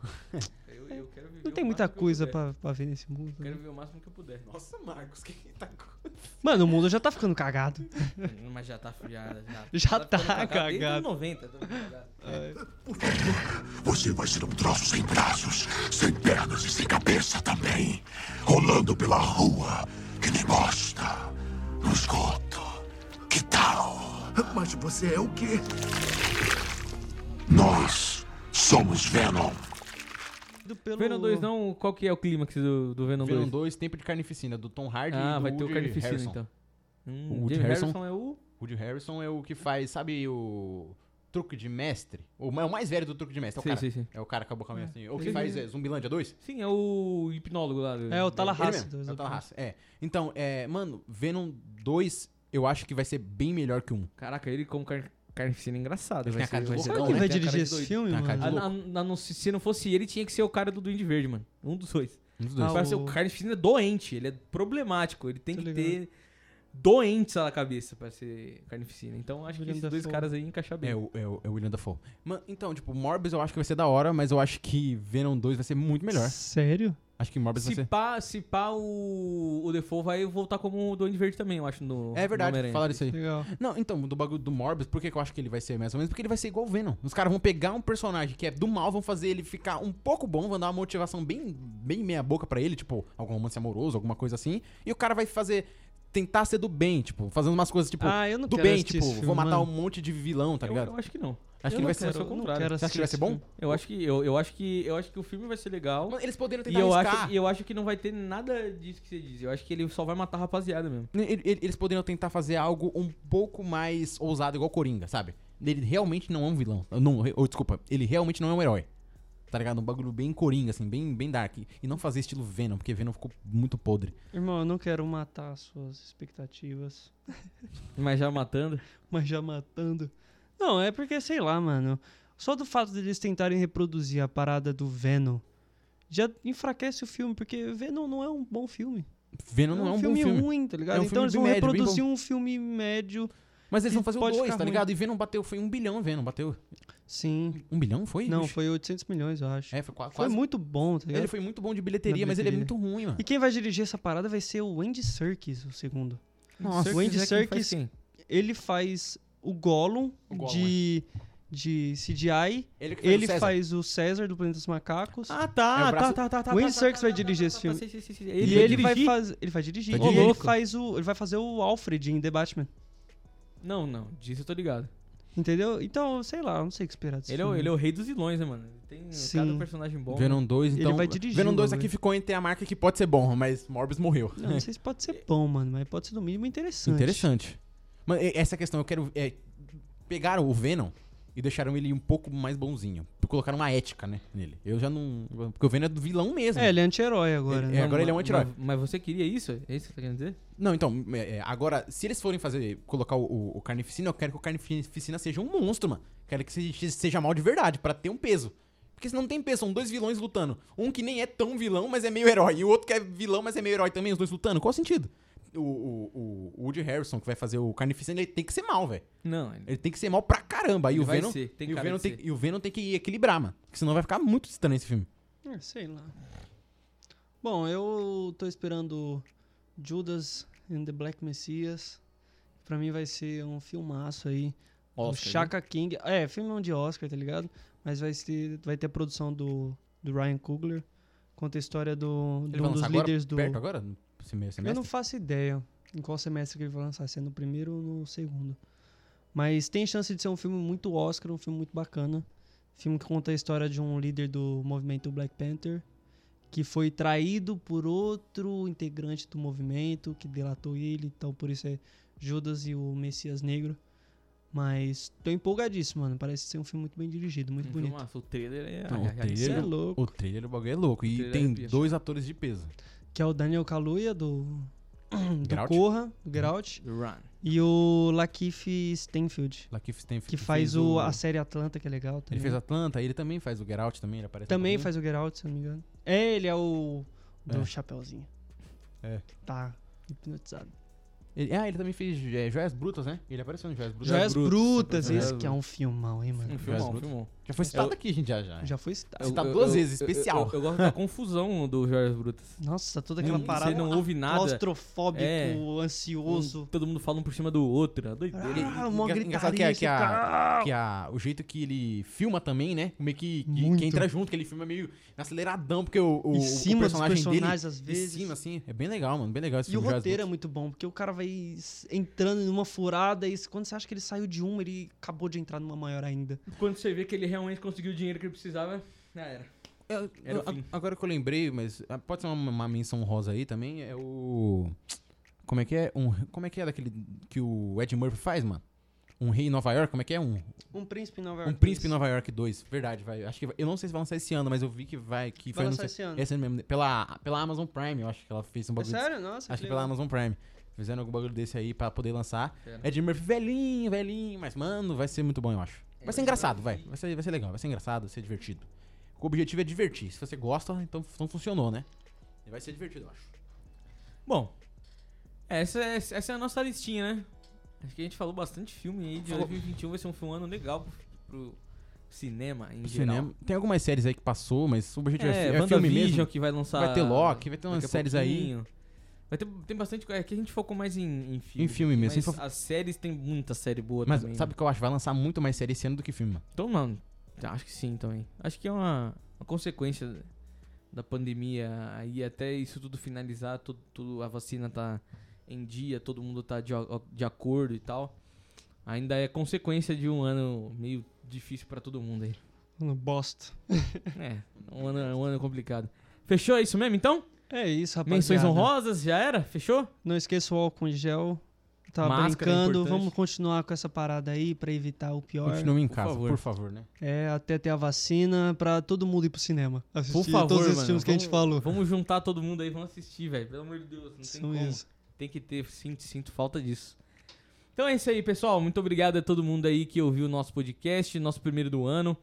A: Eu, eu quero viver
C: Não tem
A: o
C: muita
A: máximo que eu
C: coisa
A: puder.
C: pra, pra ver nesse mundo.
A: Quero
C: né?
A: viver o máximo que eu puder.
B: Nossa, Marcos, que tá
C: Mano, o mundo já tá ficando cagado.
A: Mas já tá já, já,
C: Já tá
A: ficando Desde
C: cagado.
A: 90, tá cagado.
P: Você vai ser um troço sem braços, sem pernas e sem cabeça também. Rolando pela rua, que nem bosta, no esgoto. Que tal? Mas você é o quê? Nós somos Venom.
A: Venom 2 não, qual que é o clímax do, do Venom 2?
B: Venom 2, Tempo de Carnificina, do Tom Hardy
A: Ah,
B: e do
A: vai ter o
B: Woody
A: Carnificina,
B: Harrison.
A: então. Hum,
B: o Woody
A: Jamie
B: Harrison,
A: Harrison é o...
B: Woody Harrison é o que faz, sabe o truque de mestre? O, ma- é o mais velho do truque de mestre, é o
A: Sim,
B: cara.
A: sim, sim.
B: É o cara com a boca meio assim. O que
A: Sim,
B: faz
A: sim.
B: é, Zumbilândia 2?
A: Sim, é o hipnólogo lá. do-
C: É, o
A: do-
C: Tallahassee.
B: Ele mesmo,
C: dois
B: é o
C: ou
B: Tallahassee, é. Então, é, mano, Venom 2 eu acho que vai ser bem melhor que um.
A: Caraca, ele como car- Carnificina é engraçado.
B: Ele
A: Vai
B: tem a cara
A: ser,
B: de
A: vai ser
B: loucão,
A: bom.
B: né? Ele vai Tem a cara dirigir de esse doido. filme, Tem a cara de
A: Ah,
B: louco.
A: não- não- não- se, se não fosse ele, tinha que ser o cara do Duende Verde, mano. Um dos dois.
B: Um dos dois.
A: Ah, Parece
B: o-
A: o Carnificina é doente. Ele é problemático. Ele tem que ter doentes na cabeça pra ser Carnificina. Então acho que
B: William
A: esses dois
B: Dafoe.
A: caras aí encaixam bem.
B: É o, é, o, é o William Dafoe. Mano, então, tipo, Morbius eu acho que vai ser da hora, mas eu acho que Venom 2 vai ser muito melhor.
C: Sério?
B: Acho que Morbius vai
A: Se
B: ser.
A: pá, se pá, o, o Defoe vai voltar como o Duende Verde também, eu acho, no
B: É
A: no
B: verdade,
A: Homem-Aranha.
B: falaram isso aí. Não, então, do bagulho do Morbius, por que que eu acho que ele vai ser mais ou menos? Porque ele vai ser igual o Venom. Os caras vão pegar um personagem que é do mal, vão fazer ele ficar um pouco bom, vão dar uma motivação bem, bem meia boca pra ele, tipo, algum romance amoroso, alguma coisa assim. E o cara vai fazer. Tentar ser do bem, tipo, fazendo umas coisas, tipo,
A: Ah, eu não
B: do
A: quero
B: bem,
A: assistir
B: tipo,
A: esse filme,
B: vou matar
A: mano.
B: um monte de vilão, tá
A: Eu-
B: ligado?
A: Eu, acho que não.
B: Acho que ele vai ser
A: o contrário.
B: Você acha que ele vai ser bom?
A: Eu acho que eu, eu acho que eu acho que o filme vai ser legal.
B: Mano, eles
A: e
B: poderiam tentar
A: eu
B: arriscar.
A: acho, e eu acho que não vai ter nada disso que você diz. Eu acho que ele só vai matar a rapaziada mesmo.
B: Ele- ele- Eles poderiam tentar fazer algo um pouco mais ousado, igual o Coringa, sabe? Ele realmente não é um vilão. Não, re- ou, desculpa, ele realmente não é um herói. Tá ligado? Um bagulho bem Coringa, assim, bem, bem dark. E não fazer estilo Venom, porque Venom ficou muito podre.
C: Irmão, eu não quero matar suas expectativas.
A: Mas já matando.
C: Mas já matando. Não, é porque, sei lá, mano. Só do fato deles tentarem reproduzir a parada do Venom já enfraquece o filme, porque Venom não é um bom filme.
B: Venom não é um bom filme.
C: ruim, tá ligado?
B: É um
C: então
B: filme
C: eles
B: bem
C: vão
B: médio, bem
C: reproduzir
B: bom.
C: um filme médio.
B: Mas eles
C: que
B: vão fazer o
C: pode
B: 2,
C: ficar
B: tá
C: ruim.
B: ligado? E Venom bateu, foi um bilhão, Venom bateu.
C: Sim.
B: Um bilhão foi?
C: Não,
B: Vixe.
C: foi 800 milhões, eu acho.
B: É, foi qua-
C: Foi
B: quase.
C: muito bom, tá ligado?
B: Ele foi muito bom de bilheteria, mas ele é muito ruim, mano.
C: E quem vai dirigir essa parada vai ser o Andy Serkis, o segundo.
B: Nossa,
C: o Andy
B: Serkis é quem faz
C: Serkis, ele faz o Gollum,
B: O Gollum, é.
C: de, de CGI.
B: Ele que faz o
C: Ele
B: César.
C: faz o César do Planeta dos Macacos.
A: Ah, tá,
C: É o
A: tá,
C: braço-
A: tá, tá, tá,
C: O Andy
A: tá,
C: Serkis vai dirigir esse filme.
A: sei, sei, sei, sei.
C: E
A: Ele vai
C: ele,
A: Tá
C: vai
A: dirigir?
C: fazer, ele vai dirigir.
A: Vai
C: e ele
A: dirigir.
C: faz o, ele vai fazer o Alfred em The Batman,
A: Não, não, disso eu tô ligado.
C: entendeu? Então, sei lá, eu não sei o que esperar desse
A: Ele é, o-
C: filme.
A: ele é o rei dos vilões, né, mano? Ele Tem cada
C: Sim.
A: personagem bom.
B: Venom 2, então.
C: Ele vai dirigir
B: Venom
C: o
B: 2
C: bagulho.
B: aqui ficou entre a marca que pode ser bom, mas Morbius morreu.
C: Não, não sei se pode ser bom, mano, mas pode ser no mínimo interessante.
B: Interessante. Mas e- essa questão eu quero. É, pegaram o Venom e deixaram ele um pouco mais bonzinho. Colocaram uma ética, né, nele. Eu já não. Porque o Venom é do vilão mesmo.
C: É, ele é anti-herói agora,
B: Ele-
C: né?
B: é, agora ele é um
A: Mas-
B: anti-herói.
A: Mas, mas você queria isso? É isso que você tá querendo dizer?
B: Não, então, é, é, agora, se eles forem fazer, colocar o, o- o Carnificina, eu quero que o Carnificina seja um monstro, mano. Quero que se- seja mal de verdade, pra ter um peso. Porque senão não tem peso, são dois vilões lutando. Um que nem é tão vilão, mas é meio herói. E o outro que é vilão, mas é meio herói também, os dois lutando. Qual o sentido? O, o, o- o Woody Harrison, que vai fazer o Carnificina, ele tem que ser mal, velho.
A: Não, ele-
B: Ele tem que ser mal pra caramba. Aí
A: Ele
B: o
A: vai
B: Venom,
A: ser, tem
B: e, o
A: cara
B: Venom
A: de
B: tem,
A: ser.
B: e o Venom tem que equilibrar, mano. Porque senão vai ficar muito estranho esse filme.
C: É, sei lá. Bom, eu tô esperando Judas and the Black Messias. Pra mim vai ser um filmaço aí.
B: Oscar, né?
C: o Chaka King. É, filme de Oscar, tá ligado? Mas vai, ser, vai ter a produção do, do Ryan Coogler. Conta a história do, de
B: vai
C: um dos
B: lançar agora,
C: líderes do.
B: perto agora? No primeiro
C: Eu não
B: semestre?
C: faço ideia em qual semestre que ele vai lançar, se é no primeiro ou no segundo. Mas tem chance de ser um filme muito Oscar, um filme muito bacana. Filme que conta a história de um líder do movimento Black Panther que foi traído por outro integrante do movimento que delatou ele, então por isso é Judas e o Messias Negro. Mas tô empolgadíssimo, mano. Parece ser um filme muito bem dirigido, muito
A: Um
C: bonito.
A: filmaço. o trailer é.
B: Não,
A: é-
B: o
A: é-
B: trailer,
C: é louco.
B: O trailer do bagulho é louco.
A: O
B: E
A: trailer
B: tem
A: arrepia.
B: dois atores de peso.
C: Que é o Daniel Kaluuya do, do
B: Get Out?
C: Corra, do Get Out.
A: Run.
C: E o Lakeith Stanfield.
B: Lakeith Stanfield
C: Que
B: fez
C: faz o,
B: o-
C: a série Atlanta, que é legal também.
B: Ele fez Atlanta, ele também faz o Get Out, também, ele aparece no
C: Também
B: bagulho.
C: faz o Get Out, se eu não me engano. É, ele é o do
B: É.
C: Chapeuzinho.
B: É.
C: Tá hipnotizado.
B: Ele- ah, ele também fez é, Joias Brutas, né? Ele apareceu no Joias Brutas.
C: Joias é Brutas,
B: Joias
C: esse que é um filmão, hein, mano?
A: Um
B: Joias
A: filmão, um
B: Brutas.
A: filmão.
B: Já foi
C: É
B: citado
A: Eu-
B: aqui, gente, já, já.
C: Já foi citado.
A: Eu-
B: Citado
A: eu-
B: duas
A: eu-
B: vezes,
A: eu-
B: especial.
A: Eu, eu gosto da confusão do Joias Brutas.
C: Nossa, toda aquela
A: Hum,
C: parada.
A: Você
B: é
A: não ouve nada.
C: Claustrofóbico,
A: É.
C: ansioso.
A: Um- todo mundo fala um por cima do outro. É doideira.
C: Ah, uma
B: Enga- Hum. engraçado que,
C: gritaria.
B: a- que, a,
C: assim,
B: que a- o jeito que ele filma também, né? Meio que, que,
C: Muito.
B: que entra junto, que ele filma meio aceleradão, porque o, o,
C: Em
B: o
C: cima dos
B: personagem
C: personagens,
B: dele...
C: às vezes.
B: Em cima, assim. É bem legal, mano. Bem legal esse
C: E o
B: filme, Joias
C: roteiro é
B: Brutas.
C: muito bom, porque o cara vai s- entrando numa furada e quando você acha que ele saiu de uma, ele acabou de entrar numa maior ainda.
A: Quando você vê que ele realmente conseguiu o dinheiro que ele precisava, já era.
B: Eu-
C: É
A: Era o
B: eu- É, a-
A: fim.
B: agora que eu lembrei, mas ah, pode ser uma, uma menção rosa aí também, é o. Como é que é? Um, como é que é daquele que o Ed Murphy faz, mano? Um Rei em Nova York, como é que é? Um,
C: Um príncipe em Nova
B: um
C: York.
B: Príncipe em Nova York 2, verdade, vai. Acho que vai- eu não sei se vai lançar esse ano, mas eu vi que vai que foi
C: Vai lançar
B: anunciado-
C: esse ano.
B: Esse ano mesmo, pela pela Amazon Prime, eu acho que ela fez um bagulho. desse.
C: É sério? Nossa, que
B: Acho que
C: legal.
B: pela Amazon Prime. Fizeram algum bagulho desse aí pra poder lançar.
C: Fera.
B: É de Murphy velhinho, velhinho, mas mano, vai ser muito bom, É, eu acho. Vai ser engraçado, vai. Vai ser, vai ser legal, vai ser engraçado, vai ser divertido. O objetivo é divertir. Se você gosta, então, então funcionou, né? Vai ser divertido, eu acho.
A: Bom, essa é, essa é a nossa listinha, né? Acho que a gente falou bastante filme aí. De
B: Falou.
A: 2021 vai ser um filme ano legal pro, pro cinema em geral.
B: Cinema. Tem algumas séries aí que passou, mas o objetivo é,
A: É,
B: fi- é filme mesmo.
A: WandaVision que vai lançar.
B: Vai ter Loki, vai ter umas
A: daqui a
B: séries aí.
A: pouquinho. Vai ter, tem bastante coisa. Aqui a gente focou mais em, em filme.
B: Em filme mesmo,
A: Mas
B: sem fo-
A: as séries tem muita série boa
B: Mas
A: também.
B: sabe o que eu acho? Vai lançar muito mais série esse ano do que filme, mano.
A: Então, mano, acho que sim também. Acho que é uma, uma consequência da pandemia aí até isso tudo finalizar, tudo, tudo- a vacina tá em dia, todo mundo tá de, a- de acordo e tal. Ainda é consequência de um ano meio difícil pra todo mundo aí.
C: Mano, bosta.
A: É, um ano, um ano complicado. Fechou é isso mesmo, então?
C: É isso, rapaziada.
A: Menções honrosas, já era? Fechou?
C: Não esqueça o álcool em gel. Tá
A: Máscara é
C: brincando.
A: importante.
C: Vamos continuar com essa parada aí pra evitar o pior.
B: Continue em casa, por favor, né?
C: É, até ter a vacina pra todo mundo ir pro cinema. Assistir
A: Por favor,
C: todos esses
A: mano,
C: filmes que a gente
A: vamos-
C: falou.
A: Vamos juntar todo mundo aí, vamos assistir, velho. Pelo amor de Deus, não tem
C: São
A: como.
C: isso.
A: Tem que ter, sinto, sinto falta disso. Então é isso aí, pessoal. Muito obrigado a todo mundo aí que ouviu o nosso podcast, nosso primeiro do ano.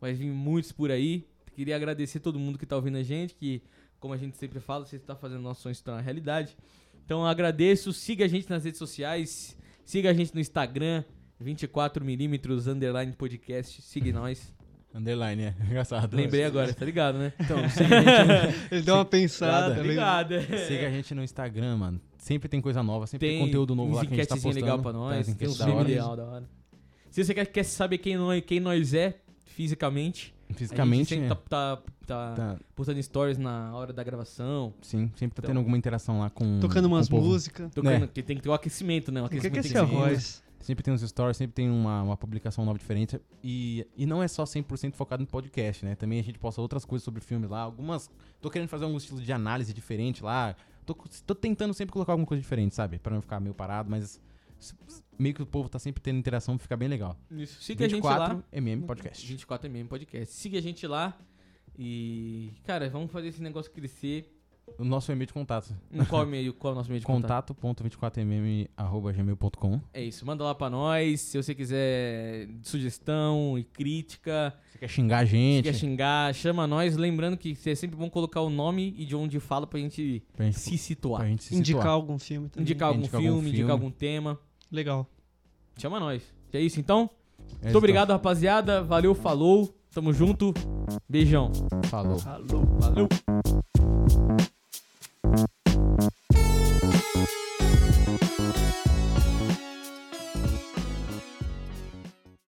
A: Vai vir muitos por aí. Queria agradecer todo mundo que tá ouvindo a gente, que, como a gente sempre fala, você está fazendo nossos sonhos se tornar realidade. Então eu agradeço, siga a gente nas redes sociais, siga a gente no Instagram, 24mm underline podcast, siga nós.
B: Underline, é. Engraçado.
A: Lembrei agora, tá ligado, né?
B: Então, siga a gente.
C: Ele deu uma
A: tá
C: pensada.
B: Obrigado.
A: Obrigado.
B: Siga a gente no Instagram, mano. Sempre tem coisa nova, sempre tem,
A: é. Tem
B: conteúdo novo lá
A: uns
B: que a gente tá postando.
A: enquetezinhas legal pra nós,
B: as
A: tem
B: enquetes
A: uns
B: da
A: memes
B: hora.
A: legal da hora. Se você quer, quer saber quem nós, quem nós é fisicamente,
B: Fisicamente,
A: a gente sempre
B: é.
A: tá, tá- tá
B: Tá.
A: postando stories na hora da gravação.
B: Sim, sempre tá
A: Então,
B: tendo alguma interação lá com.
C: Tocando
A: Hum,
B: com o
C: umas
B: povo.
C: músicas.
A: Tocando,
B: Né? assim,
A: que tem que ter o aquecimento, né? O
C: que
A: aquecimento
C: que é
A: tem que
C: esse
A: ter.
C: arroz?
B: Sempre tem uns stories, sempre tem uma, uma publicação nova diferente. E, e não é só 100% focado no podcast, né? Também a gente posta outras coisas sobre filmes lá. Algumas. Tô querendo fazer algum estilo de análise diferente lá. Tô, co- tô tentando sempre colocar alguma coisa diferente, sabe? Pra não ficar meio parado, mas. s- s- Meio que o povo tá sempre tendo interação, fica bem legal.
A: Isso, siga a gente lá.
B: 24mm Podcast.
A: 24mm é Podcast. Siga a gente lá e, cara, vamos fazer esse negócio crescer.
B: O nosso e-mail de contato.
A: Em qual e-mail? Qual é o nosso e-mail de contato?
B: Contato.24mm.gmail.com
A: É isso, manda lá pra nós. Se você quiser sugestão e crítica.
B: Você quer xingar a gente?
A: Se quer xingar, chama nós. Lembrando que é sempre bom colocar o nome e de onde fala pra gente,
B: Pra gente-
A: se situar.
B: pra gente se
C: Indicar
B: situar.
C: algum filme também.
A: Indicar algum
B: Indicar
A: filme,
B: algum
A: indicar
B: filme.
A: algum tema.
C: Legal.
A: Chama nós. É isso então.
B: É
A: Muito
B: isso,
A: obrigado, rapaziada. Valeu, falou. Tamo junto. Beijão.
B: então. Falou.
A: Falou. Valeu.